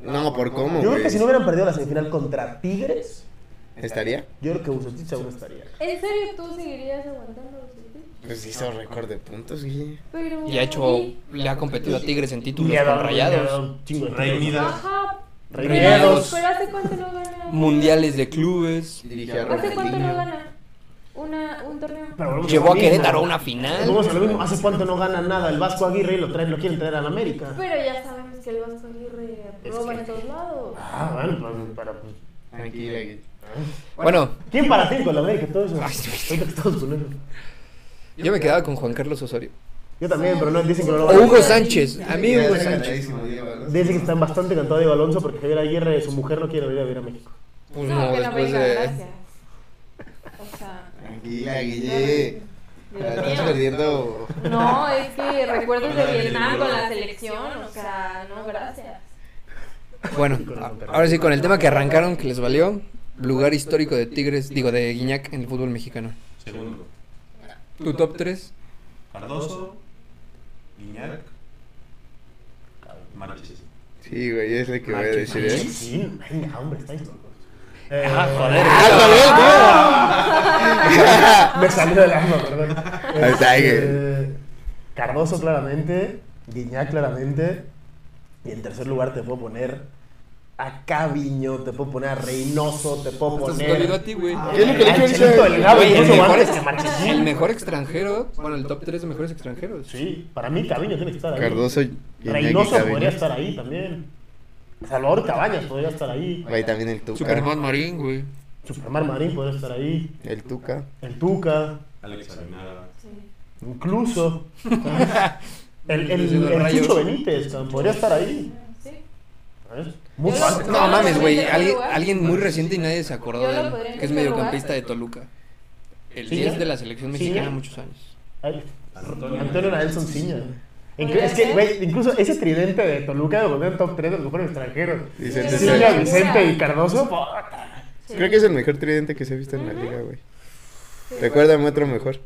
[SPEAKER 5] No, por cómo,
[SPEAKER 2] Yo creo
[SPEAKER 5] güey.
[SPEAKER 2] que si no hubieran perdido la semifinal contra Tigres,
[SPEAKER 5] ¿Estaría?
[SPEAKER 2] yo creo que Bucetich aún estaría.
[SPEAKER 3] ¿En serio tú seguirías aguantando los Tigres?
[SPEAKER 5] Pues hizo récord de puntos, Guille.
[SPEAKER 3] Pero.
[SPEAKER 1] Y ha hecho, le ha competido a Tigres en títulos
[SPEAKER 2] Y ha
[SPEAKER 1] con
[SPEAKER 2] dado- y ha
[SPEAKER 1] rayados.
[SPEAKER 2] dado un chingo de
[SPEAKER 4] Reunidas.
[SPEAKER 3] Ajá. Pero,
[SPEAKER 2] Reunidos.
[SPEAKER 3] pero ¿hace cuánto no gana?
[SPEAKER 1] Mundiales de clubes.
[SPEAKER 5] Dirigía a
[SPEAKER 3] ¿Hace cuánto no
[SPEAKER 5] Ronaldinho.
[SPEAKER 3] gana? Una, un torneo.
[SPEAKER 2] Pero volvemos
[SPEAKER 1] Llevó
[SPEAKER 2] lo
[SPEAKER 1] a
[SPEAKER 2] mismo.
[SPEAKER 1] Querétaro a una final.
[SPEAKER 2] Volvemos a lo mismo. ¿Hace cuánto no gana nada el Vasco Aguirre y lo, traen, lo quieren traer a la América?
[SPEAKER 3] Pero ya sabemos que el Vasco Aguirre
[SPEAKER 2] Es
[SPEAKER 3] roba
[SPEAKER 2] que-
[SPEAKER 3] en todos lados.
[SPEAKER 2] Ah, bueno, pues, pero, pues,
[SPEAKER 5] Tranquila, Guille.
[SPEAKER 1] Bueno,
[SPEAKER 2] ¿Quién para ti con la América? y Todo eso. Ahorita que estamos con él.
[SPEAKER 1] yo me quedaba con Juan Carlos Osorio.
[SPEAKER 2] Yo también, pero no, dicen que no lo
[SPEAKER 1] O
[SPEAKER 2] van a
[SPEAKER 1] Hugo Sánchez, a mí
[SPEAKER 5] Ya
[SPEAKER 1] Hugo
[SPEAKER 5] está
[SPEAKER 1] Sánchez.
[SPEAKER 5] ganadísimo, Diego, ¿no?
[SPEAKER 2] Dicen que están bastante cantados Diego Alonso porque Javier Aguirre, su mujer, no quiere venir a vivir a México.
[SPEAKER 1] Pues no,
[SPEAKER 3] que la
[SPEAKER 1] después
[SPEAKER 3] venga,
[SPEAKER 1] de.
[SPEAKER 3] gracias. O sea.
[SPEAKER 5] Tranquila, Guille.
[SPEAKER 3] Dios
[SPEAKER 5] Estás
[SPEAKER 3] mío.
[SPEAKER 5] perdiendo.
[SPEAKER 3] No, es que recuerdos de Vietnam con la selección, o sea, no, gracias.
[SPEAKER 1] Bueno, a- ahora sí, con el tema que arrancaron, que les valió. Lugar histórico de Tigres, digo, de Guiñac en el fútbol mexicano.
[SPEAKER 4] Segundo.
[SPEAKER 1] ¿Tu top 3?
[SPEAKER 4] Cardoso. Guiñac. Marchis.
[SPEAKER 5] Sí, güey, es lo que voy a decir, ¿eh?
[SPEAKER 2] Sí, venga, hombre, estáis locos. Eh,
[SPEAKER 5] ¡Ah,
[SPEAKER 2] Me salió del alma, perdón.
[SPEAKER 5] Ahí está,
[SPEAKER 2] Este, Cardoso claramente, Guiñá claramente. Y en tercer lugar te puedo poner a Caviño, te puedo poner a Reynoso, te puedo
[SPEAKER 1] Hasta se te olvidó a
[SPEAKER 2] poner...
[SPEAKER 1] ti, güey. Ah,
[SPEAKER 5] Yo lo que le dije
[SPEAKER 2] Angelito
[SPEAKER 5] ahorita.
[SPEAKER 2] Delgado,
[SPEAKER 1] Güey, el,
[SPEAKER 2] incluso
[SPEAKER 1] mejor
[SPEAKER 2] antes
[SPEAKER 1] ex-
[SPEAKER 2] que Marchesín.
[SPEAKER 1] el mejor extranjero, bueno, el top 3 de mejores extranjeros.
[SPEAKER 2] Sí, para mí Caviño tiene que estar ahí.
[SPEAKER 5] Cardoso y
[SPEAKER 2] Reynoso
[SPEAKER 5] Iñaki
[SPEAKER 2] podría
[SPEAKER 5] ¿eh? Cabañas.
[SPEAKER 2] estar ahí también. Salvador Cabañas podría estar ahí.
[SPEAKER 5] Güey, también el Tuca.
[SPEAKER 1] Superman Marín, güey.
[SPEAKER 2] Superman Marín podría estar ahí.
[SPEAKER 5] El Tuca.
[SPEAKER 2] El Tuca,
[SPEAKER 4] Alex Aguinaga.
[SPEAKER 2] incluso. El,
[SPEAKER 1] Incluso
[SPEAKER 2] el,
[SPEAKER 1] el
[SPEAKER 2] el
[SPEAKER 1] Rayo.
[SPEAKER 2] Chucho Benítez cabrón, podría estar ahí.
[SPEAKER 3] Sí.
[SPEAKER 2] ¿sabes? Muy
[SPEAKER 3] Yo lo-
[SPEAKER 2] fuerte.
[SPEAKER 1] No mames, güey. Alguien,
[SPEAKER 3] lugar.
[SPEAKER 1] alguien muy reciente y nadie se acordó
[SPEAKER 3] Yo
[SPEAKER 1] de
[SPEAKER 3] lo podría
[SPEAKER 1] él,
[SPEAKER 3] en
[SPEAKER 1] que es
[SPEAKER 3] primer
[SPEAKER 1] mediocampista
[SPEAKER 3] lugar.
[SPEAKER 1] de Toluca. El
[SPEAKER 2] Sí,
[SPEAKER 1] 10
[SPEAKER 2] ya.
[SPEAKER 1] de la selección
[SPEAKER 2] Sí,
[SPEAKER 1] mexicana
[SPEAKER 2] ya.
[SPEAKER 1] muchos años.
[SPEAKER 2] Ay,
[SPEAKER 4] Antonio.
[SPEAKER 2] Antonio Nelson Ciña. Inclu-
[SPEAKER 3] Podría
[SPEAKER 2] Es que,
[SPEAKER 3] ser.
[SPEAKER 2] güey, incluso ese tridente de Toluca de volver top 3 de los mejores extranjeros.
[SPEAKER 5] Vicente
[SPEAKER 3] Sí,
[SPEAKER 2] Ciña,
[SPEAKER 5] Serra.
[SPEAKER 3] sí.
[SPEAKER 2] Vicente y Cardoso. puta.
[SPEAKER 5] Creo que es el mejor tridente que se ha visto en la liga, güey. Recuérdame otro mejor.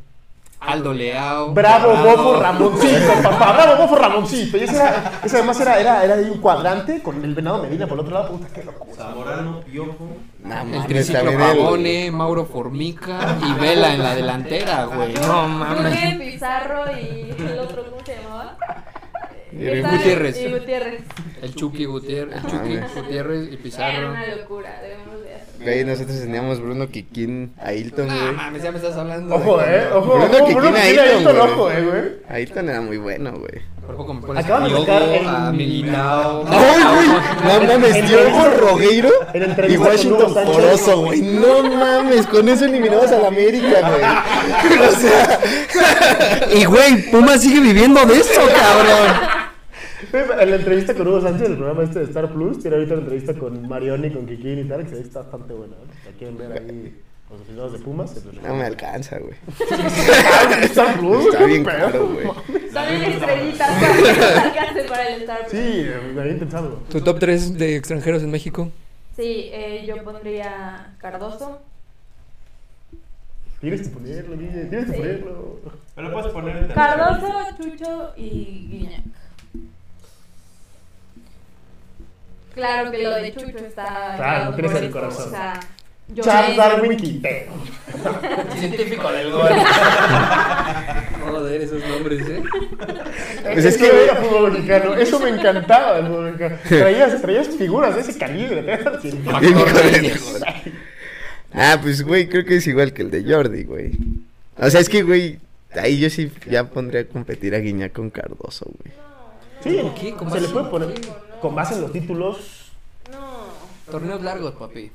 [SPEAKER 1] Aldo Leao.
[SPEAKER 2] Bravo,
[SPEAKER 1] Guardado.
[SPEAKER 2] Bofo, Ramoncito, papá. Bravo, Bofo, Ramoncito. Y ese, era, ese además era, era, era ahí un cuadrante con el venado Medina por el otro lado. Puta, qué locura.
[SPEAKER 4] Zamorano, Piojo.
[SPEAKER 5] No
[SPEAKER 1] El
[SPEAKER 5] mames,
[SPEAKER 1] triciclo
[SPEAKER 5] también el-
[SPEAKER 1] Pavone, Mauro Formica y Vela en la delantera, güey. No mames.
[SPEAKER 3] Jürgen Pizarro y el otro, ¿cómo se llamaba?
[SPEAKER 5] Miguel
[SPEAKER 3] Estaban-
[SPEAKER 1] Gutiérrez.
[SPEAKER 3] Y Gutiérrez.
[SPEAKER 1] El Chucky Gutiérrez, el Chucky
[SPEAKER 5] Mames.
[SPEAKER 1] Gutiérrez y
[SPEAKER 3] Era
[SPEAKER 1] Pizarro.
[SPEAKER 3] una locura, debemos de hacer.
[SPEAKER 5] Güey, nosotros teníamos Bruno Kikín, Ailton,
[SPEAKER 1] No
[SPEAKER 5] güey.
[SPEAKER 1] mames, ya me estás hablando.
[SPEAKER 2] Ojo,
[SPEAKER 1] de-
[SPEAKER 2] eh, ojo.
[SPEAKER 5] Bruno
[SPEAKER 2] ojo,
[SPEAKER 5] que
[SPEAKER 2] Bruno
[SPEAKER 5] tiene
[SPEAKER 2] que tiene
[SPEAKER 5] ahí,
[SPEAKER 2] ahí el
[SPEAKER 5] güey.
[SPEAKER 2] ojo, eh, güey.
[SPEAKER 5] Ailton era muy bueno, güey.
[SPEAKER 1] Por poco me pones
[SPEAKER 2] Acaban
[SPEAKER 1] a
[SPEAKER 2] de
[SPEAKER 1] Diogo,
[SPEAKER 2] sacar el-
[SPEAKER 1] a Militao.
[SPEAKER 5] ¡Ay, güey! No mames,
[SPEAKER 2] En-
[SPEAKER 5] Diogo
[SPEAKER 2] en-
[SPEAKER 5] Rogueiro
[SPEAKER 2] en
[SPEAKER 5] y
[SPEAKER 2] entrevista con
[SPEAKER 5] Washington
[SPEAKER 2] Hugo Sánchez.
[SPEAKER 5] Poroso, güey. No mames, con eso eliminabas a la América, güey. O sea,
[SPEAKER 1] Y güey, Puma sigue viviendo de eso, cabrón.
[SPEAKER 2] En la entrevista con Hugo Sánchez, el programa este de Star Plus, tiene ahorita una entrevista con Marioni, con Kikín y tal, que se ve que está bastante buena. ¿eh? La quieren ver ahí los aficionados de Pumas. se los
[SPEAKER 5] no me
[SPEAKER 2] recomiendo.
[SPEAKER 5] alcanza, güey.
[SPEAKER 2] Star Plus,
[SPEAKER 5] Está
[SPEAKER 2] güey,
[SPEAKER 5] bien
[SPEAKER 2] pero-
[SPEAKER 5] caro, güey.
[SPEAKER 3] Son en estrellitas para que nos alcance para el Star Plus.
[SPEAKER 2] Sí, me había intentado.
[SPEAKER 1] ¿Tu top 3 de extranjeros en México?
[SPEAKER 3] Sí, eh, yo pondría Cardoso.
[SPEAKER 2] Tienes que ponerlo, Guille, tienes que
[SPEAKER 3] Sí.
[SPEAKER 2] ponerlo.
[SPEAKER 6] Pero puedes poner en
[SPEAKER 3] Cardoso, Chucho y Guiñac. Claro que lo de Chucho está.
[SPEAKER 2] Claro, lo tienes en el
[SPEAKER 3] por esto,
[SPEAKER 2] corazón.
[SPEAKER 3] O sea, yo
[SPEAKER 2] Charles
[SPEAKER 3] me-
[SPEAKER 2] Darwin Quintero.
[SPEAKER 1] Científico del gol. Joder, esos nombres, eh.
[SPEAKER 5] Pues es
[SPEAKER 2] eso
[SPEAKER 5] que-
[SPEAKER 2] era fútbol mexicano, eso me encantaba del fútbol mexicano. Traías, traías figuras de ese calibre, traías argentinos.
[SPEAKER 5] Bien, hijo de
[SPEAKER 1] Reyes.
[SPEAKER 5] Dios. Ah, pues, güey, creo que es igual que el de Jordi, güey. O sea, es que, güey, ahí yo sí ya pondría a competir a Guiñac con Cardoso, güey.
[SPEAKER 2] Sí,
[SPEAKER 1] ¿Por qué? ¿Con
[SPEAKER 2] se le
[SPEAKER 1] base?
[SPEAKER 2] puede poner con base en los títulos.
[SPEAKER 3] No,
[SPEAKER 1] Torneos largos, papi.
[SPEAKER 2] Sí,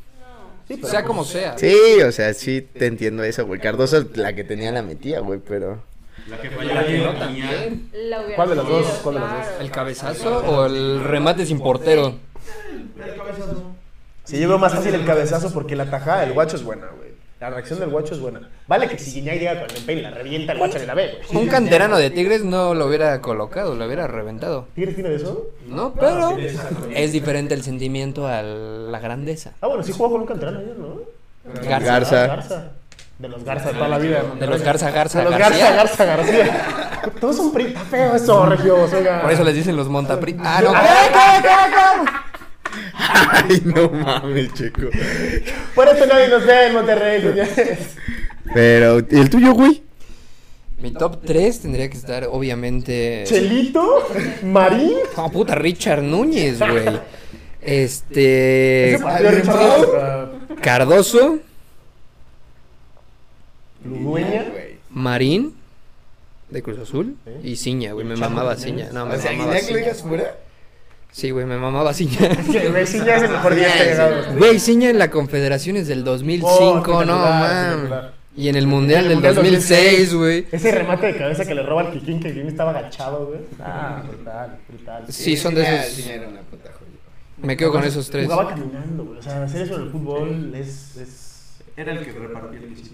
[SPEAKER 2] pero pues,
[SPEAKER 1] Sea como sea.
[SPEAKER 5] Sí, o sea, sí te entiendo eso, güey. Cardoso, la que tenía la metía, güey, pero...
[SPEAKER 4] La que
[SPEAKER 1] La
[SPEAKER 4] falló
[SPEAKER 1] tiró
[SPEAKER 4] Guiñac.
[SPEAKER 1] también.
[SPEAKER 3] la hubiera
[SPEAKER 2] ¿Cuál de los
[SPEAKER 3] sido,
[SPEAKER 2] dos? ¿Cuál de los dos?
[SPEAKER 3] claro.
[SPEAKER 1] ¿El cabezazo o el remate sin portero?
[SPEAKER 2] Sí, yo veo más fácil el cabezazo porque la tajada del guacho es buena, güey. La reacción del guacho es buena. Vale que si Guiñay llega con el pelo y la revienta, el guacho le la ve, güey.
[SPEAKER 1] Un canterano de Tigres no lo hubiera colocado, lo hubiera reventado.
[SPEAKER 2] ¿Tigres tiene de eso?
[SPEAKER 1] No, pero es diferente el sentimiento a la grandeza.
[SPEAKER 2] Ah, bueno, sí jugó con un canterano ayer, ¿no?
[SPEAKER 1] Garza.
[SPEAKER 5] Garza.
[SPEAKER 2] Ah, Garza. De los Garza de toda la vida.
[SPEAKER 1] De los Garza Garza
[SPEAKER 2] De los Garza,
[SPEAKER 1] García.
[SPEAKER 2] Garza, García. Todos son pri... Está feo eso, Regio. Oiga.
[SPEAKER 1] Por eso les dicen los Montapri. Ah, no.
[SPEAKER 5] Ay, no mames, chico.
[SPEAKER 2] Por eso nadie nos ve en Monterrey, señores.
[SPEAKER 5] Pero, ¿y el tuyo, güey?
[SPEAKER 1] Mi top 3 tendría que estar, obviamente.
[SPEAKER 2] Chelito, Marín.
[SPEAKER 1] Ah, puta, Richard Núñez, güey. Este.
[SPEAKER 2] Ese partido de Richard Ramos contra
[SPEAKER 1] Cardoso,
[SPEAKER 2] Ludueña.
[SPEAKER 1] Marín, de Cruz Azul, y Ciña, güey. Me mamaba Ciña. No, me mamaba Ciña.
[SPEAKER 5] fuera?
[SPEAKER 1] Sí, güey, me mamaba Ciña.
[SPEAKER 2] Que güey, sí, ya es el mejor día que ha llegado.
[SPEAKER 1] Güey, Ciña en la Confederaciones del 2005,
[SPEAKER 2] Oh,
[SPEAKER 1] no
[SPEAKER 2] espectacular,
[SPEAKER 1] mames.
[SPEAKER 2] espectacular.
[SPEAKER 1] Y en el Mundial del
[SPEAKER 2] Mundial
[SPEAKER 1] 2006, güey.
[SPEAKER 2] Ese remate de cabeza que le roba al Kikín, que el Kikín estaba agachado, güey. Ah, brutal, brutal.
[SPEAKER 1] Sí, son de esos. Me quedo con esos tres.
[SPEAKER 2] Jugaba caminando, güey. O sea, hacer eso en el fútbol es, es,
[SPEAKER 4] Era el que repartía el que
[SPEAKER 2] Sí,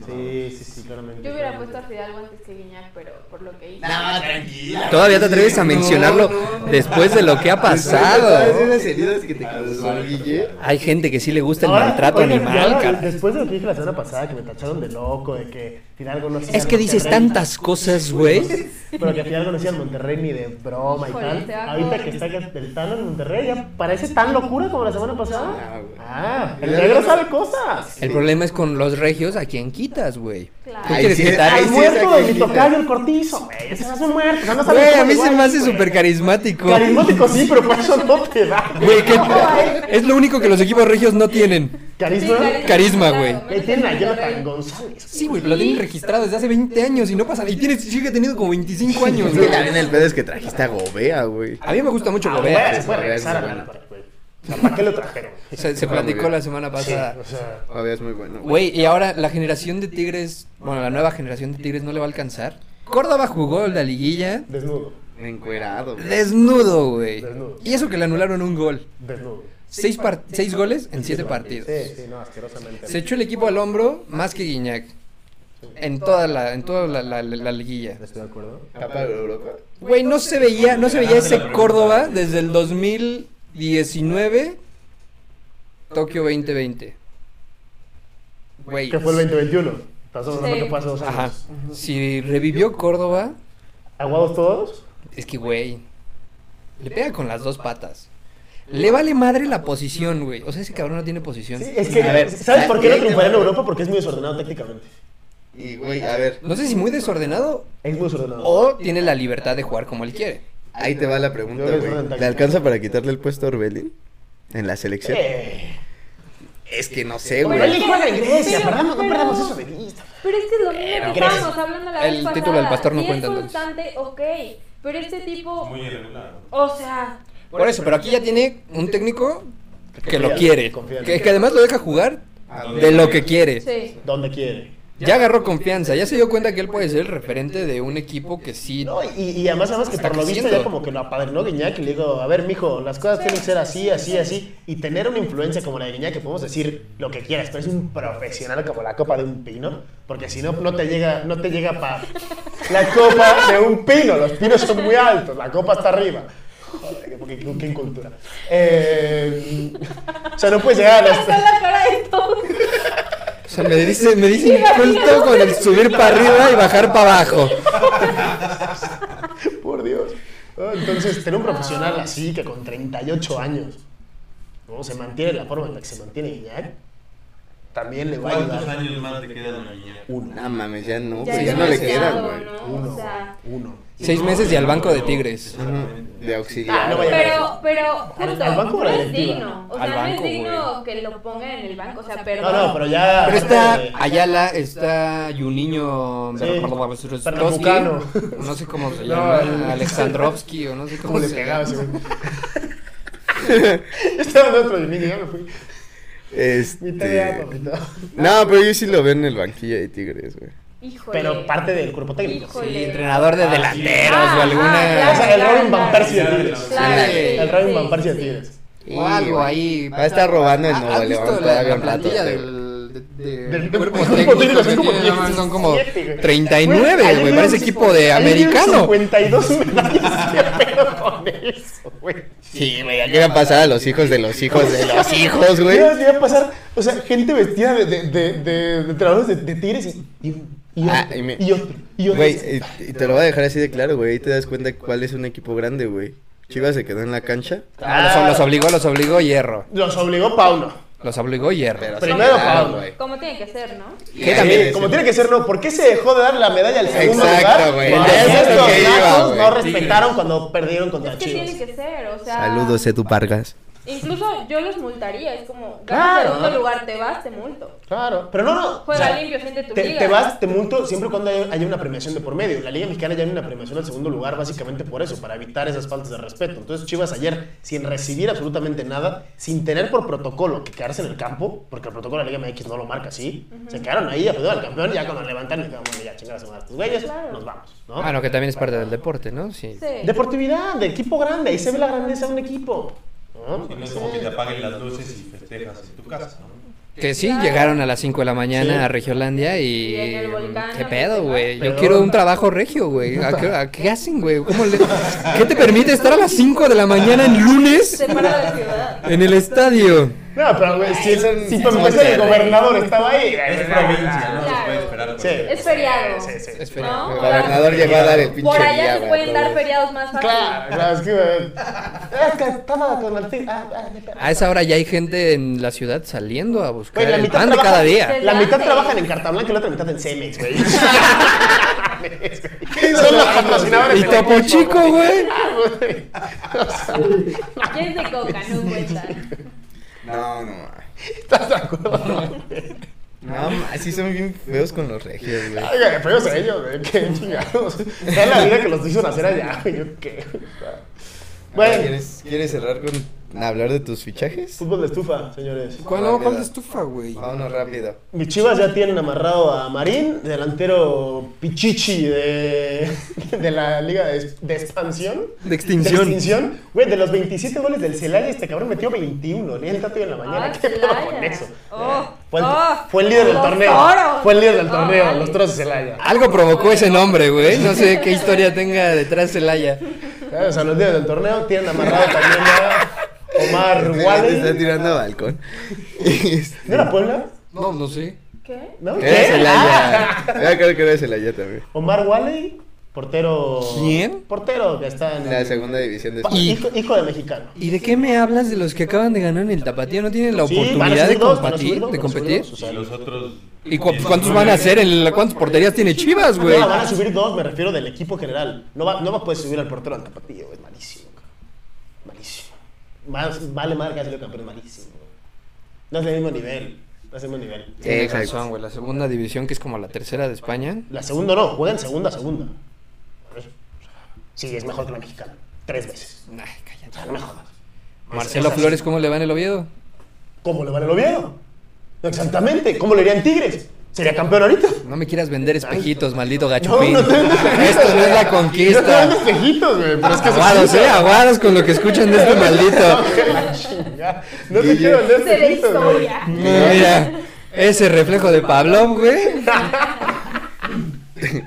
[SPEAKER 2] sí, sí, claramente.
[SPEAKER 3] Yo hubiera puesto a Fidalgo antes que Guiñac, pero por lo que hizo.
[SPEAKER 4] Ah,
[SPEAKER 5] No, tranquila.
[SPEAKER 1] Todavía te atreves a
[SPEAKER 5] No,
[SPEAKER 1] mencionarlo
[SPEAKER 5] no, no.
[SPEAKER 1] después de lo que ha
[SPEAKER 5] ¿Sabes
[SPEAKER 1] pasado.
[SPEAKER 5] esas heridas que te causó Guille?
[SPEAKER 1] Hay gente que sí le gusta el
[SPEAKER 2] Ahora,
[SPEAKER 1] Este maltrato
[SPEAKER 2] oigan, y
[SPEAKER 1] animal,
[SPEAKER 2] ahora,
[SPEAKER 1] cara.
[SPEAKER 2] Después de lo que dije la semana pasada, que me tacharon de loco, de que Fidalgo no hacía
[SPEAKER 1] Es que dices
[SPEAKER 2] Monterrey-
[SPEAKER 1] tantas cosas, güey.
[SPEAKER 2] Pero que Fidalgo no hacía el Monterrey ni de broma y
[SPEAKER 3] Híjole,
[SPEAKER 2] tal.
[SPEAKER 3] te hago-
[SPEAKER 2] Ahorita que está el Tano en Monterrey, ya parece tan locura como la semana pasada.
[SPEAKER 5] No, güey.
[SPEAKER 2] Ah, el negro sabe cosas.
[SPEAKER 1] El problema es con los regios a quien quitas, güey.
[SPEAKER 3] Claro.
[SPEAKER 1] ¿Tú
[SPEAKER 5] Ay,
[SPEAKER 1] quieres
[SPEAKER 5] sí,
[SPEAKER 1] quitar?
[SPEAKER 5] ay,
[SPEAKER 2] Al
[SPEAKER 5] sí,
[SPEAKER 2] muerto
[SPEAKER 5] esa
[SPEAKER 2] de mi
[SPEAKER 5] cajita.
[SPEAKER 2] tocayo, el cortizo, güey. Ese se hace muerto. o sea, no sabe
[SPEAKER 1] Güey,
[SPEAKER 2] cómo
[SPEAKER 1] a mí
[SPEAKER 2] le
[SPEAKER 1] se
[SPEAKER 2] va.
[SPEAKER 1] me hace súper carismático.
[SPEAKER 2] Carismático sí, pero por eso no te da.
[SPEAKER 1] Güey, ¿qué- es lo único que los equipos regios no tienen.
[SPEAKER 2] Carisma.
[SPEAKER 1] Carisma, güey.
[SPEAKER 2] Ahí tienen a Jonathan González.
[SPEAKER 1] Sí, güey, lo tienen registrado desde hace 20 años y no pasa. Y tiene, sigue teniendo como 25 años,
[SPEAKER 5] Es
[SPEAKER 1] güey.
[SPEAKER 5] que también el pedo es que trajiste a Gobea, güey.
[SPEAKER 1] A mí me gusta mucho
[SPEAKER 2] Ah,
[SPEAKER 1] Gobea.
[SPEAKER 2] güey, se puede
[SPEAKER 5] Gobea es
[SPEAKER 2] regresar a
[SPEAKER 5] bueno.
[SPEAKER 2] la güey. O sea, ¿Para qué lo trajeron?
[SPEAKER 1] Se, se
[SPEAKER 5] Ah, muy
[SPEAKER 1] platicó
[SPEAKER 5] bien.
[SPEAKER 1] la semana pasada.
[SPEAKER 2] O sea,
[SPEAKER 5] Gobea es muy bueno.
[SPEAKER 1] Güey, y ahora la generación de Tigres, bueno, la nueva generación de Tigres no le va a alcanzar. Córdoba jugó la liguilla
[SPEAKER 2] desnudo,
[SPEAKER 5] Encuerado, güey.
[SPEAKER 1] desnudo, güey.
[SPEAKER 2] Desnudo.
[SPEAKER 1] Y eso que le anularon un gol.
[SPEAKER 2] desnudo.
[SPEAKER 1] Seis, par- seis goles en siete partidos.
[SPEAKER 2] Sí, sí, no, asquerosamente.
[SPEAKER 1] Se echó el equipo al hombro más que Guiñac. En toda la, en toda la, la- la- la liguilla.
[SPEAKER 2] Estoy de acuerdo.
[SPEAKER 5] Capa de Europa.
[SPEAKER 1] Güey, no se veía, no se veía ese Córdoba desde el 2019, Tokio 2020. Güey.
[SPEAKER 2] Que fue el 2021. Pasó lo
[SPEAKER 3] Sí.
[SPEAKER 2] que pasó dos años.
[SPEAKER 1] Ajá. Si revivió Córdoba,
[SPEAKER 2] ¿Aguados todos?
[SPEAKER 1] es que, güey, le pega con las dos patas. Le vale madre la posición, güey. O sea, ese cabrón no tiene posición.
[SPEAKER 2] Sí, es que,
[SPEAKER 5] A ver,
[SPEAKER 2] ¿sabes por qué no
[SPEAKER 5] ahí te
[SPEAKER 2] triunfaría en
[SPEAKER 5] va.
[SPEAKER 2] Europa? Porque es muy desordenado tácticamente.
[SPEAKER 5] Y, güey, a ver,
[SPEAKER 1] No sé si muy desordenado
[SPEAKER 2] Es muy desordenado.
[SPEAKER 1] o tiene la libertad de jugar como él quiere.
[SPEAKER 5] ahí te va la pregunta,
[SPEAKER 2] Yo creo que es
[SPEAKER 5] güey.
[SPEAKER 2] rentable.
[SPEAKER 5] ¿Le alcanza para quitarle el puesto a Orbelín en la selección?
[SPEAKER 2] Eh,
[SPEAKER 5] Es que no sé,
[SPEAKER 2] Pero él
[SPEAKER 5] güey.
[SPEAKER 2] juega en Grecia,
[SPEAKER 3] Pero-
[SPEAKER 2] perdamos, no
[SPEAKER 3] pero-
[SPEAKER 2] perdamos eso de vista.
[SPEAKER 3] Pero es que es lo mismo que
[SPEAKER 2] Gracias.
[SPEAKER 3] estábamos hablando la
[SPEAKER 1] El
[SPEAKER 3] vez pasada.
[SPEAKER 1] título del pastor no
[SPEAKER 3] Si
[SPEAKER 1] cuenta,
[SPEAKER 3] es
[SPEAKER 1] entonces.
[SPEAKER 3] constante, ok. Pero este tipo,
[SPEAKER 4] Muy irregular. ¿no?
[SPEAKER 3] o sea,
[SPEAKER 1] Por eso, pero aquí ya tiene un técnico que lo
[SPEAKER 2] Confía,
[SPEAKER 1] quiere.
[SPEAKER 2] confía en
[SPEAKER 1] Que,
[SPEAKER 2] él.
[SPEAKER 1] que además lo deja jugar de lo que quiere.
[SPEAKER 3] sí.
[SPEAKER 2] Donde quiere.
[SPEAKER 1] Ya agarró confianza, ya se dio cuenta que él puede ser el referente de un equipo que sí.
[SPEAKER 2] No, y, y además, además que
[SPEAKER 1] Está
[SPEAKER 2] por lo visto
[SPEAKER 1] creciendo.
[SPEAKER 2] ya como que lo apadrinó Guiñac y le digo, a ver, mijo, las cosas tienen que ser así, así, así. Y tener una influencia como la de Guiñac, que podemos decir lo que quieras, tú eres un profesional como la copa de un pino, porque si no, no te llega, no te llega para la copa de un pino, los pinos son muy altos, la copa está arriba. Joder, qué, qué- qué cultura. Eh, o sea, no puedes llegar a los...
[SPEAKER 3] Está la cara de todo.
[SPEAKER 1] O sea, me dice, me dice inculto con el subir para arriba y bajar para abajo.
[SPEAKER 2] Por Dios. Ah, Entonces, tener un profesional así que con 38 años ¿no? se mantiene la forma en la que se mantiene Guiñac, también le va a
[SPEAKER 4] ¿Cuántos
[SPEAKER 2] ayudar.
[SPEAKER 4] años más te quedan a Guiñac?
[SPEAKER 2] Uno.
[SPEAKER 5] No mames, ya no,
[SPEAKER 3] Ya
[SPEAKER 5] güey. Ya
[SPEAKER 3] es
[SPEAKER 5] no le
[SPEAKER 3] demasiado,
[SPEAKER 5] quedan, güey.
[SPEAKER 3] ¿no?
[SPEAKER 2] Uno.
[SPEAKER 3] O sea,
[SPEAKER 2] Uno.
[SPEAKER 1] Seis meses y al banco de Tigres.
[SPEAKER 5] Ujú, De
[SPEAKER 2] Ah, no vaya
[SPEAKER 5] auxiliar. güey.
[SPEAKER 3] pero, pero, justo,
[SPEAKER 2] al banco o a
[SPEAKER 3] no
[SPEAKER 2] la
[SPEAKER 3] es
[SPEAKER 2] directiva?
[SPEAKER 3] digno. O sea,
[SPEAKER 1] Al banco,
[SPEAKER 3] no es digno
[SPEAKER 1] güey.
[SPEAKER 3] que lo pongan en el banco. O sea,
[SPEAKER 2] No,
[SPEAKER 3] perdón.
[SPEAKER 2] no, pero ya.
[SPEAKER 1] Pero está
[SPEAKER 2] eh,
[SPEAKER 1] Ayala, está Juninho,
[SPEAKER 2] Sí.
[SPEAKER 1] Berkowski,
[SPEAKER 2] Pernambucano.
[SPEAKER 1] no sé cómo se
[SPEAKER 2] No,
[SPEAKER 1] llama,
[SPEAKER 2] el-
[SPEAKER 1] Alexandrovsky o no sé
[SPEAKER 2] ¿Cómo
[SPEAKER 1] cómo
[SPEAKER 2] le
[SPEAKER 1] se
[SPEAKER 2] pegaba
[SPEAKER 1] llama.
[SPEAKER 2] ese güey? Yo Estaba en otro de mí, ya me fui. Mi tarea,
[SPEAKER 5] Este.
[SPEAKER 2] papito.
[SPEAKER 5] No, pero yo sí lo veo en el banquillo de Tigres, güey.
[SPEAKER 3] Híjole.
[SPEAKER 2] Pero parte del cuerpo técnico.
[SPEAKER 3] Híjole.
[SPEAKER 1] Entrenador de delanteros
[SPEAKER 3] Ah,
[SPEAKER 1] o
[SPEAKER 3] ah,
[SPEAKER 2] O sea,
[SPEAKER 1] alguna.
[SPEAKER 2] el Robin Van Persie de
[SPEAKER 4] Claro,
[SPEAKER 2] Tigres.
[SPEAKER 3] claro,
[SPEAKER 1] Sí.
[SPEAKER 3] sí,
[SPEAKER 2] El Robin
[SPEAKER 3] sí,
[SPEAKER 2] Van Persie de
[SPEAKER 3] sí.
[SPEAKER 2] Tigres.
[SPEAKER 1] O algo ahí.
[SPEAKER 5] Va a estar robando el Nuevo
[SPEAKER 1] Ah, ¿Has
[SPEAKER 5] León
[SPEAKER 1] visto la,
[SPEAKER 5] todavía
[SPEAKER 1] la
[SPEAKER 5] un
[SPEAKER 1] plantilla
[SPEAKER 5] ratote, güey.
[SPEAKER 1] del, de-
[SPEAKER 2] Del-
[SPEAKER 1] cuerpo técnico
[SPEAKER 2] del- del-
[SPEAKER 1] que
[SPEAKER 2] del-
[SPEAKER 1] tiene?
[SPEAKER 2] del-
[SPEAKER 1] No, man, son como
[SPEAKER 2] siete, güey.
[SPEAKER 1] 39, güey,
[SPEAKER 2] Ayer
[SPEAKER 1] parece
[SPEAKER 2] vieron-
[SPEAKER 1] equipo de
[SPEAKER 2] ayer vieron
[SPEAKER 1] americano.
[SPEAKER 2] 52 medallas, qué pedo con eso, güey.
[SPEAKER 5] Sí, güey, ya llegan a pasar a los hijos de los hijos de los hijos, Pues, güey.
[SPEAKER 2] Mira, iba a pasar, o sea, gente vestida de, de, de, de, de trabajadores de, de tigres y, y, y otro,
[SPEAKER 5] Ah, y me-
[SPEAKER 2] y otro, y otro.
[SPEAKER 5] Güey, eh,
[SPEAKER 1] "Ah,
[SPEAKER 5] y- y te lo voy a dejar así de claro, güey. Ahí te das cuenta cuál es un equipo grande, güey. Chivas se quedó en la cancha.
[SPEAKER 1] Ah, los, los obligó, los obligó Hierro.
[SPEAKER 2] Los obligó Paulo.
[SPEAKER 1] Los obligó Hierro.
[SPEAKER 2] Primero
[SPEAKER 5] Claro,
[SPEAKER 2] Pablo.
[SPEAKER 5] güey.
[SPEAKER 3] Como tiene que ser, ¿no?
[SPEAKER 5] Que también
[SPEAKER 2] Sí,
[SPEAKER 5] es-
[SPEAKER 2] como tiene que ser, no, ¿por qué se dejó de dar la medalla al segundo
[SPEAKER 5] Exacto,
[SPEAKER 2] lugar?
[SPEAKER 5] güey,
[SPEAKER 2] Porque
[SPEAKER 5] de eso es lo
[SPEAKER 2] estos
[SPEAKER 5] que iba,
[SPEAKER 2] nazos
[SPEAKER 5] güey.
[SPEAKER 2] no respetaron cuando perdieron contra
[SPEAKER 3] Es que tiene
[SPEAKER 2] Chivas.
[SPEAKER 3] que ser, o sea.
[SPEAKER 5] Saludos, Edu Vargas.
[SPEAKER 3] Incluso yo los multaría, es como, ganas
[SPEAKER 2] Claro.
[SPEAKER 3] el segundo lugar, te vas, te multo.
[SPEAKER 2] Claro, pero no, no.
[SPEAKER 3] Juega
[SPEAKER 2] o sea,
[SPEAKER 3] limpio, siente tu
[SPEAKER 2] te,
[SPEAKER 3] liga.
[SPEAKER 2] te vas, te multo siempre y cuando haya, haya una premiación de por medio. La Liga Mexicana ya hay una premiación al segundo lugar básicamente por eso, para evitar esas faltas de respeto. Entonces Chivas ayer, sin recibir absolutamente nada, sin tener por protocolo que quedarse en el campo, porque el protocolo de la Liga MX no lo marca así, se quedaron ahí, aplaudieron al campeón, y ya cuando levantan, y vamos, ya chingadas a tus güeyes,
[SPEAKER 3] Claro.
[SPEAKER 2] nos vamos, ¿no?
[SPEAKER 1] Ah, no, que también es parte del deporte, ¿no? Sí.
[SPEAKER 3] Sí.
[SPEAKER 2] Deportividad, de equipo grande, ahí se ve la grandeza de un equipo. ¿no?
[SPEAKER 4] No es como que te apaguen las luces y festejas en tu casa, ¿no?
[SPEAKER 1] Que sí,
[SPEAKER 3] Claro.
[SPEAKER 1] llegaron a las 5 de la mañana
[SPEAKER 2] Sí.
[SPEAKER 1] a Regiolandia y...
[SPEAKER 3] Y en el volcán,
[SPEAKER 1] ¿Qué
[SPEAKER 3] no
[SPEAKER 1] pedo,
[SPEAKER 3] sé
[SPEAKER 1] güey? Yo
[SPEAKER 2] Pero-
[SPEAKER 1] quiero un trabajo regio, güey. ¿A qué, a qué hacen, güey? ¿Cómo le- ¿Qué te permite estar a las 5 de la mañana en lunes
[SPEAKER 3] Separado de la ciudad.
[SPEAKER 1] en el estadio?
[SPEAKER 2] No, pero güey, si,
[SPEAKER 5] Son-
[SPEAKER 2] si
[SPEAKER 5] son
[SPEAKER 2] tu empresa del
[SPEAKER 5] Monterrey.
[SPEAKER 2] gobernador estaba ahí.
[SPEAKER 4] Es
[SPEAKER 2] güey,
[SPEAKER 4] provincia, ¿no? Se
[SPEAKER 3] Claro.
[SPEAKER 4] puede esperar.
[SPEAKER 2] Sí.
[SPEAKER 4] cualquier-
[SPEAKER 3] Es feriado.
[SPEAKER 2] Sí, sí.
[SPEAKER 1] Espera.
[SPEAKER 3] ¿No?
[SPEAKER 5] El gobernador llegó a dar el pinche.
[SPEAKER 3] Por allá
[SPEAKER 5] día,
[SPEAKER 3] se
[SPEAKER 5] güey,
[SPEAKER 3] pueden
[SPEAKER 5] todo
[SPEAKER 3] dar
[SPEAKER 5] eso.
[SPEAKER 3] feriados más fácil.
[SPEAKER 2] Claro, claro, es que. güey, Es que estaba con el tigre. Ah, ah, de perro.
[SPEAKER 1] A esa hora ya hay gente en la ciudad saliendo a buscar
[SPEAKER 2] Güey, la
[SPEAKER 1] el
[SPEAKER 2] mitad
[SPEAKER 1] pan de
[SPEAKER 2] trabaja-
[SPEAKER 1] cada día.
[SPEAKER 2] La mitad
[SPEAKER 3] Delante.
[SPEAKER 2] trabajan en Carta Blanca y la otra mitad en Cemex, güey. Son los patrocinadores
[SPEAKER 1] Y
[SPEAKER 2] del
[SPEAKER 1] Topo
[SPEAKER 2] equipo,
[SPEAKER 1] Chico, güey.
[SPEAKER 2] Ah, güey.
[SPEAKER 3] ¿Quién se coca? No cuenta.
[SPEAKER 5] No, no.
[SPEAKER 2] ¿Estás de acuerdo?
[SPEAKER 5] No, ma, sí son bien feos con los regios, güey.
[SPEAKER 2] Oiga, feos a ellos, güey. Qué chingados. Ya la vida que los hicieron hacer allá, güey. Yo qué. Bueno,
[SPEAKER 5] ¿Quieres, ¿Quieres cerrar con hablar de tus fichajes?
[SPEAKER 2] fútbol de estufa, señores.
[SPEAKER 1] ¿Cuál no? ¿Cuál de estufa, güey?
[SPEAKER 5] Vámonos rápido.
[SPEAKER 2] Mis chivas ya tienen amarrado a Marín, delantero pichichi de, de la liga de, de expansión.
[SPEAKER 1] De extinción.
[SPEAKER 2] De extinción. Güey, de los 27 goles del Celaya, este cabrón metió 21. Leí el dato hoy en la mañana.
[SPEAKER 3] Ah,
[SPEAKER 2] ¿Qué pedo
[SPEAKER 3] Celaya.
[SPEAKER 2] con eso?
[SPEAKER 3] Oh,
[SPEAKER 2] fue, el,
[SPEAKER 3] oh,
[SPEAKER 2] fue el líder del
[SPEAKER 3] los
[SPEAKER 2] torneo.
[SPEAKER 3] toros.
[SPEAKER 2] Fue el líder del
[SPEAKER 3] Oh,
[SPEAKER 2] torneo,
[SPEAKER 3] vale.
[SPEAKER 2] los toros de Celaya.
[SPEAKER 1] Algo provocó ese nombre, güey. No sé qué historia tenga detrás Celaya.
[SPEAKER 2] Eh, O sea, los líderes del torneo tienen amarrado también a Omar
[SPEAKER 5] Te Este, está
[SPEAKER 2] Wallace.
[SPEAKER 5] tirando a balcón. Este,
[SPEAKER 2] ¿No era Puebla?
[SPEAKER 1] No, no sé.
[SPEAKER 3] ¿Qué?
[SPEAKER 2] ¿No?
[SPEAKER 5] Era
[SPEAKER 2] ¿Qué?
[SPEAKER 5] Celaya. Ya creo que era Celaya también.
[SPEAKER 2] Omar Wallace, portero.
[SPEAKER 1] ¿Quién?
[SPEAKER 2] Portero que está en.
[SPEAKER 5] La segunda división de
[SPEAKER 2] Pa-
[SPEAKER 5] España.
[SPEAKER 2] hijo, hijo de mexicano.
[SPEAKER 1] ¿Y de qué me hablas de los que acaban de ganar en el Tapatío? ¿No tienen la
[SPEAKER 2] Sí, van
[SPEAKER 1] oportunidad
[SPEAKER 2] a subir
[SPEAKER 1] de
[SPEAKER 2] dos, van a
[SPEAKER 1] competir?
[SPEAKER 2] subir dos,
[SPEAKER 1] ¿De
[SPEAKER 2] van a subir
[SPEAKER 1] competir?
[SPEAKER 2] dos, o sea,
[SPEAKER 4] Y los otros.
[SPEAKER 1] ¿Y cu- cuántos van a hacer? ¿En la- ¿Cuántas porterías tiene Chivas, güey?
[SPEAKER 2] No, van a subir dos, me refiero del equipo general. No va, no va a poder subir al portero del tapatío, es malísimo. cabrón. Malísimo. Más, vale madre que ha salido campeón, es malísimo. No es del mismo nivel. No es del mismo nivel.
[SPEAKER 5] Sí.
[SPEAKER 1] Tienes
[SPEAKER 5] exacto.
[SPEAKER 1] razón, güey. La segunda división, que es como la tercera de España.
[SPEAKER 2] La segunda no, juega en segunda, segunda. Sí, es mejor que la mexicana. Tres veces.
[SPEAKER 1] Ay, cállate.
[SPEAKER 2] O sea, no me jodas.
[SPEAKER 1] Marcelo Flores, ¿cómo le va en el Oviedo?
[SPEAKER 2] ¿Cómo le van el Oviedo? Exactamente. ¿Cómo le irían Tigres? ¿Sería campeón ahorita?
[SPEAKER 1] No me quieras vender espejitos, maldito
[SPEAKER 2] No,
[SPEAKER 1] gachupín.
[SPEAKER 2] no te vendes espejitos.
[SPEAKER 1] Esto no es la
[SPEAKER 2] No te vendes
[SPEAKER 1] conquista.
[SPEAKER 2] espejitos, güey. Pero es que eso
[SPEAKER 1] Aguados,
[SPEAKER 2] sí,
[SPEAKER 1] eh, aguados con lo que escuchan de este maldito.
[SPEAKER 2] Chinga, No te quiero vender
[SPEAKER 3] Se ve
[SPEAKER 2] espejitos, güey.
[SPEAKER 3] historia.
[SPEAKER 1] Mira, ese reflejo de Pavlov, güey.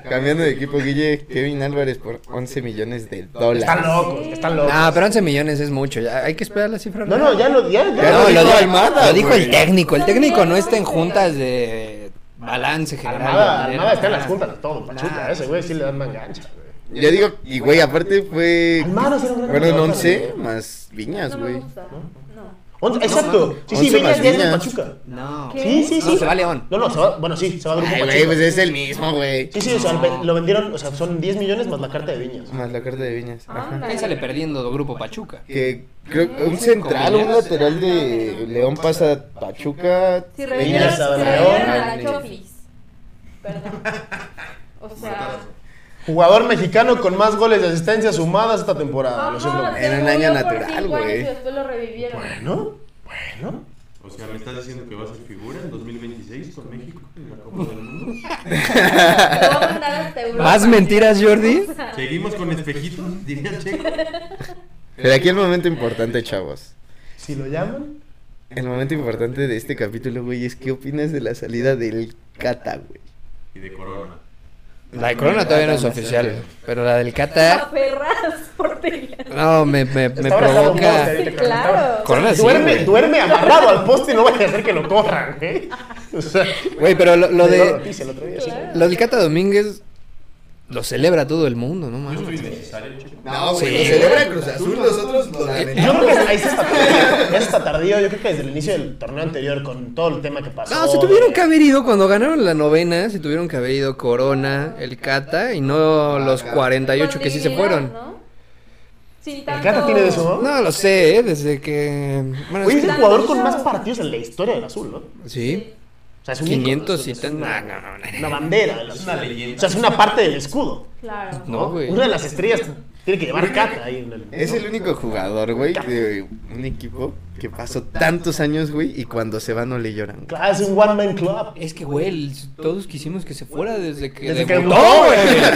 [SPEAKER 5] Cambiando de equipo, Guille, Kevin Álvarez por 11 millones de
[SPEAKER 2] Están
[SPEAKER 5] dólares.
[SPEAKER 2] locos, están locos.
[SPEAKER 1] Ah, pero 11 millones es mucho. ya, hay que esperar la cifra.
[SPEAKER 2] No,
[SPEAKER 1] real.
[SPEAKER 2] no, ya lo ya, ya
[SPEAKER 5] Ya
[SPEAKER 1] No,
[SPEAKER 5] lo
[SPEAKER 1] lo,
[SPEAKER 5] dijo
[SPEAKER 1] dijo,
[SPEAKER 5] Almada,
[SPEAKER 1] lo dijo
[SPEAKER 5] güey.
[SPEAKER 1] el técnico. El técnico no está en juntas de balance general.
[SPEAKER 2] Almada,
[SPEAKER 1] güey.
[SPEAKER 2] Almada está en las juntas de todo,
[SPEAKER 1] Nah.
[SPEAKER 2] Pachuca. A ese güey sí le dan mangancha, güey.
[SPEAKER 5] Yo digo, y güey, aparte fue.
[SPEAKER 2] Almada será un gran
[SPEAKER 5] Fueron
[SPEAKER 2] jugador,
[SPEAKER 5] 11
[SPEAKER 2] güey.
[SPEAKER 5] más viñas,
[SPEAKER 3] No me
[SPEAKER 5] güey.
[SPEAKER 3] gusta. No.
[SPEAKER 2] Once- exacto. Sí, sí,
[SPEAKER 5] Once
[SPEAKER 2] Viñas
[SPEAKER 5] más
[SPEAKER 2] ya es de
[SPEAKER 5] Viñas.
[SPEAKER 2] Pachuca.
[SPEAKER 1] No.
[SPEAKER 3] ¿Qué?
[SPEAKER 2] Sí, sí,
[SPEAKER 1] No,
[SPEAKER 2] sí.
[SPEAKER 1] se va a León.
[SPEAKER 2] No, no, se va, bueno, sí, se va a Grupo
[SPEAKER 5] Ay,
[SPEAKER 2] Pachuca.
[SPEAKER 5] güey, pues es el mismo, güey.
[SPEAKER 2] Sí, sí, o sea,
[SPEAKER 1] No.
[SPEAKER 2] lo vendieron, o sea, son 10 millones más la carta de Viñas.
[SPEAKER 5] Más la carta de viñas.
[SPEAKER 3] Ah,
[SPEAKER 5] Ajá.
[SPEAKER 1] Ahí sale perdiendo Grupo Pachuca.
[SPEAKER 5] Que creo que un central, un lateral de León pasa a Pachuca.
[SPEAKER 3] Si
[SPEAKER 2] Viñas
[SPEAKER 3] revivieron si
[SPEAKER 2] a
[SPEAKER 3] revivieron
[SPEAKER 2] León.
[SPEAKER 3] a la Chofis. Perdón. O sea.
[SPEAKER 2] Jugador mexicano con más goles de asistencia sumadas esta temporada. Ah, Lo siento.
[SPEAKER 3] ajá, se
[SPEAKER 5] en un
[SPEAKER 3] murió por
[SPEAKER 5] año natural,
[SPEAKER 3] cinco años
[SPEAKER 5] güey.
[SPEAKER 3] Y después lo revivieron.
[SPEAKER 2] Bueno, bueno.
[SPEAKER 4] O sea, ¿me estás diciendo que va a ser figura en 2026 con México en la Copa del Mundo?
[SPEAKER 3] Lo va a mandar hasta Europa.
[SPEAKER 1] ¿Más mentiras, Jordi?
[SPEAKER 4] ¿Seguimos con espejitos? Diría Checo.
[SPEAKER 5] Pero aquí el momento importante, chavos.
[SPEAKER 2] Si lo llaman,
[SPEAKER 5] El momento importante de este capítulo, güey, es qué opinas de la salida del Cata, güey.
[SPEAKER 4] Y de Corona.
[SPEAKER 1] La de Corona todavía no es oficial. Pero la del Cata.
[SPEAKER 3] Aferradas porterías.
[SPEAKER 1] No, me, me, me
[SPEAKER 2] Hasta ahora está bombado,
[SPEAKER 1] provoca.
[SPEAKER 2] te
[SPEAKER 3] Sí, claro.
[SPEAKER 1] Corona sí.
[SPEAKER 2] duerme,
[SPEAKER 1] güey.
[SPEAKER 2] duerme amarrado al poste y no vaya a hacer que lo corran, ¿eh? O sea,
[SPEAKER 1] Güey, pero lo, lo de.
[SPEAKER 2] Ortiz el otro día, sí.
[SPEAKER 3] Claro.
[SPEAKER 1] Lo del Cata Domínguez. Lo celebra todo el mundo, ¿no
[SPEAKER 4] Yo soy
[SPEAKER 1] mames?
[SPEAKER 4] necesario, Checo.
[SPEAKER 5] No,
[SPEAKER 1] güey,
[SPEAKER 5] ah, güey,
[SPEAKER 1] lo celebra
[SPEAKER 5] Cruz Azul, nosotros lo
[SPEAKER 2] Yo creo que ahí se está tardío. Ya se está tardío. Yo creo que desde el inicio del torneo anterior, con todo el tema que pasó.
[SPEAKER 1] No, se tuvieron
[SPEAKER 2] de-
[SPEAKER 1] que haber ido cuando ganaron la novena. Se tuvieron que haber ido Corona, el Cata y no los 48 que sí se fueron.
[SPEAKER 3] ¿no? Sin
[SPEAKER 2] ¿El
[SPEAKER 3] tanto...
[SPEAKER 2] Cata tiene de eso, no?
[SPEAKER 1] No lo sé, ¿eh? desde que. Bueno,
[SPEAKER 2] Oye,
[SPEAKER 1] es
[SPEAKER 2] es el
[SPEAKER 1] que-
[SPEAKER 2] jugador con más partidos en la historia del azul, ¿no? O
[SPEAKER 1] Sí.
[SPEAKER 2] sea, es un ícono,
[SPEAKER 1] 500
[SPEAKER 2] es-
[SPEAKER 1] y
[SPEAKER 2] es
[SPEAKER 1] tan. No,
[SPEAKER 2] una,
[SPEAKER 1] no, no, no.
[SPEAKER 2] una bandera. del
[SPEAKER 4] Es
[SPEAKER 2] azul.
[SPEAKER 4] una leyenda.
[SPEAKER 2] O sea, es una parte del escudo.
[SPEAKER 3] Claro.
[SPEAKER 1] No, güey.
[SPEAKER 2] Una de las estrellas Tiene que llevar cata ahí en el.
[SPEAKER 5] Es el único jugador, güey, de un equipo que pasó tantos años, güey, y cuando se va no le lloran. güey.
[SPEAKER 2] Claro, es un one man club.
[SPEAKER 1] Es que, güey, el- todos quisimos que se fuera desde que
[SPEAKER 2] Desde que
[SPEAKER 1] debutó,
[SPEAKER 2] debutó,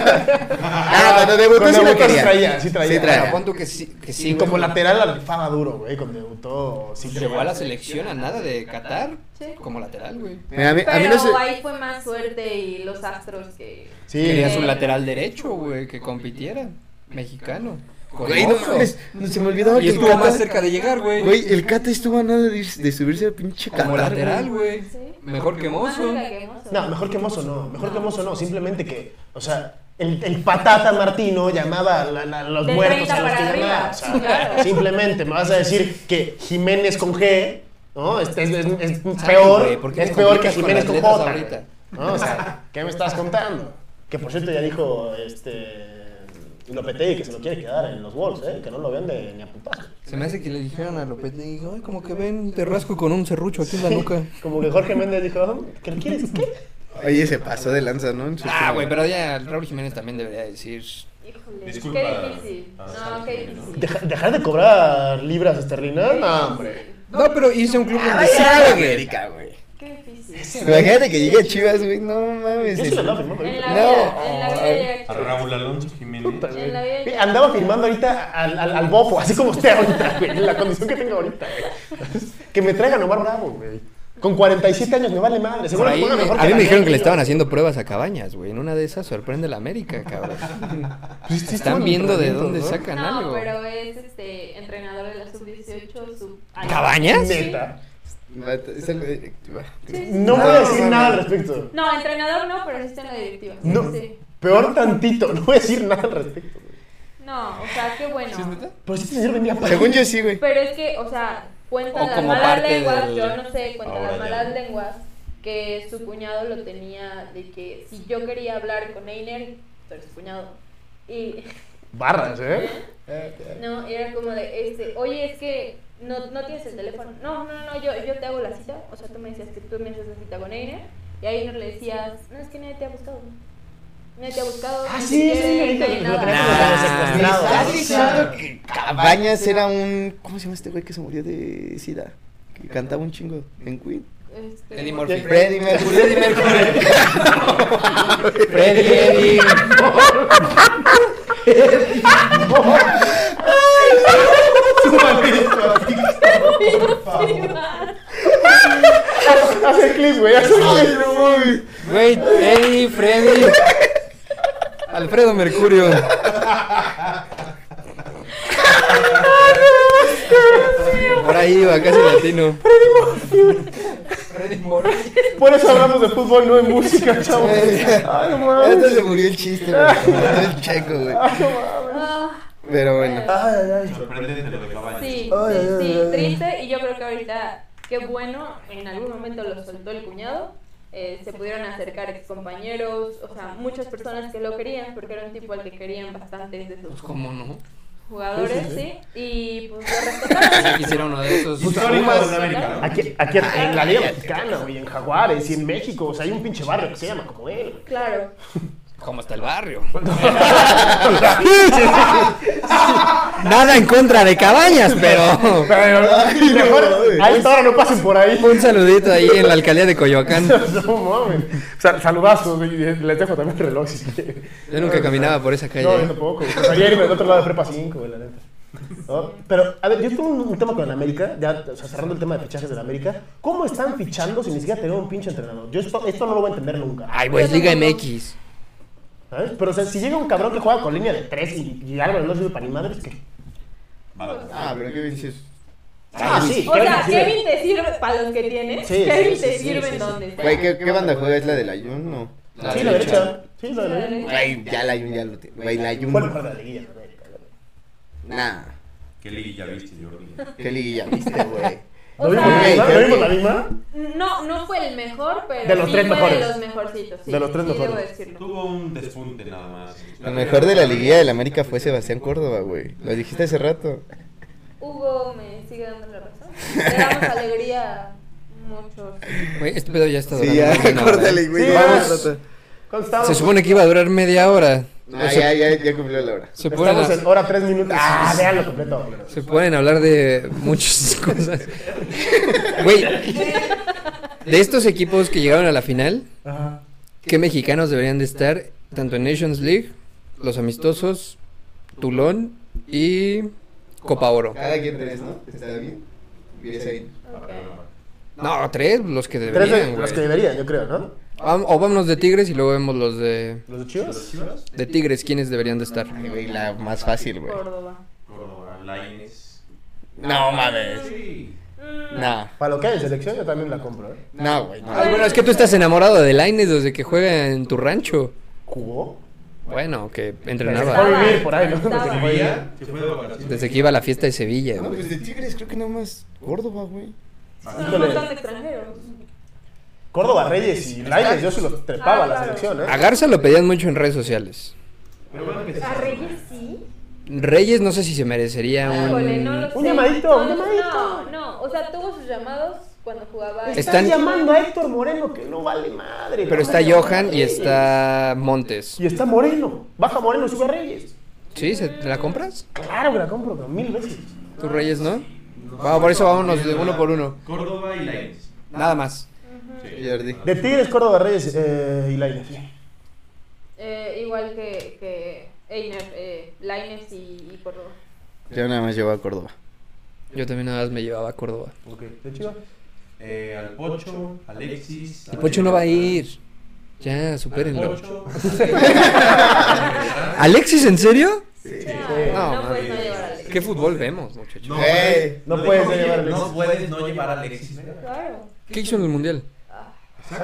[SPEAKER 5] Ah, cuando debutó
[SPEAKER 2] Cuando
[SPEAKER 5] sí la
[SPEAKER 2] debutó sí
[SPEAKER 5] quería.
[SPEAKER 2] traía, sí traía.
[SPEAKER 5] Sí traía.
[SPEAKER 1] Pero pon tú que sí, que sí,
[SPEAKER 2] Sí, como
[SPEAKER 1] güey.
[SPEAKER 2] lateral la rifaba duro, güey, cuando debutó. Sí,
[SPEAKER 1] Llegó a la selección a nada de Qatar
[SPEAKER 3] Sí.
[SPEAKER 1] como lateral, güey.
[SPEAKER 5] Mira, a mí,
[SPEAKER 3] Pero
[SPEAKER 5] a mí no sé.
[SPEAKER 3] ahí fue más suerte y los astros que...
[SPEAKER 2] Sí.
[SPEAKER 1] Quería su lateral derecho, güey, que compitiera. Mexicano.
[SPEAKER 5] Güey, no
[SPEAKER 1] Coloso.
[SPEAKER 5] mames, no, se me olvidaba
[SPEAKER 1] y
[SPEAKER 5] que el
[SPEAKER 1] estuvo más
[SPEAKER 5] Cata.
[SPEAKER 1] cerca de llegar, güey.
[SPEAKER 5] Güey, el Cata estuvo a nada de, irse- de subirse al pinche
[SPEAKER 1] como
[SPEAKER 5] Qatar,
[SPEAKER 1] lateral,
[SPEAKER 5] güey.
[SPEAKER 1] güey.
[SPEAKER 3] Sí. Ah,
[SPEAKER 1] Mejor que
[SPEAKER 3] Más
[SPEAKER 1] Mozo.
[SPEAKER 3] cerca que Mozo.
[SPEAKER 2] No, mejor que Mozo no, mejor que Mozo no, simplemente que, o sea, el, el patata Martino llamaba a la- la- los
[SPEAKER 3] De
[SPEAKER 2] muertos
[SPEAKER 3] 30
[SPEAKER 2] a los
[SPEAKER 3] para
[SPEAKER 2] que
[SPEAKER 3] arriba,
[SPEAKER 2] llamaba, o sea,
[SPEAKER 3] claro.
[SPEAKER 2] simplemente me vas a decir que Jiménez con G, ¿no? Este es, es- es
[SPEAKER 1] Ay,
[SPEAKER 2] peor,
[SPEAKER 1] Ah, güey, ¿por qué
[SPEAKER 2] es
[SPEAKER 1] me
[SPEAKER 2] peor que
[SPEAKER 1] complicas con
[SPEAKER 2] Jiménez
[SPEAKER 1] las
[SPEAKER 2] con
[SPEAKER 1] letras
[SPEAKER 2] J,
[SPEAKER 1] ahorita?
[SPEAKER 2] ¿no? O sea, ¿qué me estás contando? Que por cierto ya dijo, este, Lopetegui que se lo quiere quedar en los Wolves, ¿eh? Que no lo vende ni a putazo.
[SPEAKER 1] Se me hace que le dijeron a López, le dijo, ay, como que ven, te rasco con un serrucho aquí en la nuca.
[SPEAKER 2] Como que Jorge Méndez dijo, ¿qué le quieres? ¿Qué?
[SPEAKER 5] Oye, se pasó de lanza, ¿no? En su
[SPEAKER 1] Ah, güey, pero ya Raúl Jiménez también debería decir.
[SPEAKER 3] Híjole,
[SPEAKER 4] Disculpa
[SPEAKER 3] qué difícil.
[SPEAKER 4] a
[SPEAKER 3] No,
[SPEAKER 4] Santos
[SPEAKER 3] qué
[SPEAKER 4] Jiménez, ¿no?
[SPEAKER 3] difícil.
[SPEAKER 2] Deja- ¿Dejar de cobrar libras esterlinas? No, hombre.
[SPEAKER 1] No, pero irse a un club donde
[SPEAKER 5] Ay,
[SPEAKER 1] sabe,
[SPEAKER 5] sabe,
[SPEAKER 1] "Ah, güey.
[SPEAKER 5] Erika, güey.
[SPEAKER 3] Qué difícil.
[SPEAKER 5] Imagínate que llegue a Chivas, güey. No mames.
[SPEAKER 2] Yo sí lo andaba firmando
[SPEAKER 3] En
[SPEAKER 2] ahorita.
[SPEAKER 3] la
[SPEAKER 5] No.
[SPEAKER 3] vida, en la vida llega
[SPEAKER 4] A
[SPEAKER 3] Chivas.
[SPEAKER 4] Raúl Alonso Jiménez.
[SPEAKER 2] Puta, güey.
[SPEAKER 3] En la vida
[SPEAKER 2] Güey,
[SPEAKER 3] ya-
[SPEAKER 2] Andaba firmando ahorita al, al, al bofo, así como usted ahorita, güey. En la condición que tengo ahorita, güey. Que me traigan Omar Bravo, güey. Con 47 años me vale madre.
[SPEAKER 1] Por
[SPEAKER 2] Seguro
[SPEAKER 1] ahí,
[SPEAKER 2] que juega
[SPEAKER 1] me-
[SPEAKER 2] mejor
[SPEAKER 1] a mí me
[SPEAKER 2] la
[SPEAKER 1] dijeron que le
[SPEAKER 2] gente,
[SPEAKER 1] estaban haciendo pruebas a cabañas, güey. En una de esas sorprende la América, cabrón.
[SPEAKER 2] Pues sí, estuvo en
[SPEAKER 1] Están viendo de
[SPEAKER 2] entrenamiento,
[SPEAKER 1] dónde
[SPEAKER 2] ¿no?
[SPEAKER 1] sacan
[SPEAKER 3] No,
[SPEAKER 1] algo.
[SPEAKER 3] pero es este entrenador de la sub-18, sub...
[SPEAKER 1] ¿Cabañas?
[SPEAKER 3] Sí.
[SPEAKER 2] Neta.
[SPEAKER 5] Está en la directiva.
[SPEAKER 3] Sí, sí.
[SPEAKER 2] No voy a decir nada al respecto.
[SPEAKER 3] No, entrenador no, pero sí está en la directiva.
[SPEAKER 2] No.
[SPEAKER 3] Sí.
[SPEAKER 2] Peor tantito, no voy a decir nada al respecto. güey.
[SPEAKER 3] No, o sea, qué bueno.
[SPEAKER 2] Pero este sí te sirve mi aparato.
[SPEAKER 5] Según yo sí, güey.
[SPEAKER 3] Pero es que, o sea,
[SPEAKER 1] O
[SPEAKER 3] cuentan las
[SPEAKER 1] como
[SPEAKER 3] malas
[SPEAKER 1] parte
[SPEAKER 3] lenguas,
[SPEAKER 1] del-
[SPEAKER 3] yo no sé, cuentan
[SPEAKER 4] Ahora
[SPEAKER 3] las
[SPEAKER 4] ya.
[SPEAKER 3] malas lenguas que su cuñado lo tenía de que si yo quería hablar con Einer, pero su cuñado. Y
[SPEAKER 2] Barras, ¿eh?
[SPEAKER 3] no, era como de, este, oye, es que no, no tienes el teléfono. No, no, no, yo, yo te hago la cita. O sea, tú me decías que tú me haces la cita con Einer. Y ahí no le decías, no, es que nadie te ha buscado. Nadie te ha buscado.
[SPEAKER 2] Ah,
[SPEAKER 3] ni
[SPEAKER 2] sí,
[SPEAKER 3] siquiera,
[SPEAKER 2] sí, ahorita
[SPEAKER 3] ni
[SPEAKER 2] que lo
[SPEAKER 3] nada".
[SPEAKER 2] tenemos
[SPEAKER 1] Nah.
[SPEAKER 2] secuestrado.
[SPEAKER 5] ¿Estás
[SPEAKER 2] ¿no?
[SPEAKER 5] diciendo que Cabañas era un. ¿Cómo se llama este güey que se murió de sida? Que cantaba un chingo en Queen.
[SPEAKER 3] Este,
[SPEAKER 1] Eddie Murphy.
[SPEAKER 5] Freddie Mercury. Freddie Mercury.
[SPEAKER 1] Freddy, Eddie.
[SPEAKER 2] Haz el clip, güey. Haz el clip.
[SPEAKER 1] Güey, Eddie, Freddy. Alfredo Mercurio. Por ahí iba, casi latino. Freddy Morris.
[SPEAKER 2] Por eso hablamos de fútbol, no de música, chavos. Este Ay, no mames.
[SPEAKER 5] Hasta se murió el chiste, güey. El checo, güey.
[SPEAKER 3] ah,
[SPEAKER 5] Pero bueno.
[SPEAKER 2] Ay, ay, ay.
[SPEAKER 4] Sorprendente lo de Cabañas.
[SPEAKER 2] Ay,
[SPEAKER 3] Sí, sí,
[SPEAKER 2] ay,
[SPEAKER 3] sí,
[SPEAKER 2] ay, ay.
[SPEAKER 3] triste. Y yo creo que ahorita, qué bueno, en algún momento lo soltó el cuñado. eh, se pudieron acercar ex compañeros, o sea, muchas personas que lo querían, porque era un tipo al que querían bastante de sus
[SPEAKER 1] Pues cómo no.
[SPEAKER 3] jugadores, ¿sí? Y pues lo
[SPEAKER 1] Ya
[SPEAKER 3] respetaron.
[SPEAKER 1] quisiera uno de esos.
[SPEAKER 2] Pues,
[SPEAKER 4] Histórico
[SPEAKER 1] Pumas.
[SPEAKER 4] de América. ¿no?
[SPEAKER 2] Aquí, aquí en la Liga Mexicana, güey, en Jaguares y en México, o sea, hay un pinche barrio que se llama como él. güey.
[SPEAKER 3] Claro.
[SPEAKER 1] ¿Cómo está el barrio?
[SPEAKER 2] Pues,
[SPEAKER 1] Nada en contra de cabañas, pero.
[SPEAKER 2] Pero mejor,
[SPEAKER 5] güey.
[SPEAKER 2] a esta hora no pasen por ahí.
[SPEAKER 1] Un saludito ahí en la alcaldía de Coyoacán.
[SPEAKER 2] No mames. Sal- Saludazos, güey, y les dejo también el reloj si se quieren.
[SPEAKER 1] Yo nunca caminaba por esa
[SPEAKER 2] No, yo
[SPEAKER 1] calle. ¿eh?
[SPEAKER 2] tampoco. güey. Pues ayer iba del otro lado de Prepa 5, güey, la neta. ¿No? Pero, a ver, yo tengo un, un tema con el América, ya o sea, cerrando el tema de fichajes del América. ¿Cómo están fichando si ni siquiera tenemos un pinche entrenador? Yo esto, esto no lo voy a entender nunca.
[SPEAKER 1] Ay, güey, es Liga MX.
[SPEAKER 2] ¿Sabes? Pero, o sea, si llega un cabrón que juega con línea de 3 y, y algo no sirve para ni madres, ¿qué?
[SPEAKER 4] Vale.
[SPEAKER 5] Ah, pero qué bien dices.
[SPEAKER 2] Ah, sí.
[SPEAKER 3] O sea, Kevin te sirve para los que tienes.
[SPEAKER 2] Sí,
[SPEAKER 3] Kevin
[SPEAKER 2] sí,
[SPEAKER 3] te
[SPEAKER 2] sí,
[SPEAKER 3] sirve
[SPEAKER 2] sí,
[SPEAKER 3] en
[SPEAKER 2] sí.
[SPEAKER 3] donde está.
[SPEAKER 5] Güey, ¿qué, ¿qué banda juega? ¿Es la del Ayun o?
[SPEAKER 1] La
[SPEAKER 2] Sí, la
[SPEAKER 1] derecha.
[SPEAKER 2] derecha. Sí, la derecha.
[SPEAKER 5] Güey, ya el Ayun ya lo tiene. Güey, el Ayun.
[SPEAKER 2] Bueno, para la liguilla. la América, la América.
[SPEAKER 5] Nah.
[SPEAKER 4] ¿Qué liguilla viste, Jordi?
[SPEAKER 5] Qué liguilla viste, güey.
[SPEAKER 2] ¿No
[SPEAKER 3] O
[SPEAKER 2] vimos
[SPEAKER 5] Ok,
[SPEAKER 2] la
[SPEAKER 3] sea,
[SPEAKER 2] misma?
[SPEAKER 5] creo
[SPEAKER 2] ¿No vimos
[SPEAKER 5] que-
[SPEAKER 2] la misma?
[SPEAKER 3] no, no fue el mejor, pero
[SPEAKER 2] De los
[SPEAKER 3] sí
[SPEAKER 2] tres
[SPEAKER 3] fue
[SPEAKER 2] mejores.
[SPEAKER 3] de los mejorcitos. sí,
[SPEAKER 2] De los tres
[SPEAKER 3] sí, debo
[SPEAKER 2] mejores.
[SPEAKER 3] decirlo.
[SPEAKER 4] Tuvo un despunte nada más.
[SPEAKER 5] Lo mejor de la liguilla del América fue Sebastián Córdoba, güey. Lo dijiste hace rato.
[SPEAKER 3] Hugo me sigue dando la razón. Le damos alegría mucho.
[SPEAKER 1] Güey, este pedo ya está
[SPEAKER 5] Sí,
[SPEAKER 1] durando.
[SPEAKER 5] ya,
[SPEAKER 1] más de una hora,
[SPEAKER 5] córtale,
[SPEAKER 1] ¿eh?
[SPEAKER 5] güey.
[SPEAKER 2] Sí,
[SPEAKER 5] Vamos.
[SPEAKER 2] vamos. ¿Cuánto estábamos?
[SPEAKER 1] Se supone que iba a durar media hora.
[SPEAKER 5] Ah, ya, ya, ya cumplió la hora.
[SPEAKER 1] Se ponen,
[SPEAKER 2] Estamos
[SPEAKER 1] a-
[SPEAKER 2] en hora tres minutos. Ah, veanlo completo.
[SPEAKER 1] se pueden hablar de muchas cosas. Güey, de estos equipos que llegaron a la final,
[SPEAKER 2] Ajá.
[SPEAKER 1] ¿qué mexicanos deberían de estar? Tanto en Nations League, los amistosos, Tulón y Copa Oro.
[SPEAKER 5] Cada quien tres, ¿no? ¿Está bien? Vives ahí.
[SPEAKER 1] No, tres, los que
[SPEAKER 2] Tres de-
[SPEAKER 1] deberían,
[SPEAKER 2] los que
[SPEAKER 1] güey.
[SPEAKER 2] deberían, yo creo, ¿no?
[SPEAKER 1] Vam- O vámonos de Tigres y luego vemos los de,
[SPEAKER 2] Los de Chivas.
[SPEAKER 1] de Tigres, quiénes deberían de estar.
[SPEAKER 5] Ay, güey, la más fácil, güey.
[SPEAKER 3] Córdoba.
[SPEAKER 4] Córdoba, la Inés.
[SPEAKER 5] No mames.
[SPEAKER 4] Sí.
[SPEAKER 3] Mm,
[SPEAKER 5] No,
[SPEAKER 2] Para lo que hay en selección, yo también la compro, ¿eh?
[SPEAKER 5] no, güey. No.
[SPEAKER 1] Ay, bueno, es que tú estás enamorado de Laines desde que juega en tu rancho.
[SPEAKER 2] ¿Jugó?
[SPEAKER 1] Bueno, que
[SPEAKER 2] Se fue
[SPEAKER 1] entrenaba.
[SPEAKER 2] a vivir por ahí, ¿no?
[SPEAKER 3] Estaba.
[SPEAKER 2] Se fue a vivir.
[SPEAKER 4] Ella se fue de vacaciones.
[SPEAKER 1] Desde que iba a la fiesta de Sevilla,
[SPEAKER 5] No,
[SPEAKER 1] güey.
[SPEAKER 5] pues de Tigres creo que nada más Córdoba, güey.
[SPEAKER 3] Son un montón de extranjeros.
[SPEAKER 2] Córdoba, Reyes y Lainez, yo se los trepaba a
[SPEAKER 3] Ah,
[SPEAKER 2] la
[SPEAKER 3] claro.
[SPEAKER 2] selección,
[SPEAKER 1] A
[SPEAKER 2] ¿eh?
[SPEAKER 1] Garza lo pedían mucho en redes sociales.
[SPEAKER 4] Pero bueno, que sí.
[SPEAKER 3] A Reyes sí.
[SPEAKER 1] Reyes no sé si se merecería
[SPEAKER 3] Ah, Híjole, no lo
[SPEAKER 1] un...
[SPEAKER 3] sé.
[SPEAKER 2] Mm. Un llamadito,
[SPEAKER 3] No,
[SPEAKER 2] un
[SPEAKER 3] no,
[SPEAKER 2] llamadito.
[SPEAKER 3] No, no, o sea, tuvo sus llamados cuando jugaba.
[SPEAKER 1] Está- Ah, Están-
[SPEAKER 2] llamando ¿eh? a Héctor Moreno, que no vale madre.
[SPEAKER 1] Pero está Johan y está Montes.
[SPEAKER 2] Y está Moreno. Baja Moreno, sube a Reyes.
[SPEAKER 1] ¿Sí? ¿Se, ¿Te la compras?
[SPEAKER 2] Claro que la compro, pero mil veces.
[SPEAKER 1] ¿Tú Reyes no? Vamos, por eso vámonos de uno por uno.
[SPEAKER 4] Córdoba y la Inés.
[SPEAKER 1] Nada más.
[SPEAKER 4] Sí.
[SPEAKER 5] Jordi.
[SPEAKER 2] De Tigres, Córdoba, Reyes eh, y Lainez.
[SPEAKER 3] Eh, igual que, que Einer, eh, Laines y, y Córdoba.
[SPEAKER 5] Yo nada más llevo a Córdoba.
[SPEAKER 1] Yo también nada más me llevaba a Córdoba.
[SPEAKER 2] Ok, de Chivas.
[SPEAKER 4] Eh, al Pocho, Alexis.
[SPEAKER 1] El Pocho no va a ir. Ya, supérenlo.
[SPEAKER 4] Al
[SPEAKER 1] ¿Alexis, en serio?
[SPEAKER 3] No,
[SPEAKER 1] No,
[SPEAKER 3] no puedes no
[SPEAKER 4] mames.
[SPEAKER 3] llevar a Alexis.
[SPEAKER 1] ¿Qué fútbol vemos, muchachos?
[SPEAKER 4] No, eh,
[SPEAKER 5] Ey,
[SPEAKER 2] no
[SPEAKER 4] no
[SPEAKER 2] puedes
[SPEAKER 4] puedes
[SPEAKER 2] llevar a
[SPEAKER 4] No
[SPEAKER 2] Alexis.
[SPEAKER 4] puedes no llevar a Alexis.
[SPEAKER 3] Claro.
[SPEAKER 1] ¿Qué hizo en el mundial?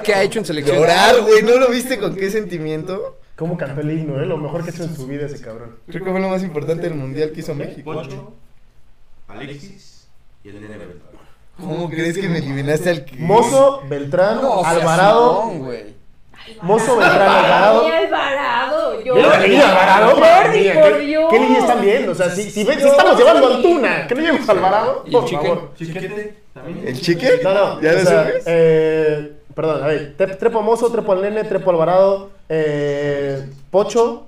[SPEAKER 1] ¿Qué ha hecho en selección?
[SPEAKER 5] Llorar, güey. ¿No lo viste con qué sentimiento?
[SPEAKER 2] ¿Cómo cantó el himno, eh? Lo mejor que ha hecho en su vida ese cabrón.
[SPEAKER 5] Creo que fue lo más importante del mundial que hizo México.
[SPEAKER 4] Pocho, Alexis y el Nene Beltrán.
[SPEAKER 5] ¿Cómo crees que me eliminaste al que-
[SPEAKER 2] Mozo, Beltrán,
[SPEAKER 1] No, o sea,
[SPEAKER 2] Alvarado.
[SPEAKER 1] Simón, güey.
[SPEAKER 2] Mozo, Beltrán, Alvarado.
[SPEAKER 3] Dani Alvarado, yo.
[SPEAKER 2] Mira, mira, Alvarado, madre
[SPEAKER 3] Jordi,
[SPEAKER 2] mía,
[SPEAKER 3] por
[SPEAKER 2] ¿qué-
[SPEAKER 3] Dios.
[SPEAKER 2] ¿Qué niños están viendo? O sea, si, si, ven- si estamos llevando a Antuna, que no llevemos a Alvarado,
[SPEAKER 1] ¿Y el
[SPEAKER 2] por
[SPEAKER 1] chicken?
[SPEAKER 2] favor.
[SPEAKER 4] Chiquete también.
[SPEAKER 5] ¿El chique?
[SPEAKER 2] No, no,
[SPEAKER 5] ¿Ya
[SPEAKER 2] o
[SPEAKER 5] lo
[SPEAKER 2] sea,
[SPEAKER 5] sabes?
[SPEAKER 2] eh, perdón, a ver, te- trepo a Mozo, trepo al Nene, trepo a Alvarado, eh, Pocho,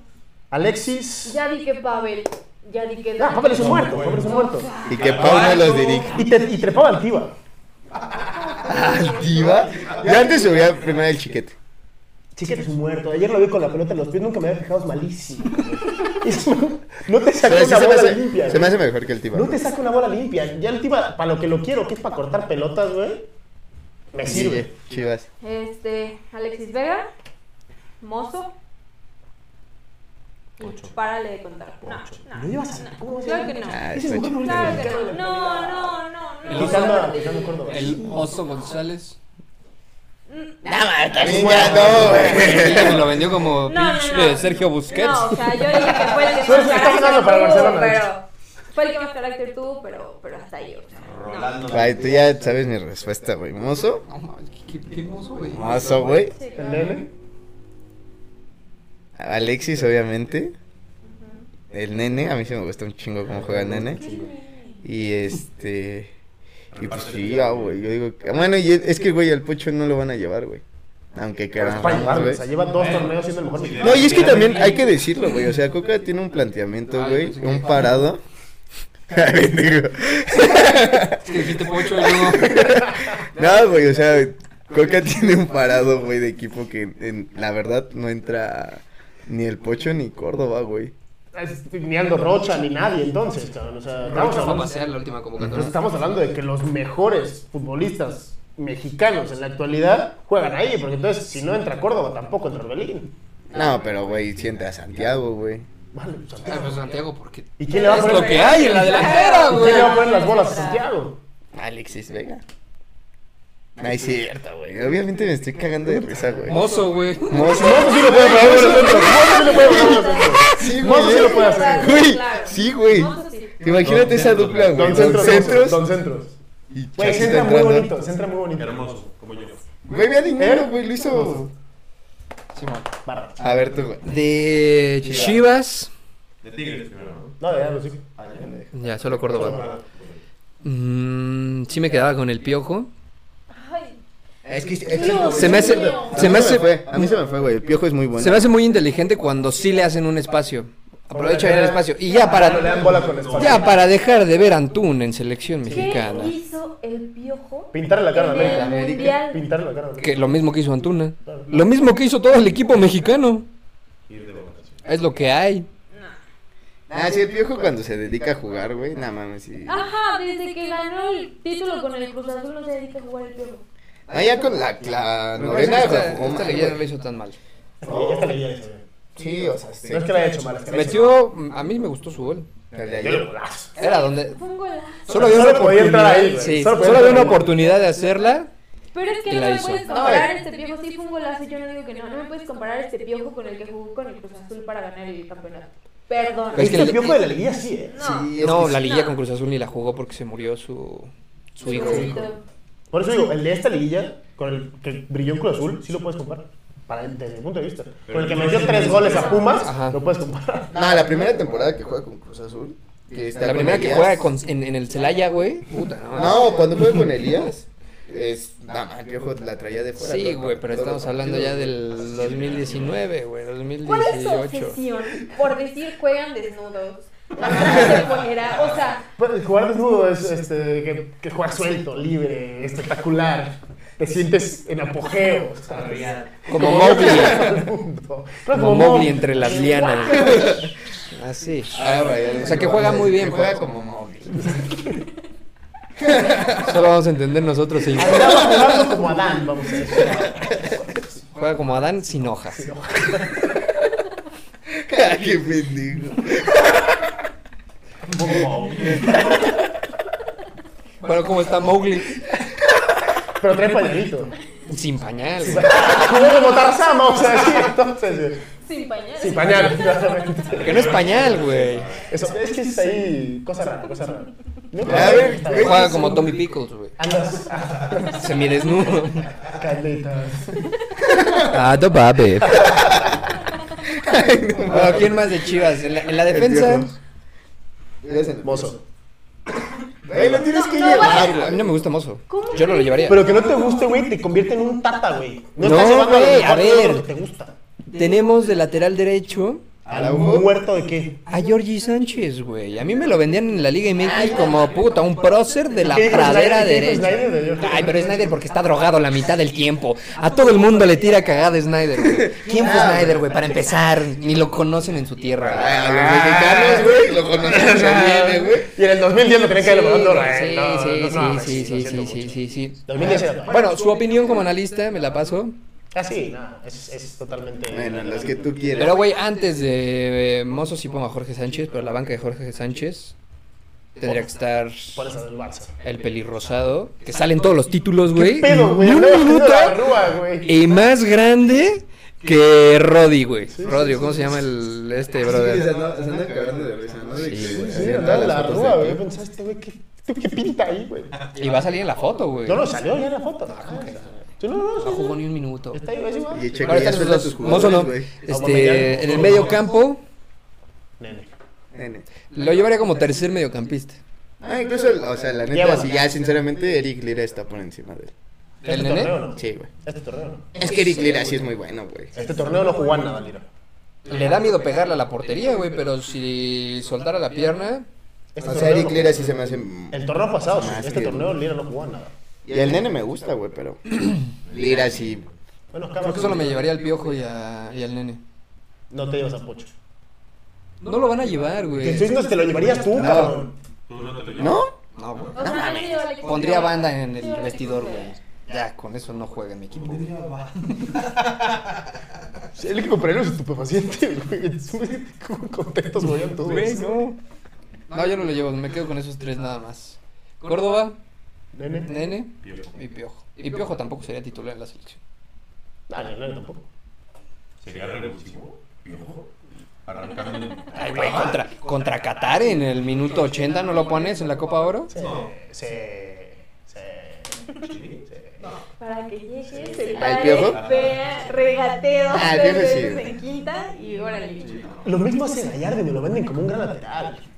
[SPEAKER 2] Alexis.
[SPEAKER 3] Ya di que Pavel. Ya di que.
[SPEAKER 2] Ah, Pavel es un muerto, Pavel es un muerto.
[SPEAKER 5] Y que Paula los dirija.
[SPEAKER 2] Y, te- y trepaba al Tiva.
[SPEAKER 5] ¿Diva? Yo antes subía primero el chiquete.
[SPEAKER 2] Chiquete es un muerto. Ayer lo vi con la pelota en los pies, nunca me había fijado, es malísimo. Es un- no te
[SPEAKER 5] Pero
[SPEAKER 2] sacó
[SPEAKER 5] sí
[SPEAKER 2] una
[SPEAKER 5] se me,
[SPEAKER 2] bola
[SPEAKER 5] hace,
[SPEAKER 2] limpia.
[SPEAKER 5] se me
[SPEAKER 2] güey.
[SPEAKER 5] hace mejor que el Tiba.
[SPEAKER 2] No te saca una bola limpia. Ya el Tiva, para lo que lo quiero, que es para cortar pelotas, güey, me sirve.
[SPEAKER 5] Chivas.
[SPEAKER 3] Este, Alexis Vega. Mozo. y Párale de contar. No,
[SPEAKER 2] ¿No
[SPEAKER 3] no.
[SPEAKER 2] llevas a... ¿Cómo vas a
[SPEAKER 3] Claro que
[SPEAKER 2] llevar?
[SPEAKER 3] no.
[SPEAKER 5] Ah,
[SPEAKER 2] Ese
[SPEAKER 5] está
[SPEAKER 2] jugador no
[SPEAKER 3] Claro que
[SPEAKER 2] es
[SPEAKER 3] no.
[SPEAKER 2] mexicano.
[SPEAKER 3] No, no, no. no.
[SPEAKER 2] Pisando a- pisando a Córdoba.
[SPEAKER 1] El Oso González.
[SPEAKER 5] También ya no, güey.
[SPEAKER 1] Me lo vendió como
[SPEAKER 3] No, no,
[SPEAKER 1] pinche
[SPEAKER 3] no.
[SPEAKER 1] eh, Sergio Busquets.
[SPEAKER 3] No, o sea, yo dije que fue el que
[SPEAKER 2] Pero se está jugando para
[SPEAKER 3] tuvo,
[SPEAKER 2] Barcelona.
[SPEAKER 3] pero fue el que más carácter tuvo, pero, pero hasta ahí. o sea, no.
[SPEAKER 4] Rolando.
[SPEAKER 5] Ay, tú ya sabes mi respuesta, güey. ¿Mozo?
[SPEAKER 1] No mames, qué- qué- qué hermoso, güey.
[SPEAKER 5] Mozo, güey.
[SPEAKER 3] Sí, claro.
[SPEAKER 2] El nene.
[SPEAKER 5] Alexis, obviamente. El nene, a mí sí me gusta un chingo cómo juega el nene. Y este. Y pues sí, ah, güey. Yo digo. que- Bueno, y es que, güey, al Pocho no lo van a llevar, güey. Aunque
[SPEAKER 2] Es para
[SPEAKER 5] queramos,
[SPEAKER 2] llevarlo,
[SPEAKER 5] güey.
[SPEAKER 2] o sea, lleva dos torneos siendo el mejor mexicano.
[SPEAKER 5] No, y es que también hay que decirlo, güey. O sea, Coca tiene un planteamiento, güey. Un parado. Digo,
[SPEAKER 1] Es que dijiste Pocho, yo.
[SPEAKER 5] no, güey, o sea, Coca tiene un parado, güey, de equipo que en- la verdad no entra ni el Pocho ni Córdoba, güey.
[SPEAKER 2] Es- Ni Aldo Rocha, ni nadie, entonces, cabrón. O sea, estamos
[SPEAKER 1] Vamos a
[SPEAKER 2] hablando,
[SPEAKER 1] pasear la última
[SPEAKER 2] entonces
[SPEAKER 1] convocatoria.
[SPEAKER 2] estamos hablando de que los mejores futbolistas mexicanos en la actualidad juegan ahí, porque entonces si no entra Córdoba, tampoco entra Orbelín.
[SPEAKER 5] No, pero, güey, sienta a Santiago, güey.
[SPEAKER 2] Vale, pues,
[SPEAKER 1] Ah,
[SPEAKER 2] Santiago.
[SPEAKER 1] pero Santiago, porque
[SPEAKER 2] ¿Y quién le va a
[SPEAKER 1] es
[SPEAKER 2] poner
[SPEAKER 1] lo que hay en la delantera,
[SPEAKER 2] ¿Y
[SPEAKER 1] güey.
[SPEAKER 2] quién le va a poner las bolas a Santiago?
[SPEAKER 5] Alexis Vega. No es cierto, güey. Obviamente me estoy cagando de risa, güey.
[SPEAKER 1] Mozo, güey.
[SPEAKER 5] Mozo.
[SPEAKER 2] Mozo sí lo puede poner por ejemplo. Mozo sí lo puede poner por ejemplo.
[SPEAKER 5] Sí,
[SPEAKER 2] Mozo sí lo puede hacer.
[SPEAKER 5] Güey,
[SPEAKER 3] Claro.
[SPEAKER 5] sí, güey.
[SPEAKER 3] Mozo sí.
[SPEAKER 5] Imagínate esa
[SPEAKER 4] Don
[SPEAKER 5] dupla, güey.
[SPEAKER 2] Don
[SPEAKER 5] Don
[SPEAKER 2] Centros. Mozo,
[SPEAKER 5] Centros.
[SPEAKER 2] Don Centros.
[SPEAKER 5] y
[SPEAKER 2] Güey, se
[SPEAKER 5] Chacita
[SPEAKER 2] entra muy
[SPEAKER 5] entrando.
[SPEAKER 2] bonito, se entra muy bonito.
[SPEAKER 4] Hermoso, como yo.
[SPEAKER 5] Güey, vea dinero, güey, lo hizo.
[SPEAKER 1] Simón.
[SPEAKER 2] Barra.
[SPEAKER 5] A ver, tú, güey.
[SPEAKER 1] De Chivas.
[SPEAKER 4] De Tigres primero, ¿no?
[SPEAKER 2] No, ya lo sé.
[SPEAKER 1] Ya, solo Córdoba. Mm, sí me quedaba con el piojo.
[SPEAKER 3] Ay,
[SPEAKER 5] Es que, es
[SPEAKER 3] Dios
[SPEAKER 5] se me hace.
[SPEAKER 3] mío.
[SPEAKER 5] Se me hace. fue, A mí se me fue, güey. El piojo es muy bueno.
[SPEAKER 1] Se me hace muy inteligente cuando sí le hacen un espacio. Aprovecha bien el espacio. Y ya
[SPEAKER 2] Ah, No le
[SPEAKER 1] para,
[SPEAKER 2] dan bola con el espacio.
[SPEAKER 1] ya para dejar de ver a Antún en selección
[SPEAKER 3] ¿Qué
[SPEAKER 1] mexicana.
[SPEAKER 3] hizo el piojo?
[SPEAKER 2] Pintarle la cara a
[SPEAKER 3] en
[SPEAKER 2] América.
[SPEAKER 3] el mundial?
[SPEAKER 2] Pintarle la cara a América.
[SPEAKER 1] Que lo mismo que hizo Antuna. Lo mismo que hizo todo el equipo mexicano. Es lo que hay.
[SPEAKER 5] Ah, sí, el piojo cuando se dedica a jugar, güey. Nada mames. Sí.
[SPEAKER 3] Ajá, desde que ganó el título con el Cruz Azul no se dedica a jugar el piojo.
[SPEAKER 5] Ah, ya con la, la
[SPEAKER 1] Me parece que
[SPEAKER 5] novena.
[SPEAKER 1] Esta,
[SPEAKER 5] jugó
[SPEAKER 1] esta
[SPEAKER 5] mal,
[SPEAKER 1] leyenda no
[SPEAKER 5] güey.
[SPEAKER 1] lo hizo tan mal.
[SPEAKER 2] Sí, ya está leída eso, güey.
[SPEAKER 5] Sí, o sea, sí.
[SPEAKER 2] No es que la haya hecho mal, es que la haya hecho
[SPEAKER 1] Metió, a mí me gustó su gol.
[SPEAKER 5] El
[SPEAKER 2] mal.
[SPEAKER 5] de
[SPEAKER 2] Yo le
[SPEAKER 5] ayer.
[SPEAKER 2] golazo.
[SPEAKER 1] Era donde
[SPEAKER 3] Fue un golazo.
[SPEAKER 1] solo había una
[SPEAKER 2] Solo podía entrar ahí,
[SPEAKER 1] oportunidad.
[SPEAKER 2] güey.
[SPEAKER 1] sí,
[SPEAKER 2] Solo podía
[SPEAKER 1] solo había una
[SPEAKER 2] entrar ahí.
[SPEAKER 1] oportunidad de hacerla.
[SPEAKER 3] Pero es que
[SPEAKER 1] Y
[SPEAKER 3] no
[SPEAKER 1] la
[SPEAKER 3] me
[SPEAKER 1] hizo.
[SPEAKER 3] puedes comparar
[SPEAKER 5] eh.
[SPEAKER 3] este piojo, sí fue un golazo, yo no digo que no, no me puedes comparar este piojo con el que jugó con el Cruz Azul para ganar el campeonato. Perdón.
[SPEAKER 1] Es que
[SPEAKER 2] Este
[SPEAKER 1] le-
[SPEAKER 2] piojo de la liguilla sí, ¿eh?
[SPEAKER 3] No.
[SPEAKER 5] Sí, es
[SPEAKER 1] No,
[SPEAKER 5] que
[SPEAKER 1] la
[SPEAKER 5] sí.
[SPEAKER 1] liguilla con Cruz Azul ni la jugó porque se murió su, su hijo.
[SPEAKER 2] Por eso digo, el de esta liguilla, con el que brilló en Cruz Azul, sí lo puedes comparar. Para, desde mi punto de vista. Con el que metió tres goles a Pumas,
[SPEAKER 1] Ajá.
[SPEAKER 2] lo puedes comparar.
[SPEAKER 5] No, la primera temporada que juega con Cruz Azul. que
[SPEAKER 1] Este,
[SPEAKER 5] está
[SPEAKER 1] La
[SPEAKER 5] con
[SPEAKER 1] primera que
[SPEAKER 5] Elías.
[SPEAKER 1] juega con- en, en el Celaya, güey. Puta, no.
[SPEAKER 5] No, cuando juega con Elías. Es. Nada más, el piojo la traía de fuera.
[SPEAKER 1] Sí,
[SPEAKER 5] todo-
[SPEAKER 1] güey, pero
[SPEAKER 5] todo
[SPEAKER 1] estamos
[SPEAKER 5] partido,
[SPEAKER 1] hablando ya
[SPEAKER 5] güey.
[SPEAKER 1] del 2019, güey,
[SPEAKER 3] ¿Cuál es su
[SPEAKER 1] 2018.
[SPEAKER 3] obsesión por decir juegan desnudos? La gente se pondrá, o sea,
[SPEAKER 2] Pero el jugar desnudo es este, que, que juegas suelto, libre, espectacular. Te sientes en apogeo. ¿sabes?
[SPEAKER 1] Como Mowgli,
[SPEAKER 2] Todo el mundo. No,
[SPEAKER 1] como Mowgli entre las lianas. güey. Así.
[SPEAKER 5] Ah, vaya,
[SPEAKER 1] O sea, que
[SPEAKER 5] vaya,
[SPEAKER 1] juega
[SPEAKER 5] vaya,
[SPEAKER 1] muy bien,
[SPEAKER 5] que Juega
[SPEAKER 1] pues.
[SPEAKER 5] como móvil.
[SPEAKER 1] Solo vamos a entender nosotros sí.
[SPEAKER 2] Hablamos como Adán, vamos a decir.
[SPEAKER 1] Juega como Adán sin hojas.
[SPEAKER 5] Qué pendejo.
[SPEAKER 1] Bueno, como está Mowgli
[SPEAKER 2] Pero trae pañuelito.
[SPEAKER 1] sin pañal. güey.
[SPEAKER 2] Jugó como Tarzán, vamos a decir. Entonces, eh,
[SPEAKER 3] sin pañal.
[SPEAKER 2] sin pañal. claramente.
[SPEAKER 1] Porque no es pañal, güey.
[SPEAKER 2] Eso, es que es ahí cosa rara, cosa rara. No,
[SPEAKER 5] A ver, güey.
[SPEAKER 1] Juega como Tommy Pickles, güey.
[SPEAKER 2] Andas
[SPEAKER 1] Semidesnudo.
[SPEAKER 2] caletas.
[SPEAKER 1] Ah, tu papi.
[SPEAKER 5] Ay, no
[SPEAKER 1] Bueno,
[SPEAKER 5] mames.
[SPEAKER 1] ¿quién más de Chivas? En la, en la
[SPEAKER 5] El
[SPEAKER 1] defensa.
[SPEAKER 5] piojo. Eres el
[SPEAKER 2] Mozo.
[SPEAKER 5] Güey, lo tienes que
[SPEAKER 3] No, no,
[SPEAKER 5] llevar,
[SPEAKER 1] A mí
[SPEAKER 5] güey.
[SPEAKER 1] no me gusta mozo.
[SPEAKER 3] ¿Cómo
[SPEAKER 1] Yo no lo llevaría.
[SPEAKER 2] Pero que no te guste, güey, te convierte en un tata, güey.
[SPEAKER 1] No,
[SPEAKER 2] estás llevando
[SPEAKER 1] güey,
[SPEAKER 2] mejor
[SPEAKER 1] a
[SPEAKER 2] de
[SPEAKER 1] ver.
[SPEAKER 2] lo que te gusta.
[SPEAKER 1] Tenemos de lateral derecho
[SPEAKER 2] ¿Al
[SPEAKER 5] Araujo.
[SPEAKER 2] muerto de qué?
[SPEAKER 1] a Georgie Sánchez, güey. A mí me lo vendían en la Liga MX como puta, un prócer de la
[SPEAKER 2] ¿Qué dijo
[SPEAKER 1] pradera
[SPEAKER 2] Snyder? ¿Qué dijo
[SPEAKER 1] derecha.
[SPEAKER 2] Snyder de Georgie?
[SPEAKER 1] Ay, pero Snyder porque está drogado la mitad del tiempo. A todo el mundo le tira cagada Snyder, güey. ¿Quién fue Snyder, güey? Para empezar, ni lo conocen en su tierra. güey.
[SPEAKER 5] Ah, a los mexicanos, güey, lo conocemos
[SPEAKER 1] Ah.
[SPEAKER 5] bien, eh, güey.
[SPEAKER 2] Y en el 2010 lo tenían que
[SPEAKER 1] Sí,
[SPEAKER 2] haber levantado.
[SPEAKER 1] sí, sí, sí, sí, sí, sí, sí, sí.
[SPEAKER 2] 2010 era.
[SPEAKER 1] Bueno, su opinión como analista me la paso.
[SPEAKER 2] Ah, sí, no, es, es totalmente.
[SPEAKER 5] Bueno, los que tú quieras.
[SPEAKER 1] Pero, güey, antes de eh, Mozo sí pongo a Jorge Sánchez, pero la banca de Jorge Sánchez tendría que estar
[SPEAKER 2] Pones al Barça.
[SPEAKER 1] el pelirrosado, que salen todos los títulos, güey.
[SPEAKER 2] Pero, güey,
[SPEAKER 1] Un
[SPEAKER 2] hablaba de
[SPEAKER 1] minuto
[SPEAKER 2] la rúa, güey.
[SPEAKER 1] y más grande que Rodri, güey. Rodri, ¿cómo se llama el
[SPEAKER 2] Ah,
[SPEAKER 1] este, brother?
[SPEAKER 5] se andan cagando de risa, ¿no? De que-
[SPEAKER 1] Sí, güey.
[SPEAKER 5] así
[SPEAKER 2] Sí,
[SPEAKER 5] andan
[SPEAKER 2] hablaba de la
[SPEAKER 5] las fotos
[SPEAKER 2] rúa,
[SPEAKER 5] de
[SPEAKER 2] güey.
[SPEAKER 5] aquí.
[SPEAKER 2] Pensaste, güey, ¿qué, tú ¿qué pinta ahí, güey?
[SPEAKER 1] Y va a salir en la foto, güey.
[SPEAKER 2] No, no, salió ya en la foto. Ah, No, no, no,
[SPEAKER 1] No
[SPEAKER 2] sí,
[SPEAKER 1] jugó ni un minuto.
[SPEAKER 2] Está ahí, es igual.
[SPEAKER 5] Y Checo
[SPEAKER 1] Ahora
[SPEAKER 5] ya
[SPEAKER 1] están
[SPEAKER 5] suelta
[SPEAKER 1] los
[SPEAKER 5] a sus
[SPEAKER 1] dos. Mozo no.
[SPEAKER 5] jugadores, güey.
[SPEAKER 1] Este, en el medio campo
[SPEAKER 2] Nene.
[SPEAKER 5] Nene.
[SPEAKER 1] lo llevaría como tercer mediocampista.
[SPEAKER 5] Ah, incluso, el- o sea, la neta,
[SPEAKER 2] Llévalo.
[SPEAKER 5] si ya, sinceramente, Eric Lira está por encima de él.
[SPEAKER 1] ¿El
[SPEAKER 2] ¿Este
[SPEAKER 1] nene?
[SPEAKER 2] torneo no?
[SPEAKER 5] Sí, güey.
[SPEAKER 2] Este torneo no.
[SPEAKER 5] Es que Eric Lira sí es muy bueno, güey.
[SPEAKER 2] Este torneo no jugó a nada, Lira.
[SPEAKER 1] Le da miedo pegarle a la portería, güey, pero si soltara la pierna,
[SPEAKER 2] Este
[SPEAKER 5] O sea,
[SPEAKER 2] torneo
[SPEAKER 5] Eric
[SPEAKER 2] no-
[SPEAKER 5] Lira sí se me hace...
[SPEAKER 2] El torneo pasado, sí.
[SPEAKER 5] Más
[SPEAKER 2] Este
[SPEAKER 5] que-
[SPEAKER 2] torneo Lira no jugó a nada.
[SPEAKER 5] Y el nene me gusta, güey, pero... Lira sí...
[SPEAKER 2] Bueno,
[SPEAKER 1] creo
[SPEAKER 2] cabrón.
[SPEAKER 1] que solo me llevaría al piojo y, a- y al nene.
[SPEAKER 2] No te llevas a Pocho.
[SPEAKER 1] No lo van a llevar,
[SPEAKER 2] Que
[SPEAKER 1] güey.
[SPEAKER 2] estoy diciendo, te lo llevarías tú, cabrón.
[SPEAKER 5] ¿No?
[SPEAKER 1] No, güey.
[SPEAKER 3] O sea, a mí me vale que-
[SPEAKER 1] Pondría banda en el vestidor, güey. Ya, con eso no juega en mi equipo. güey.
[SPEAKER 2] Sí, El equipo perero es estupefaciente, güey. Es muy- como contentos morían todos.
[SPEAKER 1] no. No, yo no lo llevo, me quedo con esos tres nada más. Córdoba,
[SPEAKER 2] Nene.
[SPEAKER 1] Nene y Piojo. Y Piojo tampoco sería titular en la selección.
[SPEAKER 2] Ah, no, Nene tampoco.
[SPEAKER 4] ¿Sería revulsivo? ¿Piojo?
[SPEAKER 1] Ay, güey, contra, contra Qatar en el minuto 80 no lo pones en la Copa Oro.
[SPEAKER 2] Sí. Sí. Sí.
[SPEAKER 3] Para que llegue, se
[SPEAKER 5] ¿Al
[SPEAKER 3] pare,
[SPEAKER 5] piojo?
[SPEAKER 3] vea, regateo
[SPEAKER 5] Ah, al
[SPEAKER 3] tres
[SPEAKER 5] piojo sí.
[SPEAKER 3] veces en quinta y órale. bicho.
[SPEAKER 2] Lo mismo hace Gallardo, me lo venden como un gran lateral. Ah,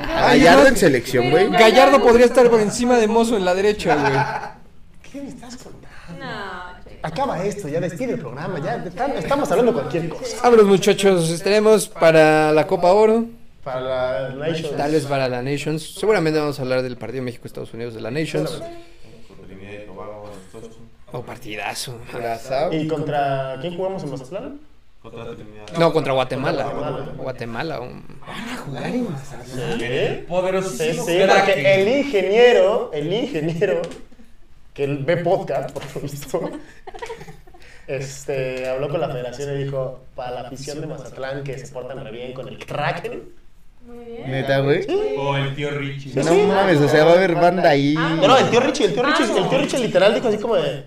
[SPEAKER 1] Ah,
[SPEAKER 5] Gallardo en selección, güey.
[SPEAKER 1] Gallardo podría estar por encima de Mozo en la derecha, güey.
[SPEAKER 2] ¿Qué me estás contando?
[SPEAKER 3] No, che.
[SPEAKER 2] Acaba esto, ya despide el programa, ya están- estamos hablando cualquier cosa.
[SPEAKER 1] Vámonos muchachos, estaremos para la Copa Oro,
[SPEAKER 2] Para la Nation.
[SPEAKER 1] tal vez para la Nations. Seguramente vamos a hablar del partido México-Estados Unidos de la Nations.
[SPEAKER 4] Trinidad y Tobago, entonces,
[SPEAKER 1] O partidazo.
[SPEAKER 2] ¿Y contra quién jugamos en Mazatlán?
[SPEAKER 4] contra Trinidad.
[SPEAKER 1] No, contra Guatemala. Guatemala. un-
[SPEAKER 2] ¿Qué? Sí,
[SPEAKER 4] ¿Eh? Poderosísimo
[SPEAKER 2] sí,
[SPEAKER 4] crack.
[SPEAKER 2] porque el ingeniero, el ingeniero que ve podcast, por lo visto, este, habló con la federación y dijo, para la afición de Mazatlán que se portan re bien con el Kraken.
[SPEAKER 3] Muy bien.
[SPEAKER 5] Neta, güey.
[SPEAKER 4] O Oh, el tío Richie.
[SPEAKER 2] Sí,
[SPEAKER 5] No
[SPEAKER 2] sí.
[SPEAKER 5] mames, o sea, va a haber banda ahí.
[SPEAKER 2] No, no, el tío Richie, el tío Richie, el tío Richie literal dijo así como de,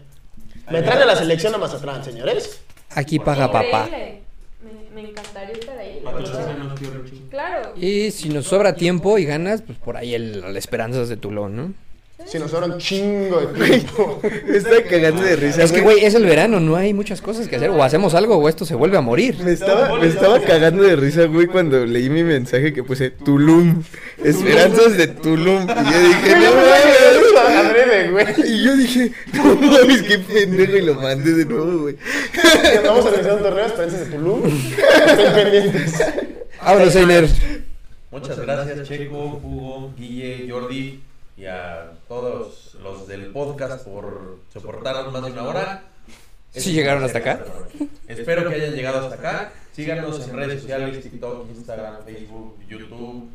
[SPEAKER 2] me traen a la selección a Mazatlán, señores.
[SPEAKER 1] Aquí paga papá.
[SPEAKER 3] Increíble. Me, me encantaría estar ahí.
[SPEAKER 4] Patrocinen los tío Richie.
[SPEAKER 3] Claro.
[SPEAKER 1] Y si nos sobra tiempo y ganas, pues por ahí el, el Esperanzas de Tulón, ¿no?
[SPEAKER 2] Si nos sobra un chingo de tiempo.
[SPEAKER 5] Está cagando de risa,
[SPEAKER 1] Es que, güey, es el verano, no hay muchas cosas que hacer. O hacemos algo o esto se vuelve a morir.
[SPEAKER 5] Me estaba, me estaba cagando de risa, güey, cuando leí mi mensaje que puse Tulum. Esperanzas de Tulum. Y yo dije, no mames.
[SPEAKER 2] Adrede, güey.
[SPEAKER 5] Y yo dije, no mames, qué pendejo. Y lo mandé de nuevo, güey.
[SPEAKER 2] Vamos a organizar un torneo de esperanzas de Tulum. Estén pendientes.
[SPEAKER 1] Vámonos, Einer.
[SPEAKER 4] Muchas gracias, Checo, Hugo, Guille, Jordi y a todos los del podcast por soportarnos más de una hora.
[SPEAKER 1] ¿Sí llegaron hasta acá?
[SPEAKER 4] Espero que hayan llegado hasta acá. Síganos en redes sociales, TikTok, Instagram, Facebook, YouTube.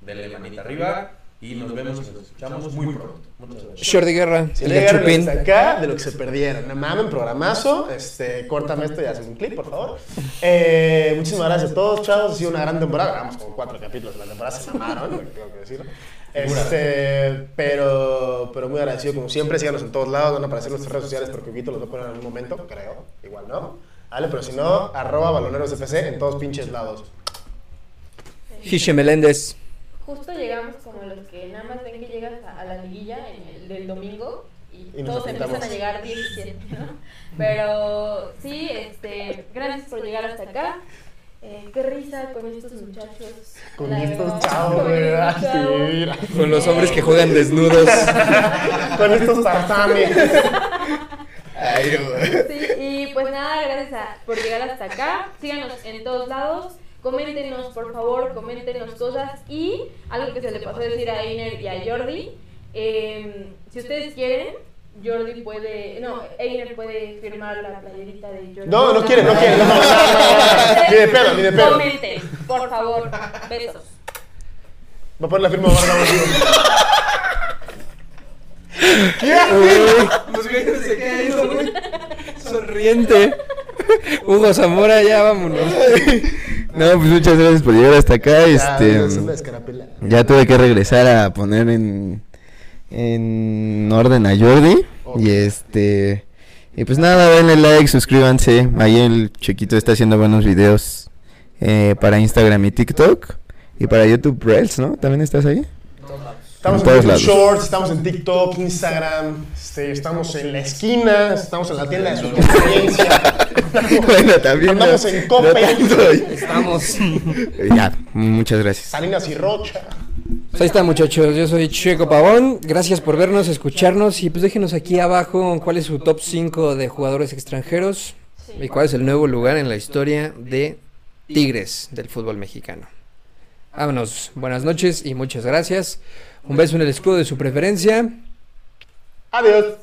[SPEAKER 4] Denle manita arriba y nos vemos y nos escuchamos muy pronto. Muchas gracias.
[SPEAKER 1] Shorty Guerra,
[SPEAKER 2] Si
[SPEAKER 1] el
[SPEAKER 2] no
[SPEAKER 1] de
[SPEAKER 2] llegaron
[SPEAKER 1] Chupín.
[SPEAKER 2] hasta acá, de lo que se perdieron. No mamen, programazo. Este, córtame esto y haces un clip, por favor. Eh, muchísimas gracias a todos, chavos. Ha sido una gran temporada. Vamos con cuatro capítulos de la temporada, se mamaron, tengo que decirlo. Este, pero, pero muy agradecido, como siempre. Síganos en todos lados. Van a aparecer nuestras redes sociales porque Vito los va a poner en algún momento, creo. Igual no. Vale, pero si no, arroba balonerosfc en todos pinches lados.
[SPEAKER 1] Hiche Meléndez.
[SPEAKER 3] Justo llegamos como los que nada más ven que llegas a, a la liguilla en el- del domingo y,
[SPEAKER 2] Y nos
[SPEAKER 3] todos
[SPEAKER 2] apuntamos.
[SPEAKER 3] empiezan a llegar 17, ¿no? Pero sí, este, gracias por llegar hasta acá. Eh, qué risa con estos muchachos.
[SPEAKER 2] Con
[SPEAKER 3] la
[SPEAKER 2] estos
[SPEAKER 3] verdad,
[SPEAKER 2] chavos,
[SPEAKER 3] con
[SPEAKER 2] ¿verdad?
[SPEAKER 3] estos chavos.
[SPEAKER 2] Sí, mira.
[SPEAKER 1] Con los hombres que juegan desnudos.
[SPEAKER 2] Con estos tarzanes.
[SPEAKER 5] Ay, güey.
[SPEAKER 3] Sí, y pues nada, gracias a- por llegar hasta acá. Síganos en todos lados. Coméntenos, por favor, coméntenos cosas. Y algo que se le pasó a decir a Einer y a Jordi. eh, si ustedes quieren, Jordi puede. No, Einer puede firmar la playerita de Jordi.
[SPEAKER 2] No, no quiere, no quiere. no, no, no, no. Ni de pedo, ni de pedo.
[SPEAKER 3] Comenten, por favor. Besos.
[SPEAKER 2] Va a poner la firma de Barba Bonilla.
[SPEAKER 4] Los güeyes se quedan ahí, güey.
[SPEAKER 1] Sonriente. Hugo Zamora, ya vámonos.
[SPEAKER 5] No, pues muchas gracias por llegar hasta
[SPEAKER 2] Ya,
[SPEAKER 5] acá.
[SPEAKER 2] es
[SPEAKER 5] Este.
[SPEAKER 2] una escarapela.
[SPEAKER 5] Ya tuve que regresar a poner en, en orden a Jordi. Y este. Y pues nada, denle like, suscríbanse. Ahí el chiquito está haciendo buenos videos eh, para Instagram y TikTok. Y para YouTube Reels, ¿no? ¿También estás ahí?
[SPEAKER 2] Estamos
[SPEAKER 5] En
[SPEAKER 2] en,
[SPEAKER 5] todos
[SPEAKER 2] YouTube
[SPEAKER 5] lados.
[SPEAKER 2] Shorts, estamos en TikTok, Instagram, este, estamos en la esquina, estamos en la tienda de su conveniencia.
[SPEAKER 5] bueno, también. no-
[SPEAKER 2] Andamos en Coppel.
[SPEAKER 5] tanto ahí.
[SPEAKER 1] Estamos.
[SPEAKER 5] ya, muchas gracias.
[SPEAKER 2] Salinas y Rocha.
[SPEAKER 1] Pues ahí está, muchachos. Yo soy Checo Pavón. Gracias por vernos, escucharnos. Y pues déjenos aquí abajo cuál es su top 5 de jugadores extranjeros y cuál es el nuevo lugar en la historia de Tigres del fútbol mexicano. Vámonos. Buenas noches y muchas gracias. Un beso en el escudo de su preferencia.
[SPEAKER 2] Adiós.